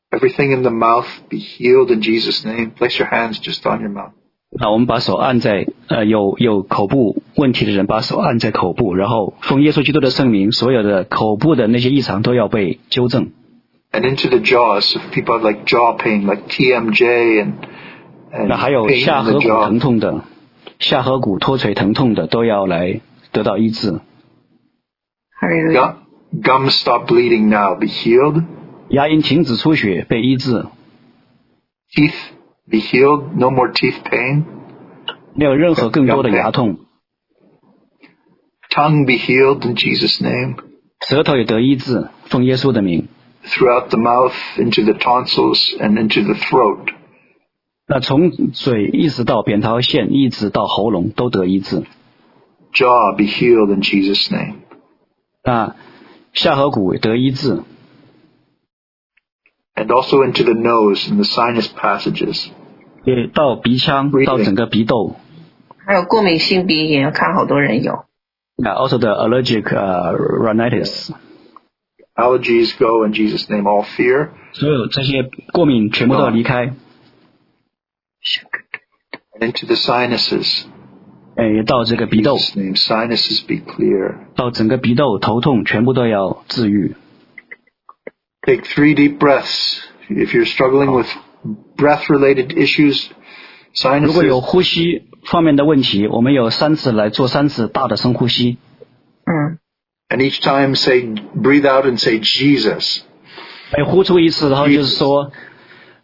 C: Everything in the mouth be healed in Jesus' name. Place your hands just on your mouth.
B: 那我们把手按在呃有有口部问题的人，把手按在口部，然后奉耶稣基督的圣名，所有的口部的那些异常都要被纠正。
C: and into the jaws. If people have like jaw pain, like TMJ and, and
B: 那还有
C: pain
B: 下
C: in
B: 颌
C: the
B: 骨
C: jaw.
B: 疼痛的、下颌骨脱垂疼痛的都要来得到医治。
D: Hallelujah.
C: Gum, gum stop bleeding now. Be healed.
B: 牙龈停止出血被医治，
C: Teeth be healed. No more teeth pain.
B: 没有任何更多的牙痛，
C: Tongue be healed in Jesus' name.
B: 舌头也得医治，奉耶稣的名。
C: Throughout the mouth, into the tonsils, and into the throat.
B: 那从嘴一直到扁桃腺，一直到喉咙都得医治。
C: Jaw be healed in Jesus' name.
B: 那下颌骨得医治，
C: And also into the nose and the sinus passages.
B: 也到鼻腔
C: Breathing，
B: 到整个鼻窦。
D: 还有过敏性鼻炎，看好多人有。
B: 那 also the allergic uh, rhinitis，
C: Allergies go in Jesus' name. All fear.
B: 所有这些过敏全部都要离开，
C: And into the sinuses.
B: 哎，也到这个鼻窦，
C: Jesus' name. Sinuses be clear.
B: 到整个鼻窦头痛全部都要治愈。
C: Take three deep breaths. If you're struggling with breath related issues,
B: 如果有
C: sinuses,
B: 呼吸方面的问题，我们有三次来做三次大的深呼吸。
D: 嗯，
C: and each time say, breathe out and say, Jesus.
B: 哎，呼出一次，然后就是说，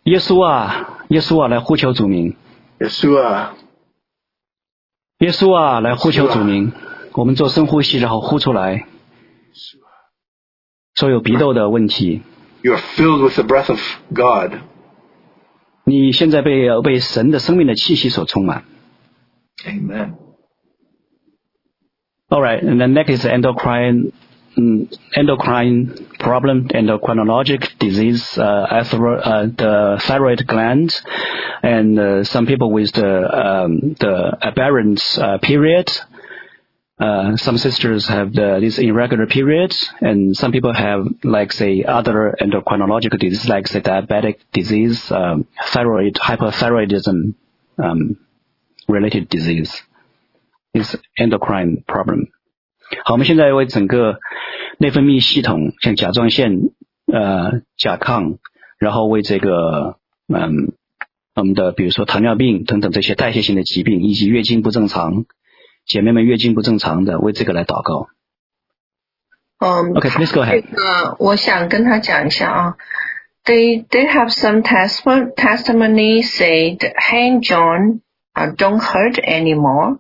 B: 耶稣啊，耶稣啊，来呼求主名，
C: Yeshua.
B: 耶稣啊，来呼求主名。我们做深呼吸，然后呼出来。所有鼻窦的问题，
C: You are filled with the breath of God.
B: 你现在被呃被神的生命的气息所充满。
C: Amen.
B: All right, and then next is endocrine, mm, endocrine problem, endocrinologic disease, uh, athero- uh, the thyroid gland, and uh, some people with the um, the aberrant uh, period. Uh, some sisters have the, this irregular period, and some people have, like, say, other endocrinological disease, like, say, diabetic disease, um, thyroid, hyperthyroidism, um, related disease is endocrine problem。好，我们现在为整个内分泌系统，像甲状腺、呃甲亢，然后为这个嗯我们的比如说糖尿病等等这些代谢性的疾病，以及月经不正常，姐妹们月经不正常的，为这个来祷告。
D: 嗯
B: OK，please、go
D: 这
B: ahead。
D: 个我想跟他讲一下啊。They they have some testimony testimony say the hand John 啊 don't hurt anymore.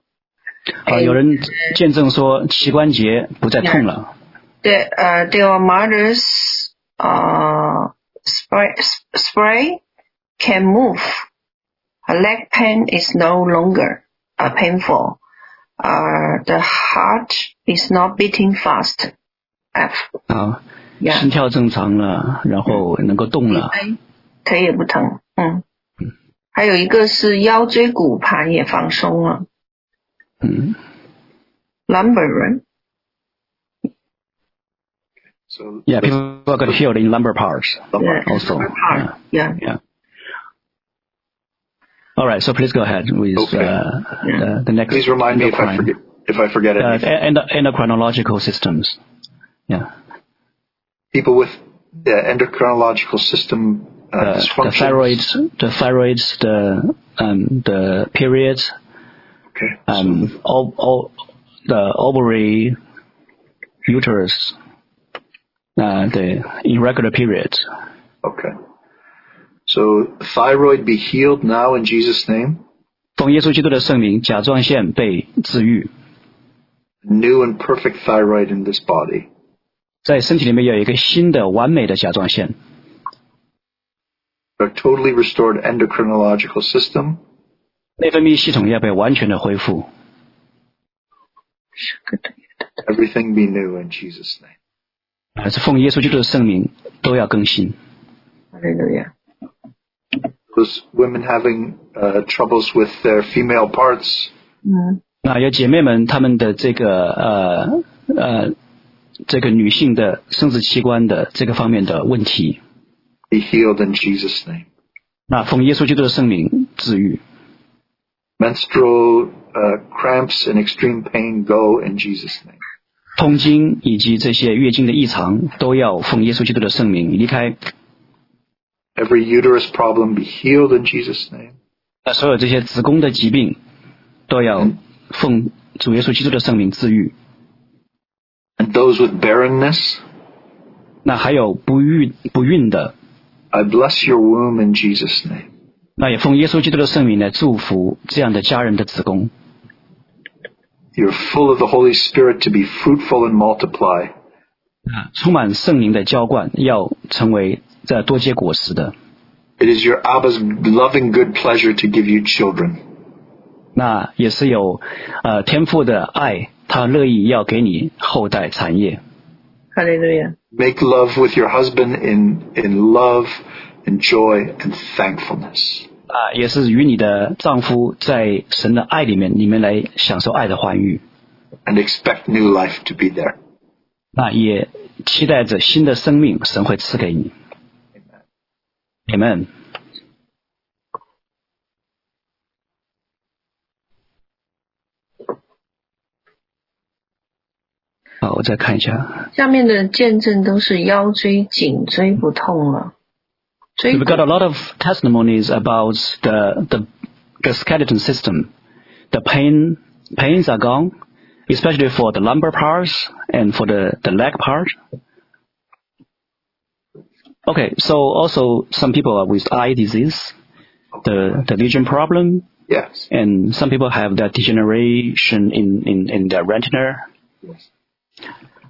B: 啊，有人见证说膝关节不再痛了，
D: The uh their mother's uh spray spray can move. A leg pain is no longer uh, painful. Uh, the heart is not beating fast. F
B: 啊，
D: yeah.
B: 心跳正常了，然后能够动了。
D: 哎，腿也不疼，嗯。还有一个是腰椎骨盘也放松了
B: 嗯，
D: ，lumbar 人
C: So,
B: yeah, people got healed in lumbar parts
D: Yeah.
B: also. Yeah.
D: part yeah
B: All right, so please go ahead with
C: Okay.
B: uh, the, the next.
C: please remind me if I
B: endocrine-
C: forget, if I forget
B: Uh,
C: anything.
B: en- endo- endocrinological systems. Yeah.
C: People with the endocrinological system uh,
B: Uh, the
C: dysfunction.
B: thyroid, the thyroid, the um, the period,
C: Okay.
B: um, o- o- the ovary, uterus, uh, the irregular period.
C: Okay. So thyroid be healed now in Jesus' name.
B: 奉耶稣基督的圣名，甲状腺被治愈，
C: New and perfect thyroid in this body.
B: 在身体里面有一个新的完美的甲状腺，
C: A totally restored endocrinological system.
B: 内分泌系统要被完全的恢复。
C: Everything be new in Jesus' name.
B: 还是奉耶稣基督的圣名都要更新。
D: hallelujah
C: Those women having uh, troubles with their female parts,
D: 嗯
B: 那有姐妹们，她们的这个呃呃，这个女性的生殖器官的这个方面的问题，
C: be healed in Jesus' name.
B: 那奉耶稣基督的圣名治愈。
C: menstrual uh, cramps and extreme pain go in Jesus' name.
B: 痛经以及这些月经的异常都要奉耶稣基督的圣名离开。
C: Every uterus problem be healed in Jesus' name.
B: 呃，所有这些子宫的疾病都要奉主耶稣基督的圣名治愈。
C: And those with barrenness,
B: 那还有不孕不孕的，
C: I bless your womb in Jesus' name.
B: 那也奉耶稣基督的圣名来祝福这样的家人的子宫。
C: You're full of the Holy Spirit to be fruitful and multiply.
B: 啊，充满圣灵的浇灌，要成为在多结果实的。
C: It is your Abba's loving good pleasure to give you children.
B: 那也是有呃天赋的爱，他乐意要给你后代产业。
D: Hallelujah.
C: Make love with your husband in, in love and joy and thankfulness.
B: 啊，也是与你的丈夫在神的爱里面，你们来享受爱的欢愉。
C: And expect new life to be there.
B: 那也期待着新的生命，神会赐给你。你们，好，我再看一下。
D: 下面的见证都是腰椎、颈椎不痛了，椎
B: We've
D: 骨
B: got a lot of testimonies about the the the skeleton system. The pain pains are gone, especially for the lumbar parts and for the the leg part. Okay, so also some people are with eye disease, the the vision problem,
C: Yes.
B: and some people have the degeneration in in in the retina.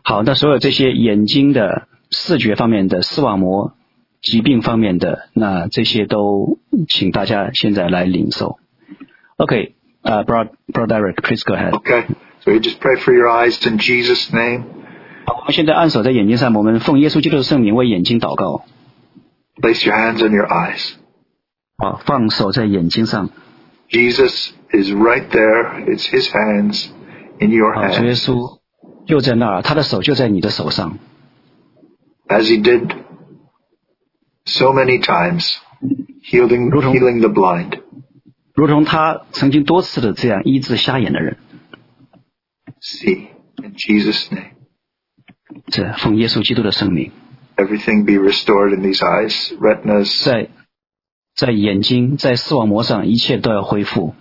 B: 好，那所有这些眼睛的视觉方面的视网膜疾病方面的，那这些都请大家现在来领受。OK，呃、b r o d b r o d Eric, please go ahead。
C: Okay. So you just pray for your eyes in Jesus' name.
B: 好，我们现在按手在眼睛上，我们奉耶稣基督的圣名为眼睛祷告。
C: Place your hands on your eyes.
B: 好，放手在眼睛上。
C: Jesus is right there. It's his hands in your
B: 好，主耶
C: hands.
B: 稣就在那儿，他的手就在你的手上，
C: As he did so many times. Healing,
B: Brutal.
C: healing the blind.
B: 如同他曾经多次的这样医治瞎眼的人。
C: See. In Jesus' name.
B: 这奉耶稣基督的圣名，
C: Everything be restored in these eyes, retinas,
B: 在在眼睛在视网膜上，一切都要恢复。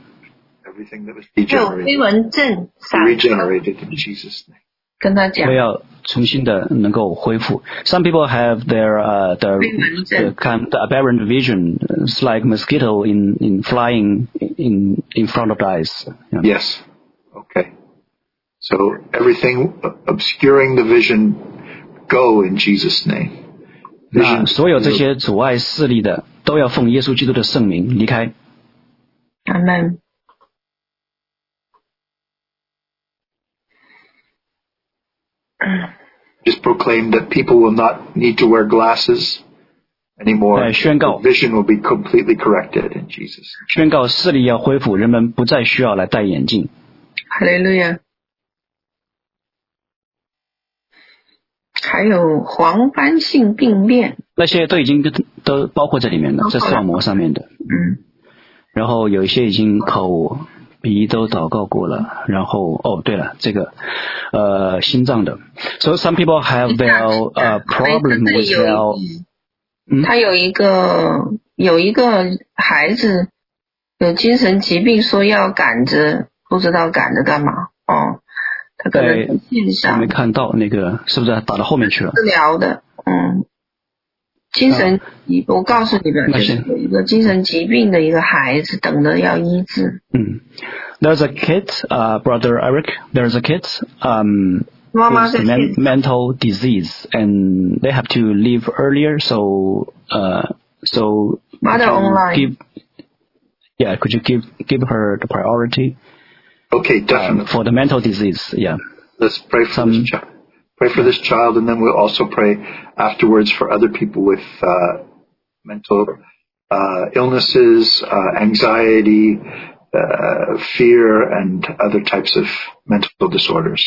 C: everything that was
D: 有飞
C: degenerated.
D: 蚊症撒
C: Regenerated in Jesus' name.
D: 跟他讲
B: 都要重新的能够恢复。Some people have their uh, the
D: 飞蚊
B: the
D: 症，
B: kind the aberrant vision. It's like mosquito in in flying in in front of the eyes. you know.
C: Yes. Okay. So everything obscuring the vision, go in Jesus' name.
B: 那
C: Vision
B: 所有这些阻碍视力的，都要奉耶稣基督的圣名离开。
D: 阿门。
C: just proclaim that people will not need to wear glasses anymore.
B: 哎，宣告
C: The vision will be completely corrected in Jesus.
B: 宣告视力要恢复，人们不再需要来戴眼镜。
D: 哈利路亚。还有黄斑性病变，
B: 那些都已经都都包括在里面了，在视网膜上面的。
D: 嗯，
B: 然后有一些已经口鼻都祷告过了，然后哦，对了，这个呃心脏的，so some people have their 呃、problem
D: 所
B: with
D: 以这里
B: their
D: 有
B: 嗯
D: 他有一个有一个孩子有精神疾病，说要赶着，不知道赶着干嘛。哦，他可能
B: 对
D: 线
B: 我
D: 上
B: 没看到那个是不是打到后面去了？
D: 治疗的，嗯，精神疾，我告诉你们，
B: 啊那
D: 就是是有一个精神疾病的一个孩子等着要医治。
B: 嗯，There's a kid, uh, brother Eric. There's a kid, um,
D: 妈妈
B: with
D: 在
B: men
D: 线
B: mental disease, and they have to leave earlier. So, uh, so could
D: Mother
B: you
D: online.
B: Give, yeah, could you give give her the priority?
C: Okay, definitely.
B: um, for the mental disease. Yeah.
C: Let's pray for
B: Some-
C: this child. Pray for this child, and then we'll also pray afterwards for other people with uh, mental uh, illnesses, uh, anxiety, uh, fear, and other types of mental disorders.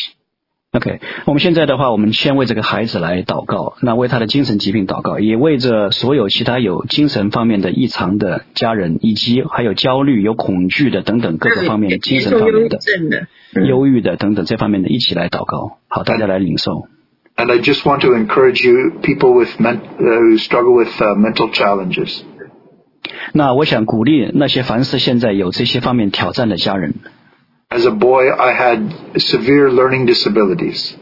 B: OK，我们现在的话，我们先为这个孩子来祷告，那为他的精神疾病祷告，也为着所有其他有精神方面的异常的家人，以及还有焦虑、有恐惧的等等各个方面的精神方面的、
D: 症的，
B: 忧郁的等等这方面的，一起来祷告。好，大家来领受。
C: And I just want to encourage you, people with men, uh, who struggle with uh, mental challenges.
B: 那我想鼓励那些凡是现在有这些方面挑战的家人。
C: As a boy, I had severe learning disabilities,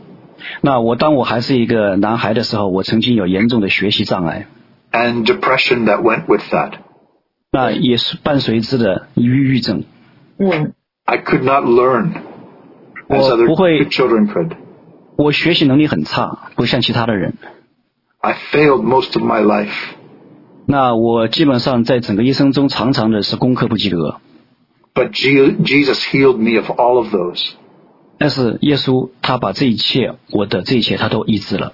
B: 那我当我还是一个男孩的时候，我曾经有严重的学习障碍，
C: and depression that went with that.
B: 那也是伴随之的抑郁症。
D: 嗯
C: I could not learn as
B: Well,
C: other
B: 不会-
C: children could.
B: 我学习能力很差，不像其他的人。
C: I failed most of my life,
B: 那我基本上在整个一生中，常常的是功课不及格。
C: but Je- Jesus healed me of all of those.
B: 但是耶稣他把这一切，我的这一切，他都医治了。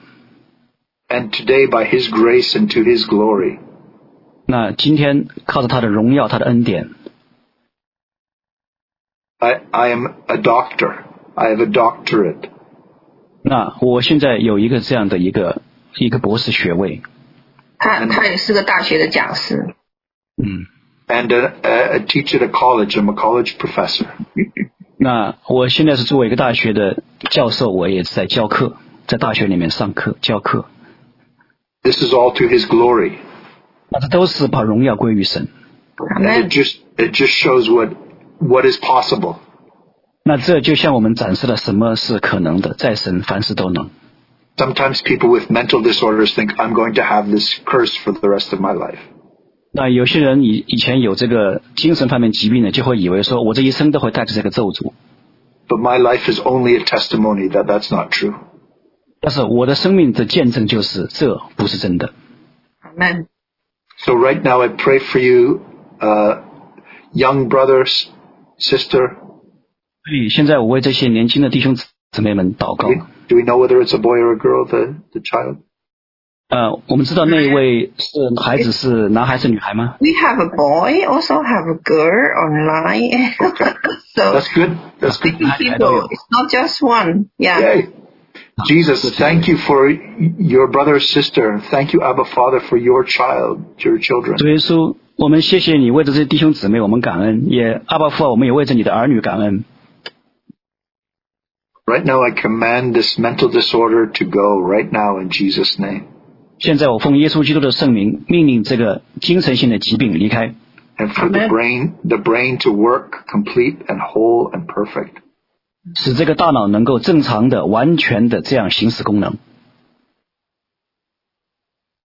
C: And today, by His grace and to His glory,
B: 那今天靠着他的荣耀，他的恩典，
C: I, I am a doctor. I have a doctorate.
B: 那我现在有一个这样的一个一个博士学位，
D: 他他也是个大学的讲师，
B: 嗯，
C: and uh, uh, teach at a college. I'm a college professor.
B: 那我现在是作为一个大学的教授，我也是在教课，在大学里面上课教课，
C: This is all to His glory,
B: 那这都是把荣耀归于神。
D: 他
C: and
D: 们
C: it just it just shows what what is possible.
B: 那这就向我们展示了什么是可能的，在神凡事都能。
C: Sometimes people with mental disorders think I'm going to have this curse for the rest of my life.
B: 那有些人以以前有这个精神方面疾病的，就会以为说我这一生都会带着这个咒诅，
C: But my life is only a testimony that that's not true.
B: 但是我的生命的见证就是这不是真的。
D: 他们
C: So right now I pray for you, uh, young brothers, sister.
B: 所以现在我为这些年轻的弟兄姊妹们祷告
C: Do we,。do we know whether it's a boy or a girl, the, the child?
B: 呃，我们知道那一位是孩子是男孩是女孩吗？
D: ，We have a boy, also have a girl online, *laughs* so
C: That's good. That's good.
D: people, it's not just one, yeah.
C: Yay. Jesus, thank you for your brother, sister. Thank you, Abba Father, for your child, your children.
B: 主耶稣，我们谢谢你为着这些弟兄姊妹，我们感恩，也阿爸父啊，我们也为着你的儿女感恩。
C: Right now, I command this mental disorder to go right now in Jesus' name.
B: 现在我奉耶稣基督的圣名，命令这个精神性的疾病离开，
C: And for the
D: Amen.
C: brain, the brain to work complete and whole and perfect.
B: 使这个大脑能够正常的、完全的这样行使功能。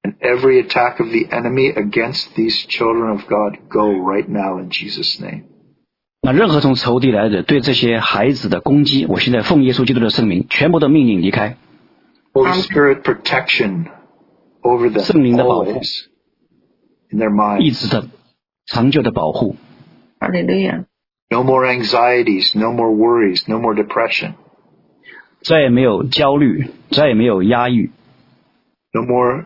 C: And every attack of the enemy against these children of God, go right now in Jesus' name.
B: 那任何从仇敌来的对这些孩子的攻击，我现在奉耶稣基督的圣名，全部都命令离开。
C: Holy
D: Amen.
C: Spirit protection over them
B: 圣灵的保护。
C: always in their
B: 一
C: minds.
B: 直的、长久的保护。
D: 哈利路亚，
C: No more anxieties, no more worries, no more depression.
B: 再也没有焦虑，再也没有压抑，
C: no more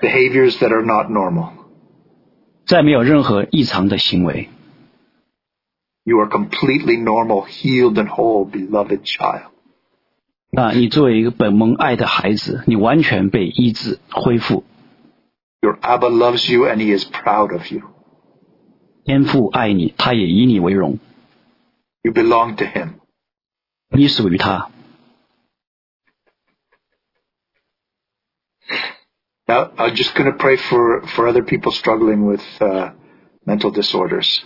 C: behaviors that are not normal.
B: 再没有任何异常的行为。
C: You are completely normal, healed and whole, beloved child.
B: 那你作为一个本蒙爱的孩子，你完全被医治恢复。
C: Your Abba loves you and he is proud of you.
B: 天父爱你，他也以你为荣，
C: You belong to him.
B: 你属于他。
C: Now, I'm just going to pray for, for other people struggling with uh, mental disorders.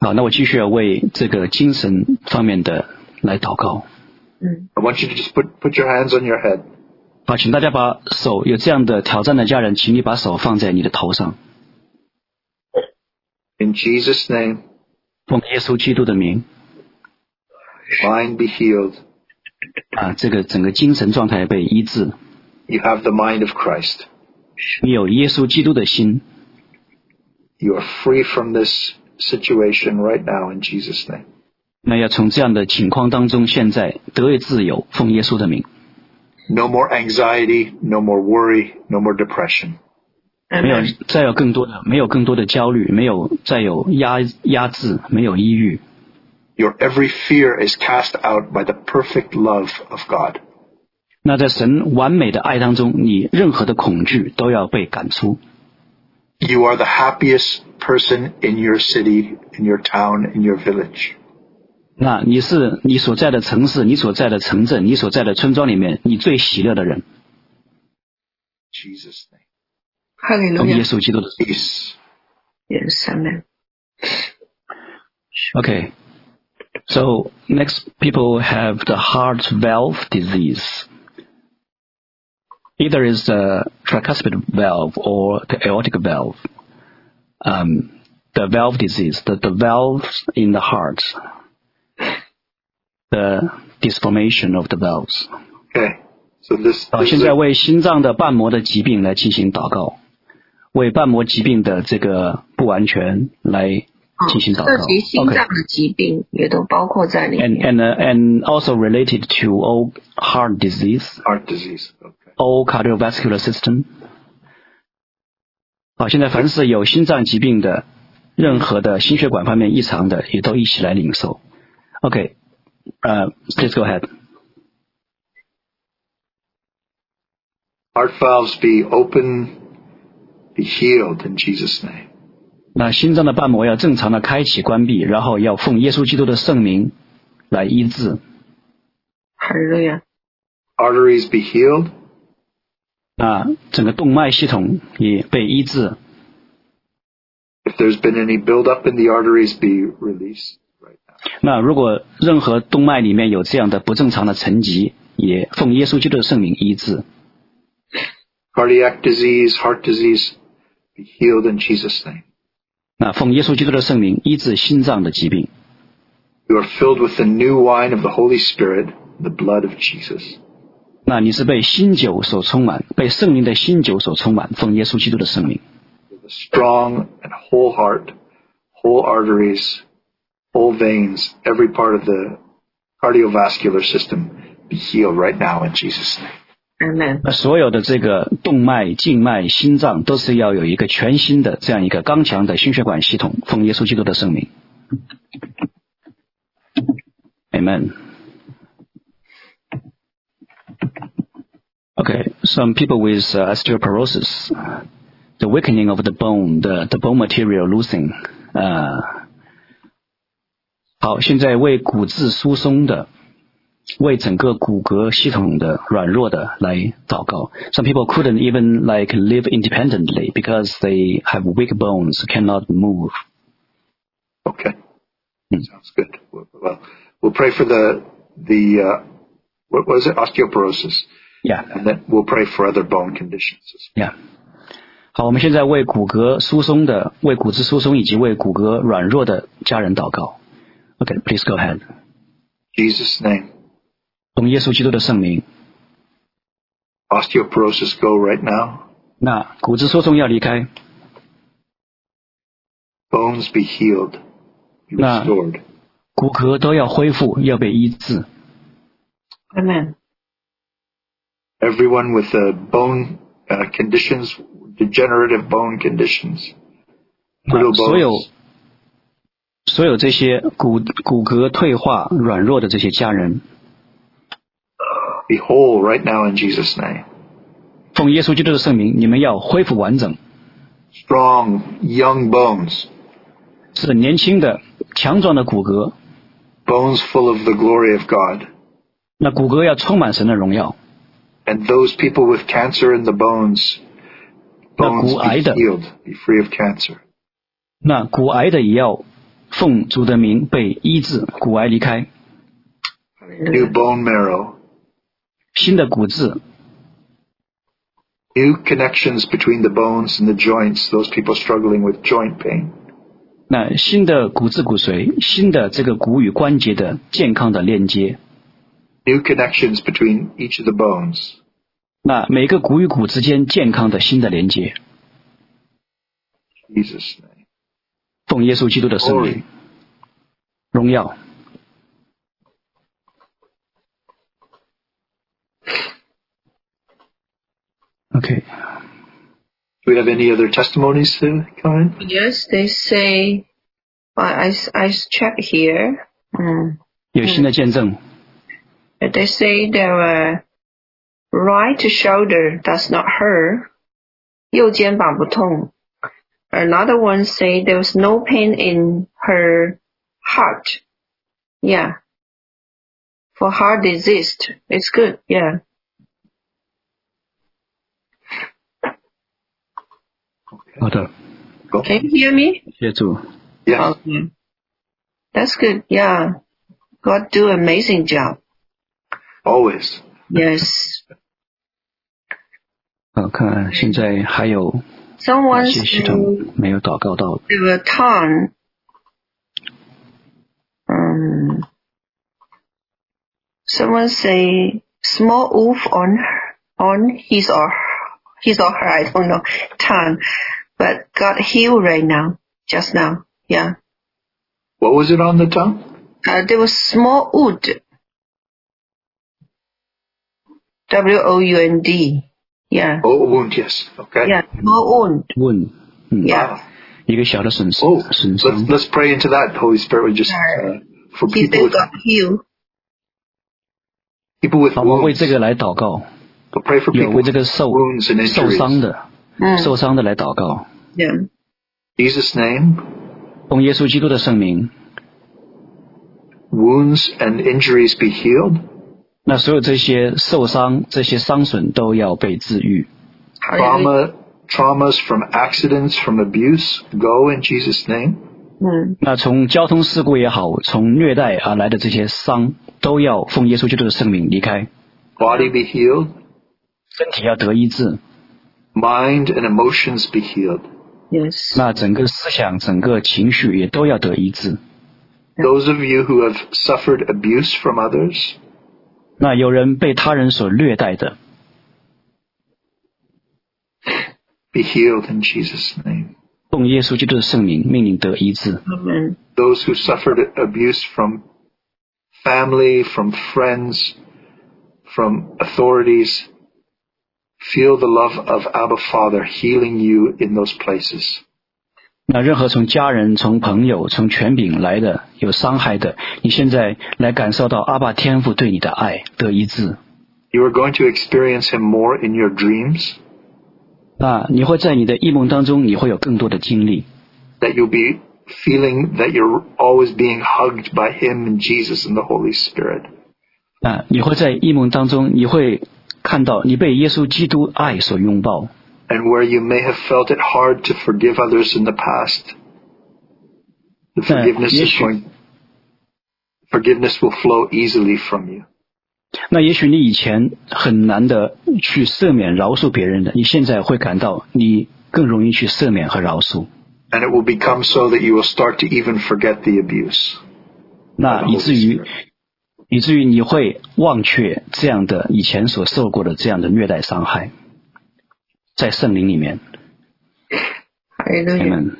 B: 好，那我继续要为这个精神方面的来祷告。
C: I want you to just put, put your hands on your head.
B: 好，请大家把手有这样的挑战的家人，请你把手放在你的头上，
C: In Jesus' name,
B: 奉耶稣基督的名
C: mind be healed.
B: 啊，这个整个精神状态被医治。
C: You have the mind of Christ.
B: 你有耶稣基督的心，
C: You are free from this situation right now in Jesus' name.
B: 那要从这样的情况当中，现在得以自由，奉耶稣的名，
C: No more anxiety, no more worry, no more depression.
D: 阿
B: 没有
D: 门，
B: 再有更多的，没有更多的焦虑，没有再有压压制，没有抑郁，
C: Your every fear is cast out by the perfect love of God.
B: 那在神完美的爱当中，你任何的恐惧都要被赶出。
C: You are the happiest person in your city, in your town, in your village.
B: 那你是你所在的城市、你所在的城镇、你所在的村庄里面，你最喜乐的人。
C: Jesus' name.
D: 哈利路
B: 用耶
D: 亚。
B: 稣基督的
C: Peace.
D: Yes, Amen.
B: Okay. So next people have the heart valve disease. Either is the tricuspid valve or the aortic valve. Um, the valve disease, the, the valves in the heart, the deformation of the valves.
C: Okay. So this,
B: 啊，
C: this
B: 现
C: is
B: 在
C: a,
B: 为心脏的瓣膜的疾病来进行祷告，为瓣膜疾病的这个不完全来进行祷
D: 涉及
B: 告。
D: 心
B: OK。
D: 脏的疾病也都包括在里
B: and
D: 面。
B: and uh, and also related to all heart disease,
C: heart disease. Okay.
B: all cardiovascular system。好，现在凡是有心脏疾病的，任何的心血管方面异常的，也都一起来领受。OK，呃、p l e a s e go ahead。
C: Heart valves be open, be healed in Jesus' name.
B: 那心脏的瓣膜要正常的开启、关闭，然后要奉耶稣基督的圣名来医治。
D: 哈利路亚。
C: Arteries be healed.
B: 那整个动脉系统也被医治。
C: If there's been any buildup in the arteries, be released right now.
B: 那如果任何动脉里面有这样的不正常的沉积，也奉耶稣基督的圣名医治。
C: Cardiac disease, heart disease, be healed in Jesus' name.
B: 那奉耶稣基督的圣名医治心脏的疾病。
C: You are filled with the new wine of the Holy Spirit, the blood of Jesus.
B: 那你是被新酒所充满，被圣灵的新酒所充满，奉耶稣基督的圣名。
C: With a strong and whole heart, whole arteries, whole veins, every part of the cardiovascular system be healed right now in Jesus' name.
D: Amen.
B: 那所有的这个动脉、静脉、心脏都是要有一个全新的这样一个刚强的心血管系统，奉耶稣基督的圣名。Amen. Okay, some people with uh, osteoporosis, the weakening of the bone, the the bone material losing. 呃，好，现在为骨质疏松的。为整个骨骼系统的软弱的来祷告。Some people couldn't even like live independently because they have weak bones, cannot move.
C: Okay.
B: Hmm.
C: Sounds good. Well, we'll pray for the the uh, what was it? Osteoporosis,
B: Yeah,
C: and then we'll pray for other bone conditions.
B: yeah. 好，我们现在为骨骼疏松的、为骨质疏松以及为骨骼软弱的家人祷告。Okay, please go ahead.
C: Jesus' name,
B: 奉耶稣基督的圣名，
C: osteoporosis, go right now.
B: 那骨质疏松要离开，
C: Bones be healed, be
B: Nah.
C: restored.
B: 骨骼都要恢复，要被医治。
D: Amen.
C: Everyone with uh, bone uh, conditions, degenerative bone conditions,
B: 那
C: brittle
B: 所有
C: bones,
B: 所有这些骨骨骼退化、软弱的这些家人，
C: be whole right now in Jesus' name.
B: 奉耶稣基督的圣名，你们要恢复完整，
C: Strong, young bones,
B: 是年轻的、强壮的骨骼。
C: bones full of the glory of God.
B: 那骨骼要充满神的荣耀。
C: and those people with cancer in the bones, bones be
B: 那骨癌的。
C: healed, be free of cancer.
B: 那骨癌的也要奉主的名被医治，骨癌离开，
C: New bone marrow,
B: 新的骨质，
C: new connections between the bones and the joints, those people struggling with joint pain.
B: 那新的骨质骨髓，新的这个骨与关节的健康的链接。
C: New connections between each of the bones.
B: 那每个骨与骨之间健康的新的连接，
C: Jesus' name.
B: 奉耶稣基督的圣名
C: Glory.
B: 荣耀。OK，
C: Do we have any other testimonies to come in?
D: Yes, they say. I I I check here. 嗯。
B: 有新的见证。
D: They say the right shoulder does not hurt. 右肩膀不痛。Another one say there was no pain in her heart. Yeah. For heart disease, it's good. Yeah.
B: 好的，
C: Go.
D: Can you hear me?
B: 谢谢主。
C: Yes.
D: Okay. That's good. Yeah. God do amazing job.
C: Always.
D: Yes.
B: 好，看现在还有哪
D: Someone
B: 些系
D: say
B: 统没有祷告到？
D: there were ton. Um, someone say small wolf on on his or his or her I don't know tongue, but got healed right now just now. Yeah,
C: What was it on the tongue?
D: uh, there was small wood. W o u n d. Yeah,
C: Oh, wound. Yes. Okay.
D: yeah, small wound.
B: 问，嗯，
D: Yeah.
C: Wow.
B: 一个小的损失
C: Oh,
B: 损
C: let's
B: 伤。
C: let's pray into that. Holy Spirit, we just uh, for
D: He
C: people
D: still
C: with
D: got healed.
C: people with
B: 好，我们为
C: wounds.
B: 这个来祷告，
C: We'll pray for
B: 有
C: people
B: 为
C: with
B: 这个受
C: wounds and
B: 受
C: injuries.
B: 伤的、
D: Mm.
B: 受伤的来祷告，
D: Yeah.
C: Jesus' name,
B: 奉耶稣基督的圣名，
C: wounds and injuries be healed.
B: 那所有这些受伤、这些伤损都要被治愈。
D: Hallelujah.
C: Trauma, traumas from accidents, from abuse, go in Jesus' name.
D: Mm.
B: 那从交通事故也好，从虐待而来的这些伤，都要奉耶稣基督的圣名离开，
C: Body be healed.
B: 身体要得医治，
C: Mind and emotions be healed.
D: Yes.
B: 那整个思想、整个情绪也都要得医治。
C: Those of you who have suffered abuse from others,
B: 那有人被他人所虐待的，
C: be healed in Jesus' name.
B: 奉耶稣基督的圣名命令得医治。
D: Amen.
C: Those who suffered abuse from family, from friends, from authorities, feel the love of Abba Father healing you in those places.
B: 那任何从家人、从朋友、从权柄来的有伤害的，你现在来感受到阿爸天父对你的爱得医治。
C: You are going to experience Him more in your dreams.
B: 那你会在你的异梦当中，你会有更多的经历。
C: that you'll be feeling that you're always being hugged by Him and Jesus and the Holy Spirit.
B: 啊，你会在异梦当中，你会看到你被耶稣基督爱所拥抱。
C: And where you may have felt it hard to forgive others in the past, the
B: Yeah,
C: forgiveness
B: yes,
C: is
B: you-
C: going. Forgiveness will flow easily from you.
B: 那也许你以前很难的去赦免、饶恕别人的，你现在会感到你更容易去赦免和饶恕。
C: And it will become so that you will start to even forget the abuse.
B: 那
C: Holy
B: 以至于
C: Spirit.
B: 以至于你会忘却这样的以前所受过的这样的虐待伤害，在圣灵里面。
D: Hallelujah.
B: Amen.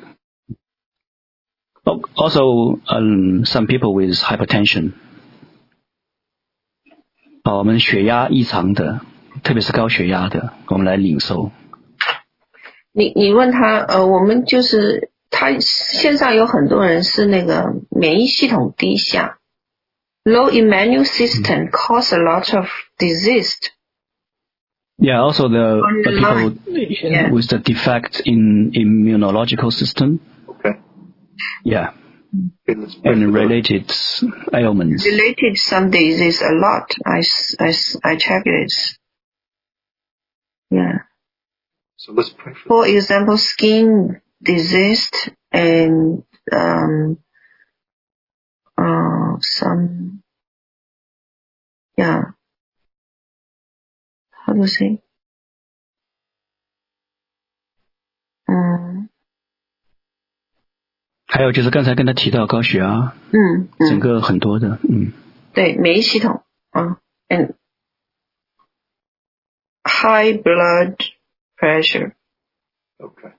B: Oh, Also, um, some people with hypertension. 好，我们血压异常的，特别是高血压的，我们来领受。
D: 你你问他，呃，我们就是他线上有很多人是那个免疫系统低下，low immune system cause a lot of disease。
B: Yeah, also the, the people
D: Yeah.
B: with the defect in immunological system.
C: Okay.
B: Yeah,
C: okay let's pray
B: and
C: for those.
B: related ailments.
D: Related some disease a lot. I s- I s- I check it. Yeah.
C: So let's pray for
D: For example, skin disease and um, uh, some yeah. How to say? Um,
B: 还有就是刚才跟他提到高血压，
D: 嗯
B: 整
D: 嗯，
B: 个很多的，嗯，
D: mm. 对，免疫系统啊，and high blood pressure，
C: Okay.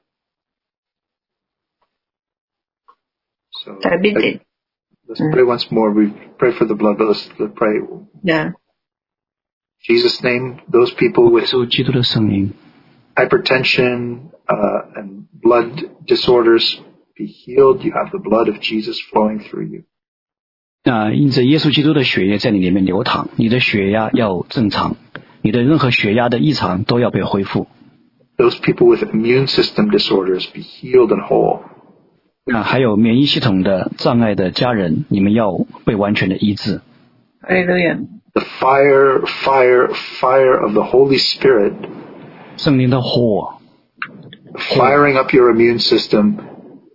C: So
D: 在 b i
C: let's pray once more. We pray for the blood, but let's, let's pray.
D: yeah，
C: Jesus' name, those people with
B: 耶稣基督的圣灵
C: hypertension uh, and blood disorders be healed. You have the blood of Jesus flowing through you.
B: 啊，印着耶稣基督的血液在你里面流淌，你的血压要正常，你的任何血压的异常都要被恢复。
C: Those people with immune system disorders be healed and whole.
B: 那还有免疫系统的障碍的家人，你们要被完全的医治。
D: Hallelujah.
C: The fire, fire, fire of the Holy Spirit
B: 圣灵的火
C: firing up your immune system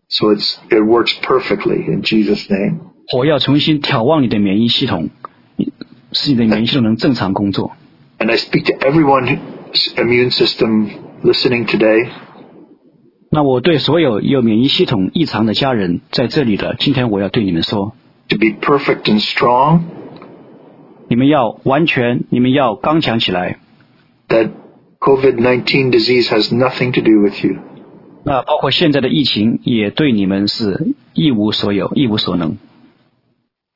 C: so it's it works perfectly in Jesus' name.
B: 火要重新眺望你的免疫系统，使你的免疫系统能正常工作。
C: And I speak to everyone's immune system listening today.
B: 那我对所有有免疫系统异常的家人在这里的，今天我要对你们说，
C: to be perfect and strong,
B: 你们要完全，你们要刚强起来。
C: that COVID 19 disease has nothing to do with you.
B: 那包括现在的疫情也对你们是一无所有、一无所能。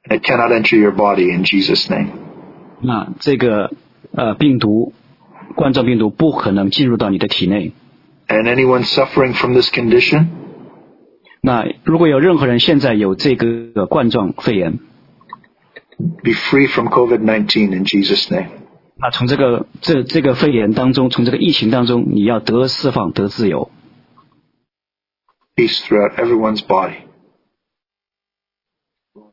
C: It cannot enter your body in Jesus' name.
B: 那这个呃病毒，冠状病毒不可能进入到你的体内。
C: And anyone suffering from this condition,
B: 那如果有任何人现在有这个冠状肺炎，
C: be free from COVID 19 in Jesus' name.
B: 那啊从这个这这个肺炎当中，从这个疫情当中，你要得释放、得自由。
C: Peace throughout everyone's body.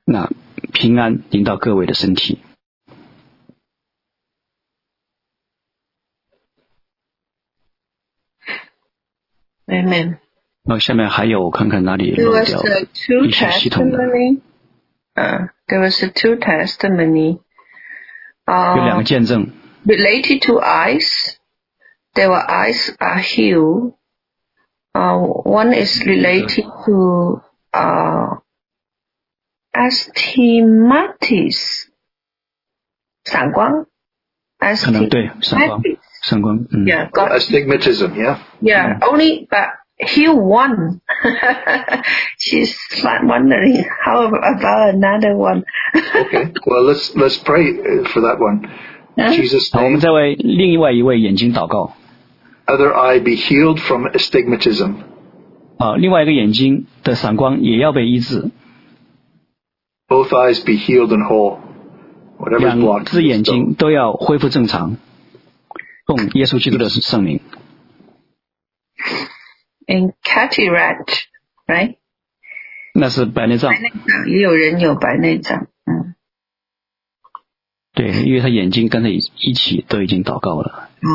B: 那平安临到各位的身体。
D: Amen.
B: 那下面还有我看看哪里
D: There
B: 漏
D: was
B: 掉
D: uh,
B: 医
D: two
B: 学系统的，
D: testimony. Uh, there was a two testimony.
B: 有两个
D: Uh,
B: 见证。
D: related to eyes, their eyes are healed. Uh, one is related to uh, astigmatis, 闪光,
B: 可能对闪光
D: astigmatis.，
B: 闪光，嗯，
D: Yeah, got
C: Astigmatism, yeah?
D: yeah, only but he won. *laughs* She's like wondering how about another one.
C: Okay. Well, let's let's pray uh, for that one. In Jesus'
B: 好，我们
C: name,
B: 再为另外一位眼睛祷告
C: other eye be healed from astigmatism.
B: 啊，另外一个眼睛的闪光也要被医治，
C: Both eyes be healed and whole. Whatever's
B: 两
C: blocked.
B: 只眼
C: is done.
B: 睛都要恢复正常。奉耶稣基督的圣名，
D: In cataract, right?
B: 那是白内障，
D: 白内障也有人有白内障，嗯，哦，好，
B: 对，因为他眼睛跟着一一起都已经祷告了。
D: 哦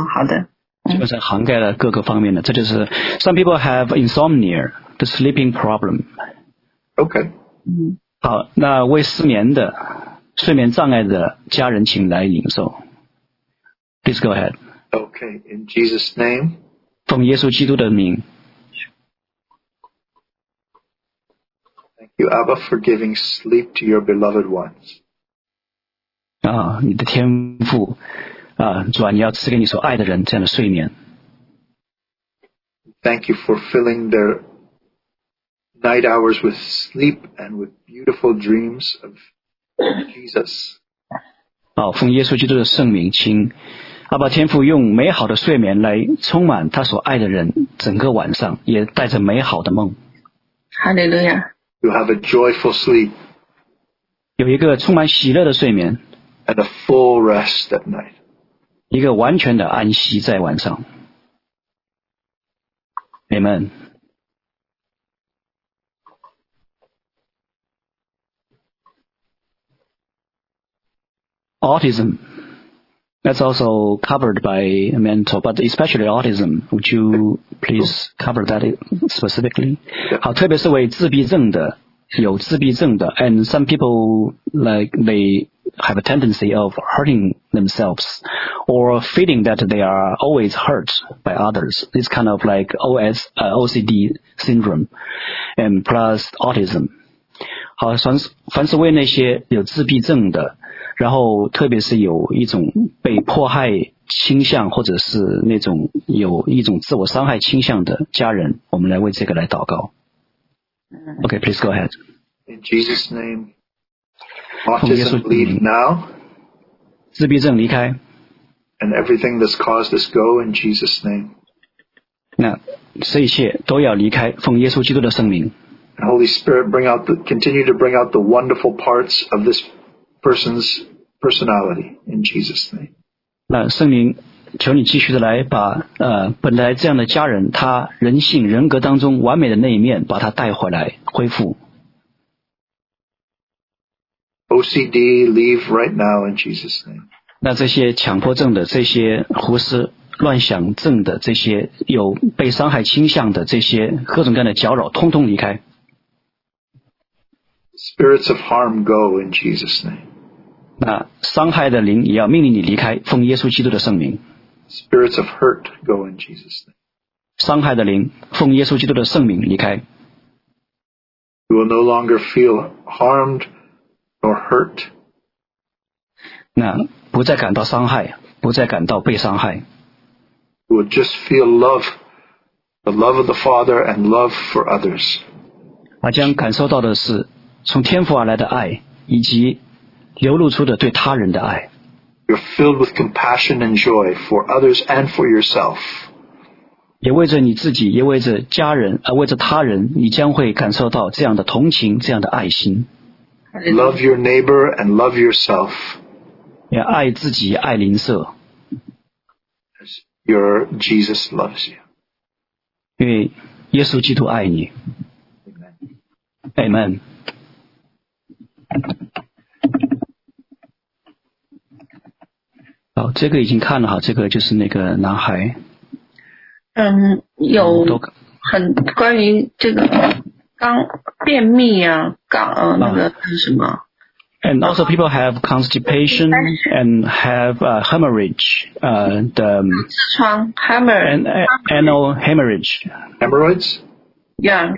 B: 基本上涵盖了各个方面的。这就是 some people have insomnia, the sleeping problem。
C: Okay.
B: 好，那为失眠的、睡眠障碍的家人，请来领受。Please go ahead。
C: Okay. In Jesus' name.
B: 奉耶稣基督的名，
C: Thank you, Abba, for giving sleep to your beloved ones.
B: 啊，你的天赋啊，主啊，你要赐给你所爱的人这样的睡眠。
C: Thank you for filling their night hours with sleep and with beautiful dreams of Jesus.
B: 好，奉耶稣基督的圣名，请阿爸天父用美好的睡眠来充满他所爱的人整个晚上，也带着美好的梦，
D: Hallelujah.
C: You'll have a joyful sleep
B: 有一个充满喜乐的睡眠，
C: and a full rest at night.
B: 一个完全的安息在晚上。你们 autism that's also covered by mental, but especially autism. Would you please cover that specifically? 好，特别是为自闭症的，有自闭症的，and some people like they have a tendency of hurting themselves or feeling that they are always hurt by others. It's kind of like OS uh, OCD syndrome and plus autism. 好，凡是凡是为那些有自闭症的，然后特别是有一种被迫害倾向，或者是那种有一种自我伤害倾向的家人，我们来为这个来祷告。OK，please、go ahead。
C: In Jesus' name.
B: yes,
C: Autism
B: we-
C: leave now
B: 自闭症离开，
C: and everything that's caused us go in Jesus' name.
B: 那这一切都要离开，奉耶稣基督的圣名。
C: And Holy Spirit, bring out the, continue to bring out the wonderful parts of this person's personality in Jesus' name.
B: 那圣灵，求你继续的来把呃本来这样的家人，他人性人格当中完美的那一面，把他带回来，恢复。
C: OCD, leave right now in Jesus' name.
B: 那这些强迫症的、这些胡思乱想症的、这些有被伤害倾向的、这些各种各样的搅扰，通通离开。
C: Spirits of harm go in Jesus' name.
B: 那伤害的灵也要命令你离开，奉耶稣基督的圣名。
C: Spirits of hurt go in Jesus' name.
B: 伤害的灵，奉耶稣基督的圣名离开。
C: You will no longer feel harmed nor hurt.
B: 那不再感到伤害，不再感到被伤害，
C: You will just feel love, the love of the Father and love for others.
B: 而将感受到的是从天父而来的爱，以及流露出的对他人的爱。
C: You're filled with compassion and joy for others and for yourself.
B: 也为着你自己，也为着家人，呃而为着他人，你将会感受到这样的同情，这样的爱心，
C: Love your neighbor and love yourself.
B: 也爱自己，爱邻舍，
C: Your Jesus loves you.
B: 因为耶稣基督爱你。Amen。好，这个已经看了哈，这个就是那个男孩。
D: 嗯，有
B: 都可
D: 很关于这个肛便秘啊，肛呃那个什么，
B: And also, people have constipation and have uh, hemorrhage, uh, the um,
D: 痔疮 hammer
B: an, a- anal hemorrhage
C: Hemorrhoids?
D: yeah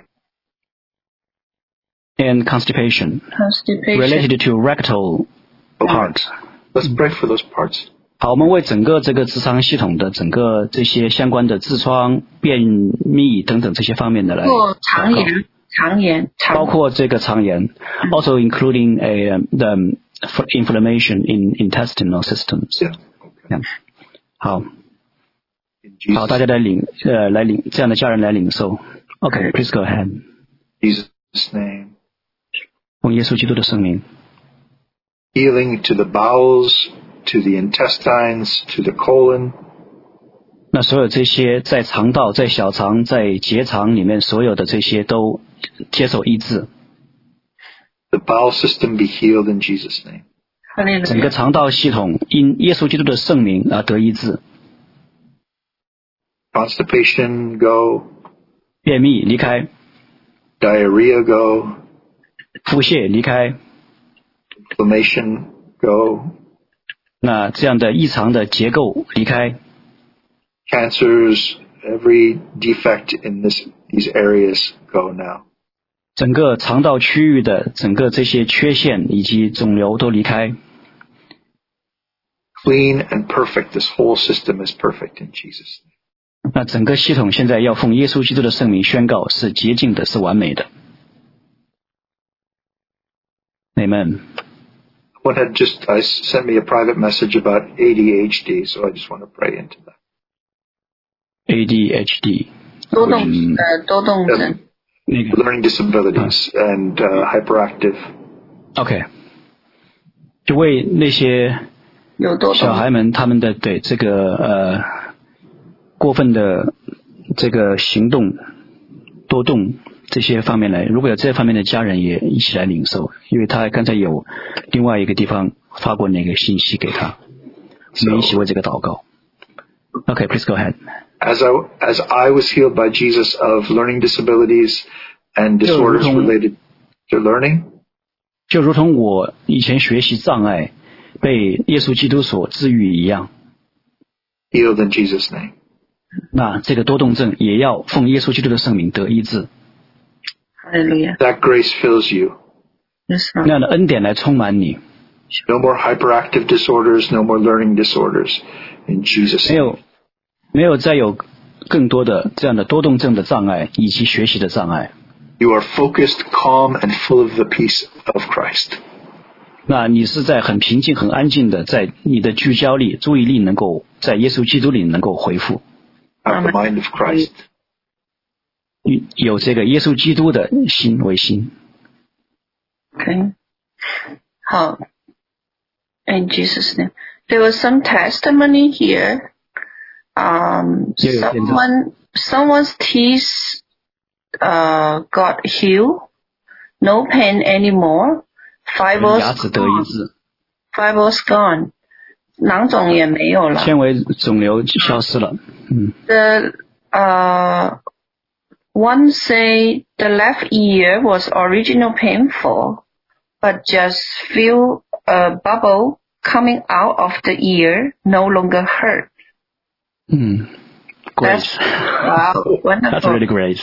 B: and constipation
D: constipation
B: related to rectal part.
C: Let's pray for those parts.
B: 好，我们为整个这个智商系统的整个这些相关的痔疮、便秘等等这些方面的来，
D: 或肠炎肠炎肠
B: 包括这个肠炎，also including a um, the um, inflammation in intestinal systems。
C: Yeah. Okay.
B: 好，
C: In
B: 好，大
C: Jesus,
B: 家来领，呃，来领这样的家人来领受。OK，please、go ahead。
C: Jesus' name.
B: 奉耶稣基督的圣名，
C: Healing to the bowels, to the intestines, to the colon.
B: 那所有这些在肠道、在小肠、在结肠里面所有的这些都接受医治，
C: The bowel system be healed in Jesus' name.
B: 整个肠道系统因耶稣基督的圣名而得医治，
C: Constipation go,
B: 便秘离开，
C: diarrhea go,
B: 腹泻离开，
C: inflammation go,
B: 那这样的异常的结构离开，
C: cancers, every defect in this, these areas go now.
B: 整个肠道区域的整个这些缺陷以及肿瘤都离开，
C: Clean and perfect. This whole system is perfect in Jesus' name.
B: 那整个系统现在要奉耶稣基督的圣名宣告是洁净的，是完美的。你们。
C: One had just I sent me a private message about ADHD, so I just want to pray into that.
B: ADHD
D: 多动
B: 嗯
D: 呃多动症
C: Um,。
B: 那个
C: learning disabilities and uh, hyperactive.
B: OK，就为那些
D: 有多
B: 小
D: 动，
B: 孩们他们的对这个呃过分的这个行动多动这些方面来，如果有这方面的家人也一起来领受，因为他刚才有另外一个地方发过那个信息给他，我们一起为这个祷告。OK，please、go ahead。
C: As I as I was healed by Jesus of learning disabilities and disorders
B: Mhm.
C: related to learning,
B: 就如同我以前学习障碍被耶稣基督所治愈一样。
C: healed in Jesus' name.
B: 那这个多动症也要奉耶稣基督的圣名得医治，
D: 哈利路亚，
C: That grace fills you.
D: 就是
B: 那样的恩典来充满你，
C: No more hyperactive disorders. No more learning disorders. In Jesus'
B: 没
C: name.
B: 有没有再有更多的这样的多动症的障碍以及学习的障碍。
C: You are focused, calm, and full of the peace of Christ.
B: 那你是在很平静、很安静的，在你的聚焦力、注意力能够在耶稣基督里能够恢复。
C: Have the mind
D: Amen.
C: of Christ.
B: 有这个耶稣基督的心为心。
D: Okay. How? In Jesus' name. There was some testimony here. Um,
B: Yeah, yeah, yeah.
D: someone, someone's teeth, uh, got healed. No pain anymore.
B: 牙
D: Fibers,
B: 齿得医治，
D: fibers gone. 囊肿也没有了。
B: 纤维肿瘤消失了。嗯，
D: the uh one say the left ear was original painful, but just feel a bubble coming out of the ear no longer hurt.
B: 嗯，great
D: That's。wow,
B: *laughs* That's
D: wonderful.
B: really great，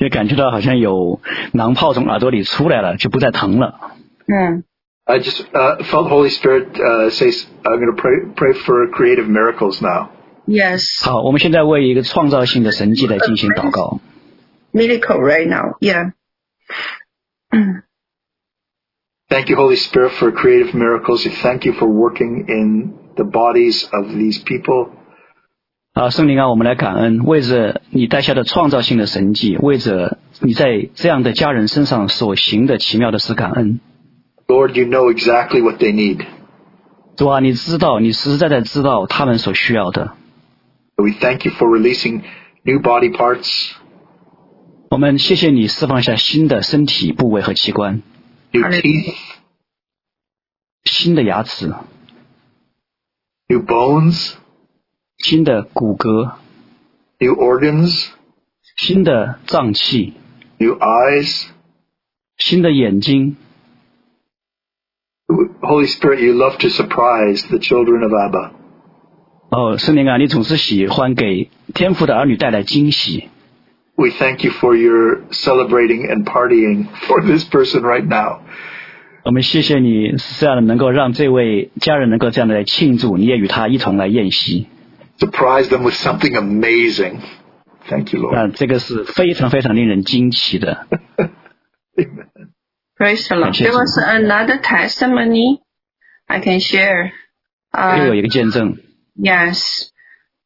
B: 也感觉到好像有囊泡从耳朵里出来了，就不再疼了。
D: Mm.
C: I just uh, felt Holy Spirit uh, say, I'm going to pray, pray for creative miracles now.
D: Yes,
B: 好，我们现在为一个创造性的神迹来进行祷告。
D: miracle right now. Yeah.
C: Thank you, Holy Spirit, for creative miracles. We Thank you for working in the bodies of these people.
B: 啊，圣灵啊，我们来感恩，为着你带下的创造性的神迹，为着你在这样的家人身上所行的奇妙的事感恩。
C: Lord, you know exactly what they need.
B: 主啊，你知道，你实实在在知道他们所需要的。
C: We thank you for releasing new body parts,
B: 我们谢谢你释放下新的身体部位和器官，
C: new
D: Hallelujah.
C: teeth,
B: 新的牙齿，
C: new bones,
B: 新的骨骼，
C: new organs,
B: 新的脏器，
C: new eyes.
B: 新的眼睛。
C: Holy Spirit, you love to surprise the children of Abba.
B: 哦，圣灵啊，你总是喜欢给天父的儿女带来惊喜。
C: We thank you for your celebrating and partying for this person right now.
B: 我们谢谢你是这样的，能够让这位家人能够这样的来庆祝，你也与他一同来宴席。
C: Surprise them with something amazing. Thank you, Lord.
B: 那这个是非常非常令人惊奇的。
C: Amen.
D: Praise the Lord.
B: Thank you,
D: There was
B: Jesus.
D: another testimony I can share.
B: 又
D: Uh,
B: 有一个见证，
D: Yes.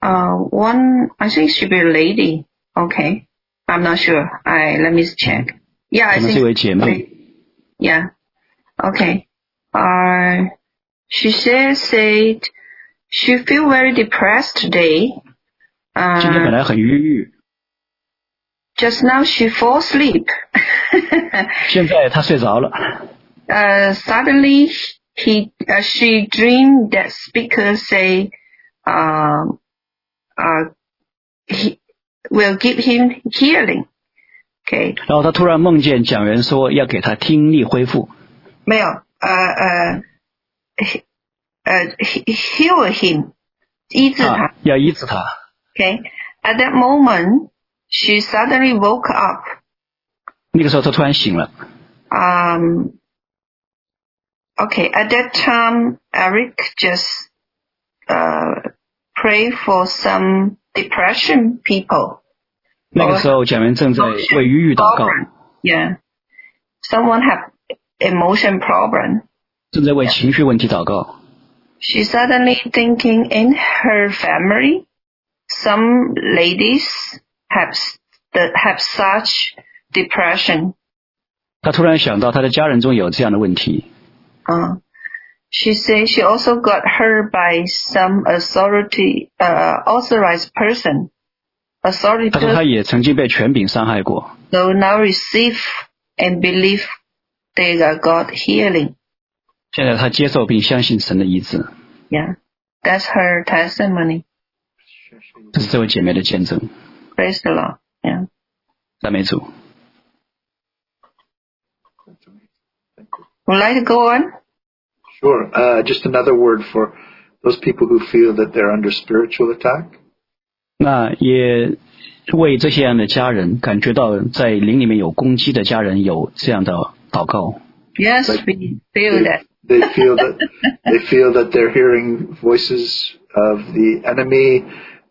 D: Uh, one, I think should be a lady. Okay. I'm not sure. I, let me check. Yeah,
B: 我
D: I
B: 们
D: think.
B: 这位姐妹
D: Yeah. Okay. Uh, she said, said she feel very depressed today.
B: 今天本
D: Uh,
B: 来很忧郁，
D: just now she fall asleep. *laughs*
B: 现在她睡着了，
D: uh, suddenly he uh, she dreamed that speaker say uh, uh, he will give him healing. Okay.
B: 然后她突然梦见讲员说要给她听力恢复，
D: 没有呃呃，he- 呃 he- heal him 医治他。
B: 啊，要医治她。
D: Okay. At that moment, she suddenly woke up.
B: 那个时候她突然醒了，
D: Um. Okay. At that time, Eric just uh pray for some depression people.
B: 那个时候讲员正在为抑郁祷告，
D: Problem. Yeah. Someone have emotion problem.
B: 正在为情绪问题祷告。
D: She suddenly thinking in her family, some ladies have s- the- have such depression.
B: 她突然想到她的家人中有这样的问题，
D: Uh, she says she also got hurt by some authority uh, authorized person. Authority
B: 她说她也曾经被权柄伤害过，
D: so now receive and believe they are got healing.
B: 现在她接受并相信神的医治，
D: Yeah, that's her testimony.
B: 这是这位姐妹的见证。
D: Praise the Lord. Yeah.
B: 赞美主，
D: Would like to go on?
C: Sure. Uh, just another word for those people who feel that they're under spiritual attack.
B: 那也为这些样的家人感觉到在灵里面有攻击的家人有这样的祷告。
D: Yes, we
C: They,
D: feel that.
C: they feel that
D: *laughs*
C: they feel that they're hearing voices of the enemy,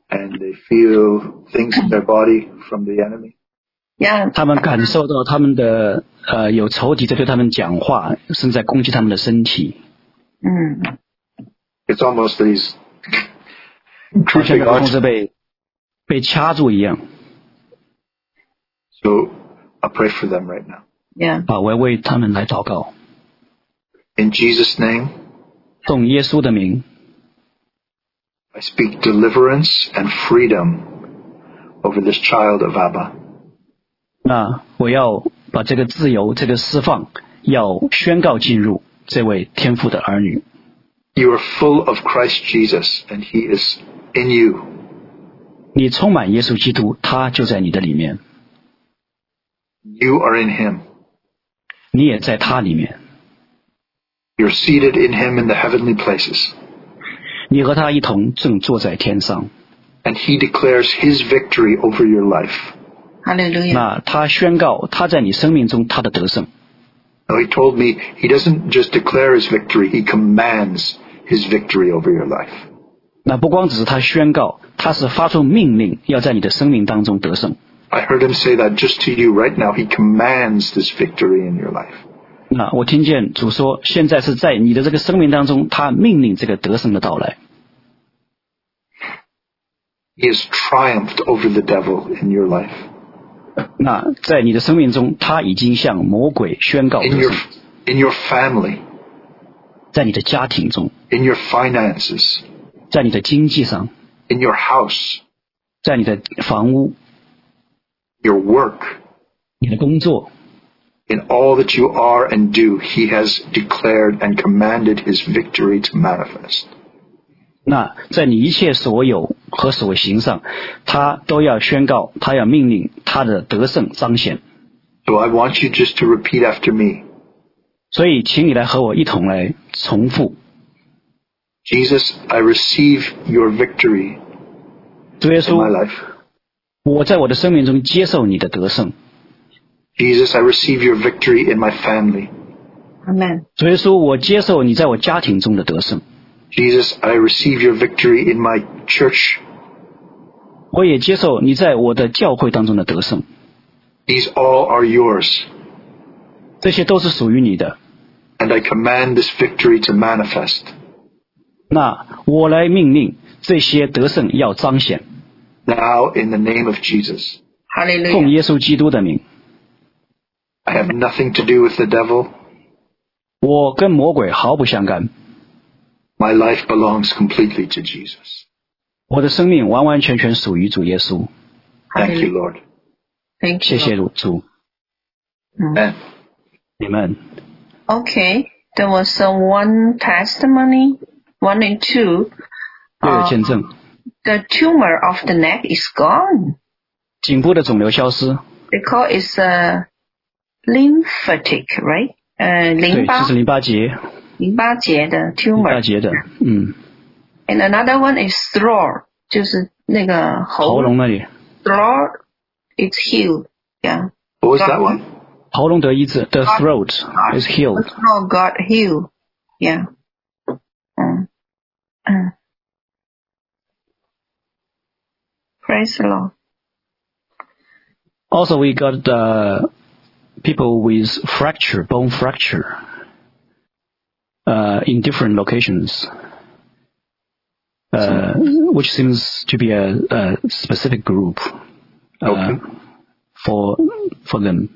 C: and they feel things in their body from the enemy.
D: Yeah.
B: 他们感受到他们的呃有仇敌在对他们讲话，甚至在攻击他们的身体，
D: Mm.
C: It's almost that he's
B: 好像
C: creeping
B: 那个控
C: on.
B: 制被被掐住一样。
C: So I pray for them right now.
D: Yeah.
B: 啊，我要为他们来祷告，
C: In Jesus' name,
B: 奉耶稣的名，
C: I speak deliverance and freedom over this child of Abba.
B: 那我要把这个自由、这个释放，要宣告进入这位天父的儿女。
C: You are full of Christ Jesus, and He is in you.
B: 你充满耶稣基督，他就在你的里面，
C: You are in Him.
B: 你也在他里面，
C: You're seated in Him in the heavenly places.
B: 你和他一同正坐在天上。
C: And He declares His victory over your life.
D: Hallelujah.
B: 那他宣告他在你生命中他的得胜。
C: Now, He told me He doesn't just declare His victory, He commands His victory over your life.
B: 那不光只是他宣告，他是发出命令，要在你的生命当中得胜。
C: I heard Him say that just to you right now. He commands this victory in your life.
B: 那我听见主说，现在是在你的这个生命当中，他命令这个得胜的到来。
C: He has triumphed over the devil in your life.
B: 那在你的生命中，他已经向魔鬼宣告得
C: In your,
B: 胜，
C: in your family,
B: 在你的家庭中，
C: in your finances,
B: 在你的经济上，
C: in your house,
B: 在你的房屋、
C: your work,
B: 你的工作，
C: in all that you are and do, he has declared and commanded his victory to manifest.
B: 那在你一切所有和所行上，他都要宣告，他要命令他的得胜彰显。
C: So I want you just to repeat after me.
B: 所以，请你来和我一同来重复：
C: Jesus, I receive your victory
B: 主耶
C: in my
B: 稣，
C: life.
B: 我在我的生命中接受你的得胜；
C: Jesus, I receive your victory in my family.
D: Amen.
B: 主耶稣，我接受你在我家庭中的得胜；
C: Jesus, I receive your victory in my church.
B: 我也接受你在我的教会当中的得胜。
C: These all are yours.
B: 这些都是属于你的。
C: And I command this victory to manifest.
B: 那我来命令这些得胜要彰显，
C: Now, in the name of Jesus,
B: 奉
D: Hallelujah.
B: 耶稣基督的名，
C: I have nothing to do with the devil.
B: 我跟魔鬼毫不相干，
C: My life belongs completely to Jesus.
B: 我的生命完完全全属于主耶稣。
C: Thank you,
D: Hallelujah.
C: Lord.
D: Thank
B: 谢
D: you.
B: 谢主，
C: Amen.
B: 你们
D: Okay, there was uh, one testimony, one and two.
B: 又有见证，
D: The tumor of the neck is gone
B: 颈部的肿瘤消失，
D: because it's uh, lymphatic, right? Uh,
B: 对，这是淋巴结，
D: 淋巴淋巴结的
B: 淋
D: tumor.
B: 巴结的，嗯，
D: And another one is throat，就是那个
B: 喉咙那里，
D: throat is healed. Yeah,
C: What was that one?
B: 喉咙得医治，the throat is healed。
D: throat got healed. Yeah. Mm. 嗯嗯。Praise the Lord.
B: Also, we got the people with fracture, bone fracture, uh, in different locations, uh, which seems to be a, a specific group uh,
C: Okay.
B: for for them.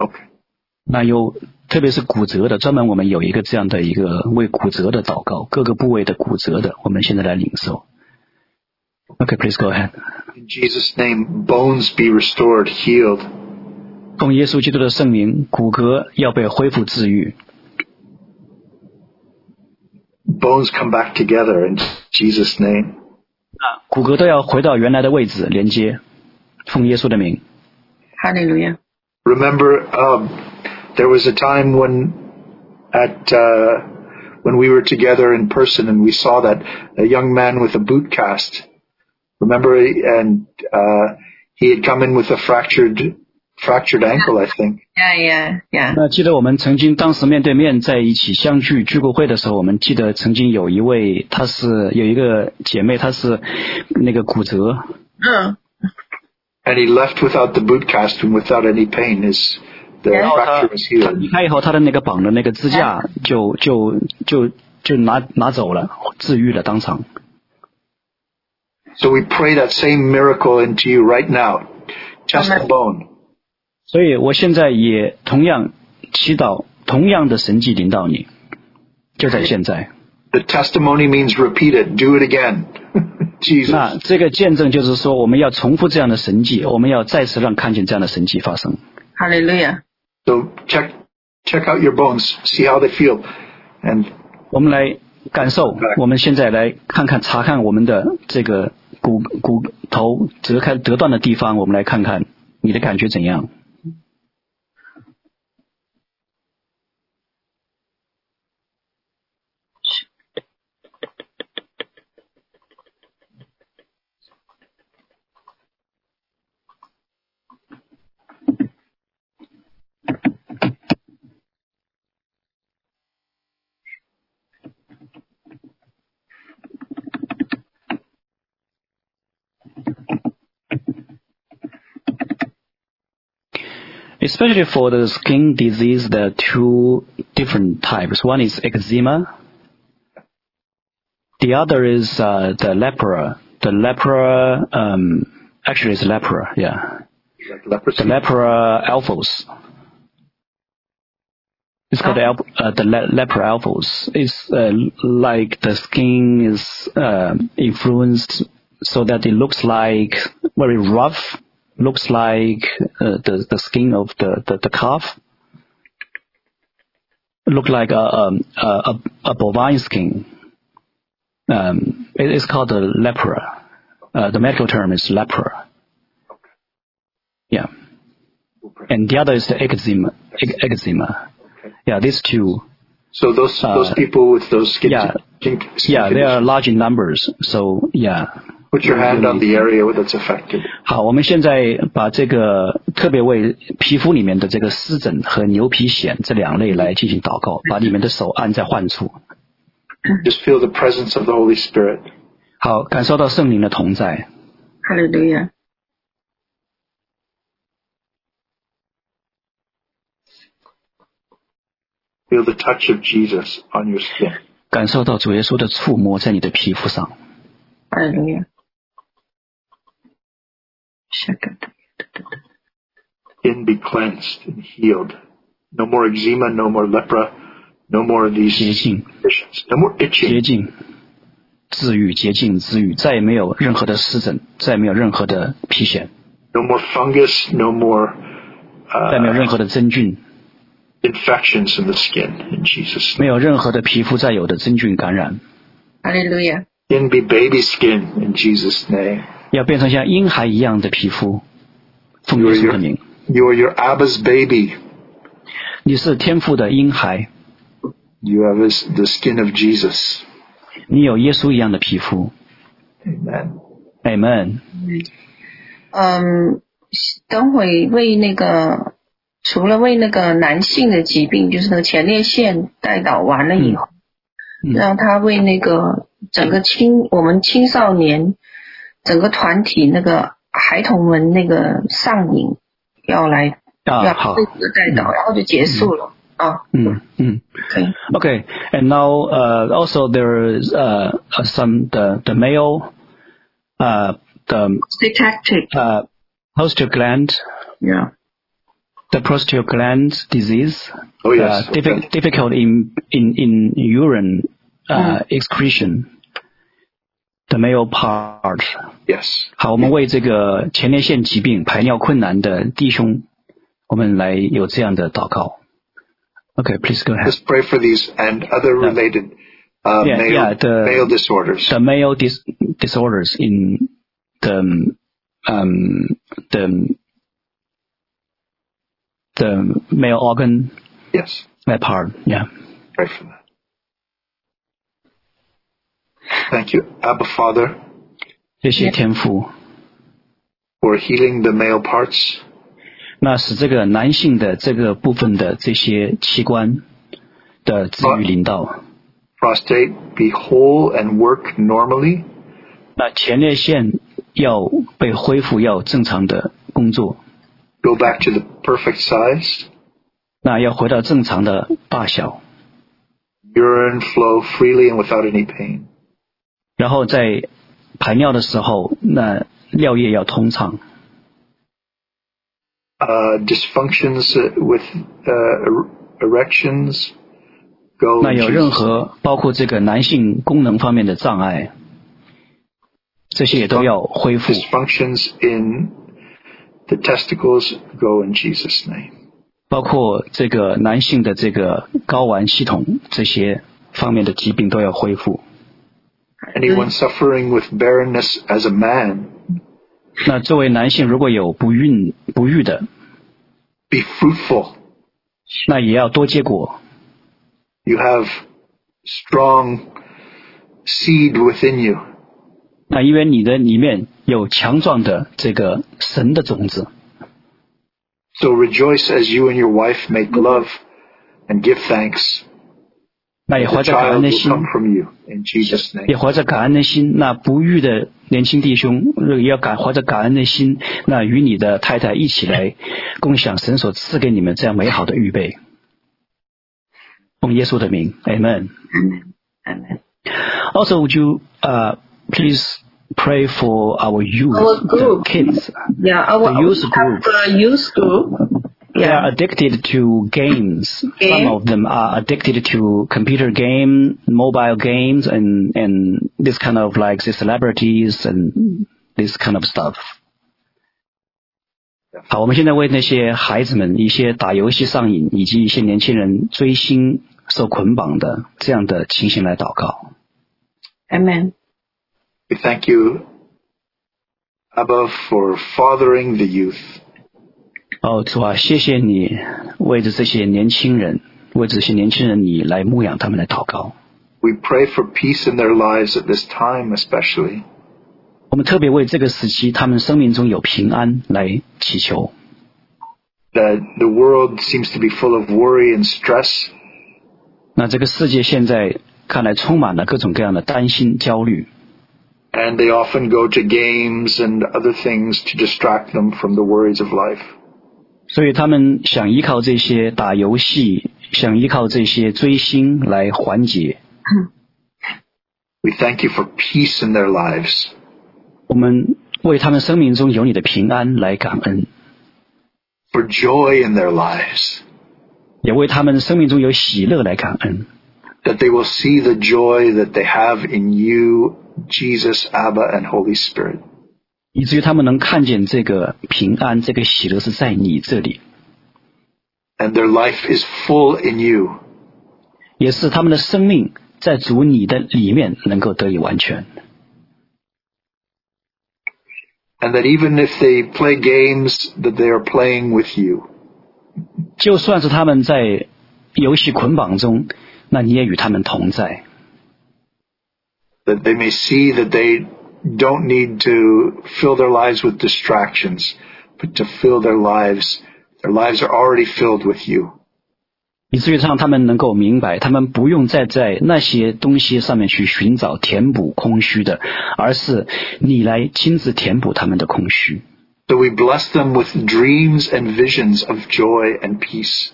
C: Okay.
B: 那有，特别是骨折的，专门我们有一个这样的一个为骨折的祷告，各个部位的骨折的，我们现在来领受。Okay, please go ahead.
C: In Jesus' name, bones be restored, healed.
B: 奉耶稣基督的圣名，骨骼要被恢复治愈，
C: Bones come back together in Jesus' name.
B: 啊，骨骼都要回到原来的位置连接。奉耶稣的名，
D: Hallelujah.
C: Remember, um, there was a time when at uh, when we were together in person and we saw that a young man with a boot cast. Remember, and uh, he had come in with a fractured fractured ankle, I think.
D: Yeah, yeah, yeah.
B: 那记得我们曾经当时面对面在一起相聚聚过会的时候，我们记得曾经有一位，她是有一个姐妹，她是那个骨折，
D: 嗯，
C: And he left without the boot cast and without any pain. His the
D: Yeah.
B: 她
C: fracture was healed.
B: 离开以后，她的那个绑的那个支架就就就就拿拿走了，治愈了当场。
C: So we pray that same miracle into you right now. Just
D: Amen.
C: the bone.
B: 所以我现在也同样祈祷，同样的神迹领导你，就在现在。
C: The testimony means repeat it. Do it again. *laughs* Jesus.
B: 那这个见证就是说，我们要重复这样的神迹，我们要再次让看见这样的神迹发生。
D: Hallelujah.
C: So check check out your bones. See how they feel. And
B: 我们来感受，我们现在来看看查看我们的这个骨骨头折开折断的地方，我们来看看你的感觉怎样。Especially for the skin disease, there are two different types. One is eczema. The other is uh, the lepra. The lepra, um, actually, it's lepra. Yeah,
C: like leprosy.
B: the lepra alphos. It's called
D: Ah.
B: alp- uh, the le- lepra alphos. It's uh, like the skin is uh, influenced so that it looks like very rough, looks like uh, the the skin of the the, the calf. Look like a um, a, a, a bovine skin. Um, it is called the lepra. Uh, the medical term is lepra. Yeah. And the other is the eczema. e- Eczema. Yeah, these two.
C: so those those
B: uh,
C: people with those skin,
B: yeah.
C: skin, skin
B: Yeah, they
C: conditions,
B: are large in numbers. So yeah.
C: put your hand on the area that's affected.
B: 好，我们现在把这个特别为皮肤里面的这个湿疹和牛皮癣这两类来进行祷告，把你们的手按在患处，
C: Just feel the presence of the Holy Spirit.
B: 好，感受到圣灵的同在。
D: Hallelujah.
C: Feel the touch of Jesus on your skin.
B: 感受到主耶稣的触摸在你的皮肤上，
D: Hallelujah. Shakata.
C: Skin be cleansed and healed. No more eczema. No more lepra. No more of these
B: 洁净、
C: conditions. No more
B: 洁
C: itching.
B: 净、治愈、洁净、治愈，再也没有任何的湿疹，再也没有任何的皮癣，
C: No more fungus. No more
B: 再也没有
C: uh,
B: 任何的真菌，
C: infections in the skin. In Jesus'
B: 没有任何的皮肤再有的真菌感染，
D: Hallelujah.
C: name. Skin be baby skin. In Jesus' name.
B: 要变成像婴孩一样的皮肤。奉耶稣的名，
C: You are your Abba's baby.
B: 你是天赋的婴孩，
C: You have his, the skin of Jesus.
B: 你有耶稣一样的皮肤。
C: Amen.
B: Amen。
D: 嗯，等会为那个除了为那个男性的疾病，就是那个前列腺带导完了以后，
B: 嗯嗯
D: 让他为那个整个青我们青少年整个团体那个孩童们那个上瘾，要来
B: 啊，
D: 要
B: 好
D: 这，个带导，然后就结束了啊，
B: 嗯嗯。
D: 可以。
B: Okay. And now, uh, also there is uh, uh, some the the male uh, the
D: Stay tactic.
B: uh, prostate gland,
D: Yeah.
B: the prostate gland disease,
C: Oh yes.
B: uh, diffi- difficult in in in urine uh, excretion, the male part.
C: Yes.
B: 好，我们为这个前列腺疾病、排尿困难的弟兄，我们来有这样的祷告。Okay, please go ahead.
C: Let's pray for these and other related uh,
B: Yeah,
C: male,
B: yeah, the-
C: male disorders.
B: the male dis- disorders in the um, the the male organ
C: yes.
B: that part. Yeah.
C: Pray for that. Thank you, Abba Father,
B: 这些天赋，
C: for healing the male parts,
B: 那使这个男性的这个部分的这些器官的治愈领导，
C: prostate, be whole and work normally.
B: 那前列腺要被恢复，要正常的工作，
C: Go back to the perfect size.
B: 那要回到正常的大小，
C: Urine flow freely and without any pain.
B: 然后在排尿的时候，那尿液要通畅。
C: uh, dysfunctions uh, with uh, erections go
B: 那有
C: to-
B: 任何包括这个男性功能方面的障碍，这些也都要恢复。
C: dysfunctions in the testicles go in Jesus' name.
B: 包括这个男性的这个睾丸系统这些方面的疾病都要恢复。
C: Anyone suffering with barrenness as a man,
B: 那作为男性，如果有不孕不育的，
C: be fruitful.
B: 那也要多结果。
C: You have strong seed within you.
B: 那因为你的里面有强壮的这个神的种子，
C: So rejoice as you and your wife make love and give thanks.
B: 那也
C: The
B: 怀着感
C: child
B: 恩的
C: will
B: 心，
C: come from you in Jesus'
B: 也
C: name.
B: 怀着感恩的心。那不育的年轻弟兄，呃也要感怀着感恩的心，那与你的太太一起来共享神所赐给你们这样美好的预备。奉耶稣的名，Amen。
A: Amen.
B: Also, would you uh, please pray for our youth,
D: Our
B: the
D: group.
B: kids?
D: Yeah, our
B: The youth
D: we
B: group.
D: have the youth group.
B: They are
D: Yeah,
B: addicted to games.
D: Game.
B: Some of them are addicted to computer game, mobile games, and and this kind of like the celebrities and this kind of stuff. 好，我们现在为那些孩子们、一些打游戏上瘾以及一些年轻人追星受捆绑的这样的情形来祷告。
D: amen.
C: We thank you, Abba, for fathering the youth.
B: 哦，主啊，谢谢你为着这些年轻人，为着这些年轻人，你来牧养他们来祷告。
C: We pray for peace in their lives at this time, especially.
B: 我们特别为这个时期他们生命中有平安来祈求。
C: That the world seems to be full of worry and stress.
B: 那这个世界现在看来充满了各种各样的担心、焦虑，
C: And they often go to games and other things to distract them from the worries of life.
B: 所以他们想依靠这些打游戏，想依靠这些追星来缓解。
C: We thank you for peace in their lives.
B: 我们为他们生命中有你的平安来感恩，
C: for joy in their lives,
B: 也为他们生命中有喜乐来感恩。
C: that they will see the joy that they have in you, Jesus, Abba, and Holy Spirit.
B: 以至于他们能看见这个平安、这个喜乐是在你这里，
C: And their life is full in you.
B: 也是他们的生命在主你的里面能够得以完全。
C: And that even if they play games, that they are playing with you.
B: 就算是他们在游戏捆绑中，那你也与他们同在，
C: That they may see that they don't need to fill their lives with distractions, but to fill their lives. Their lives are already filled with you.
B: 以至于让他们能够明白，他们不用再在那些东西上面去寻找填补空虚的，而是你来亲自填补他们的空虚。
C: So we bless them with dreams and visions of joy and peace.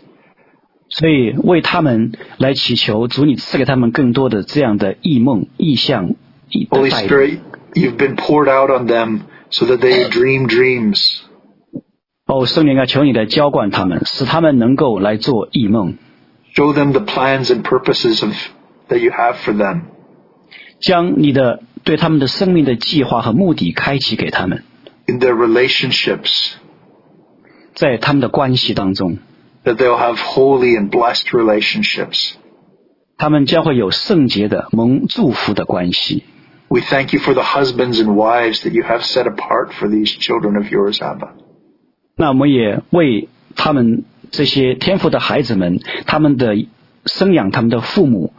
B: 所以为他们来祈求，主你赐给他们更多的这样的异梦、意象、意的
C: Holy
B: 带领。
C: Spirit, you've been poured out on them so that they dream dreams,
B: 哦，圣灵啊，求你来浇灌他们，使他们能够来做异梦，
C: show them the plans and purposes of, that you have for them,
B: 将你的对他们的生命的计划和目的开启给他们，
C: in their relationships,
B: 在他们的关系当中，
C: that they'll have holy and blessed relationships.
B: 他们将会有圣洁的、蒙祝福的关系。
C: We thank you for the husbands and wives that you have set apart for these children of yours, Abba.
B: 那我们也为他们这些天赋的孩子们，他们的生养他们的父母，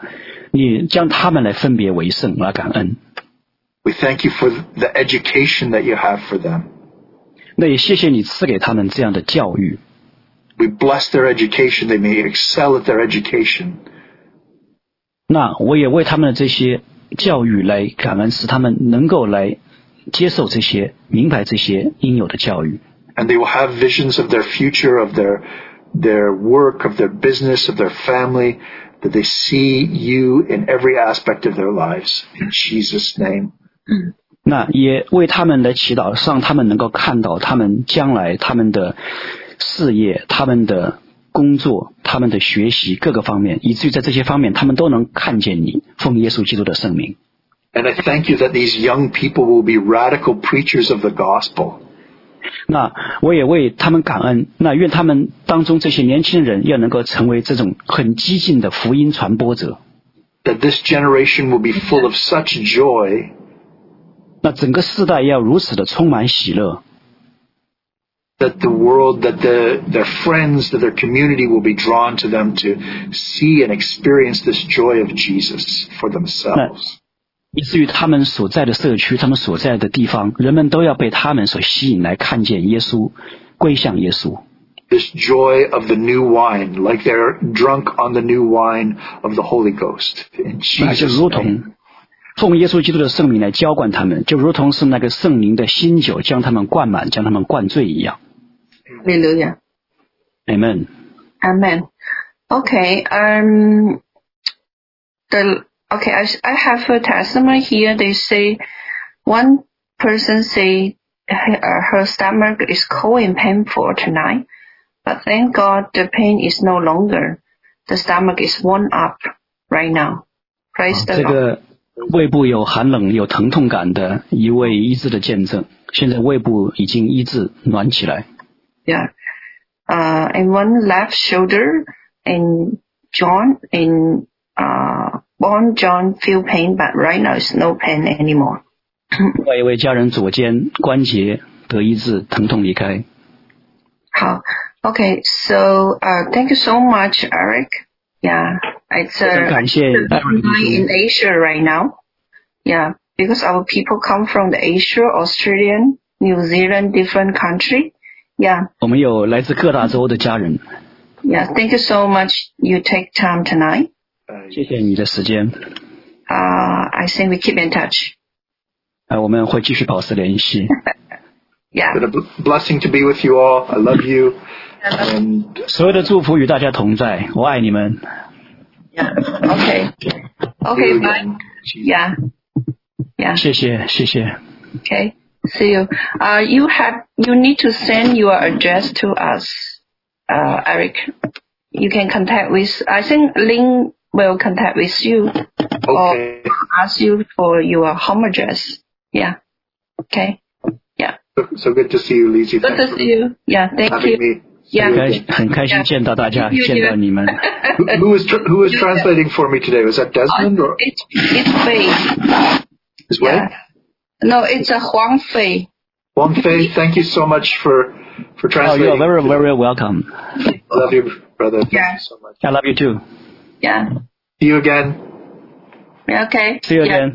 B: 你将他们来分别为圣来感恩。
C: We thank you for the education that you have for them.
B: 那也谢谢你赐给他们这样的教育，
C: We bless their education. They may excel at their education.
B: 那我也为他们的这些教育来感恩，使他们能够来接受这些、明白这些应有的教育。
C: and they will have visions of their future, of their their work, of their business, of their family, that they see you in every aspect of their lives. In Jesus' name.
B: 那也为他们来祈祷，让他们能够看到他们将来他们的事业、他们的工作、他们的学习各个方面，以至于在这些方面，他们都能看见你，奉耶稣基督的圣名。
C: And I thank you that these young people will be radical preachers of the gospel.
B: 那我也为他们感恩，那愿他们当中这些年轻人要能够成为这种很激进的福音传播者。
C: That this generation will be full of such joy
B: 那整个世代要如此的充满喜乐，
C: that the world, that the, their friends, that their community will be drawn to them to see and experience this joy of Jesus for themselves.
B: 以至于他们所在的社区、他们所在的地方，人们都要被他们所吸引来看见耶稣，归向耶稣。
C: This joy of the new wine, like they're drunk on the new wine of the Holy Ghost. In
B: 那就
C: Jesus'
B: 如
C: name.
B: 同奉耶稣基督的圣名来浇灌他们，就如同是那个圣灵的新酒将他们灌满、将他们灌醉一样。
D: Hallelujah.
B: Amen。
D: Amen. Okay. Um. The okay. I s- I have a testimony here. They say one person say her, her stomach is cold and painful tonight, but thank God the pain is no longer. The stomach is warmed up right now. Praise the
B: 这
D: Lord.
B: 个胃部有寒冷、有疼痛感的一位医治的见证，现在胃部已经医治暖起来。
D: Yeah. Uh, and one left shoulder and John and uh, born John feel pain, but right now it's no pain anymore.
B: 另外一位家人左肩关节得医治，疼痛离开。
D: 好，OK. So, uh, thank you so much, Eric. Yeah, it's
B: 非常
D: uh,
B: 感谢 Aaron 弟
D: nine
B: 兄
D: in Asia right now. Yeah, because our people come from the Asia, Australian, New Zealand, different country. Yeah.
B: 我们有来自各大洲的家人，
D: Yeah. Thank you so much. You take time tonight.
C: Uh,
B: 谢谢你的时间，
D: Uh, I think we keep in touch.
B: 呃，我们会继续保持联系。
D: Yeah.
C: Been a bl- blessing to be with you all. I love you. And
B: 所有的祝福与大家同在，我爱你们。
D: Yeah. Okay. Okay.
C: you
D: Bye.
C: again.
D: Yeah. Yeah.
B: 谢谢，谢谢。
D: Okay. See you. Uh, you have you need to send your address to us, uh, Eric. You can contact with. I think Lin will contact with you or
C: Okay.
D: ask you for your home address. Yeah. Okay.
C: So, so good to see you, Lizzie.
D: Good to see you. Yeah. Thank
C: having
D: you.
C: me.
D: Yeah.
B: 很开心很开心见到大家，见到你们。
C: Who, who was tr- who was translating for me today? Was that Desmond or
D: Uh, It's it's Fei.
C: his wife?
D: Yeah. No, it's a Huang Fei.
C: Wang Fei, thank you so much for for
B: 哦、y o u are
C: translating.
B: very very welcome.
C: Love you, brother. Thank
D: Yeah.
C: you so much.
B: I love you too.
D: Yeah.
C: See you again.
D: Okay.
B: See you
D: Yeah.
B: again.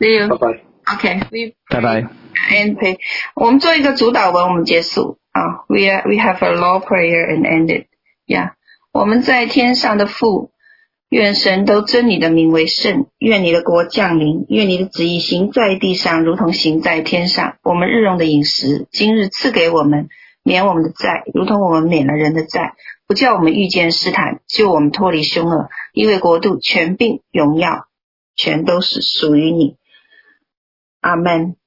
D: See you.
C: Bye bye.
D: Okay. We
B: 拜拜。
D: end pray. 我们做一个主导文，我们结束啊。We are, we have a law prayer and end it. Yeah，我们在天上的父，愿神都尊你的名为圣，愿你的国降临，愿你的旨意行在地上，如同行在天上。我们日用的饮食，今日赐给我们，免我们的债，如同我们免了人的债。不叫我们遇见试探，救我们脱离凶恶，因为国度、权柄、荣耀，全都是属于你。阿门。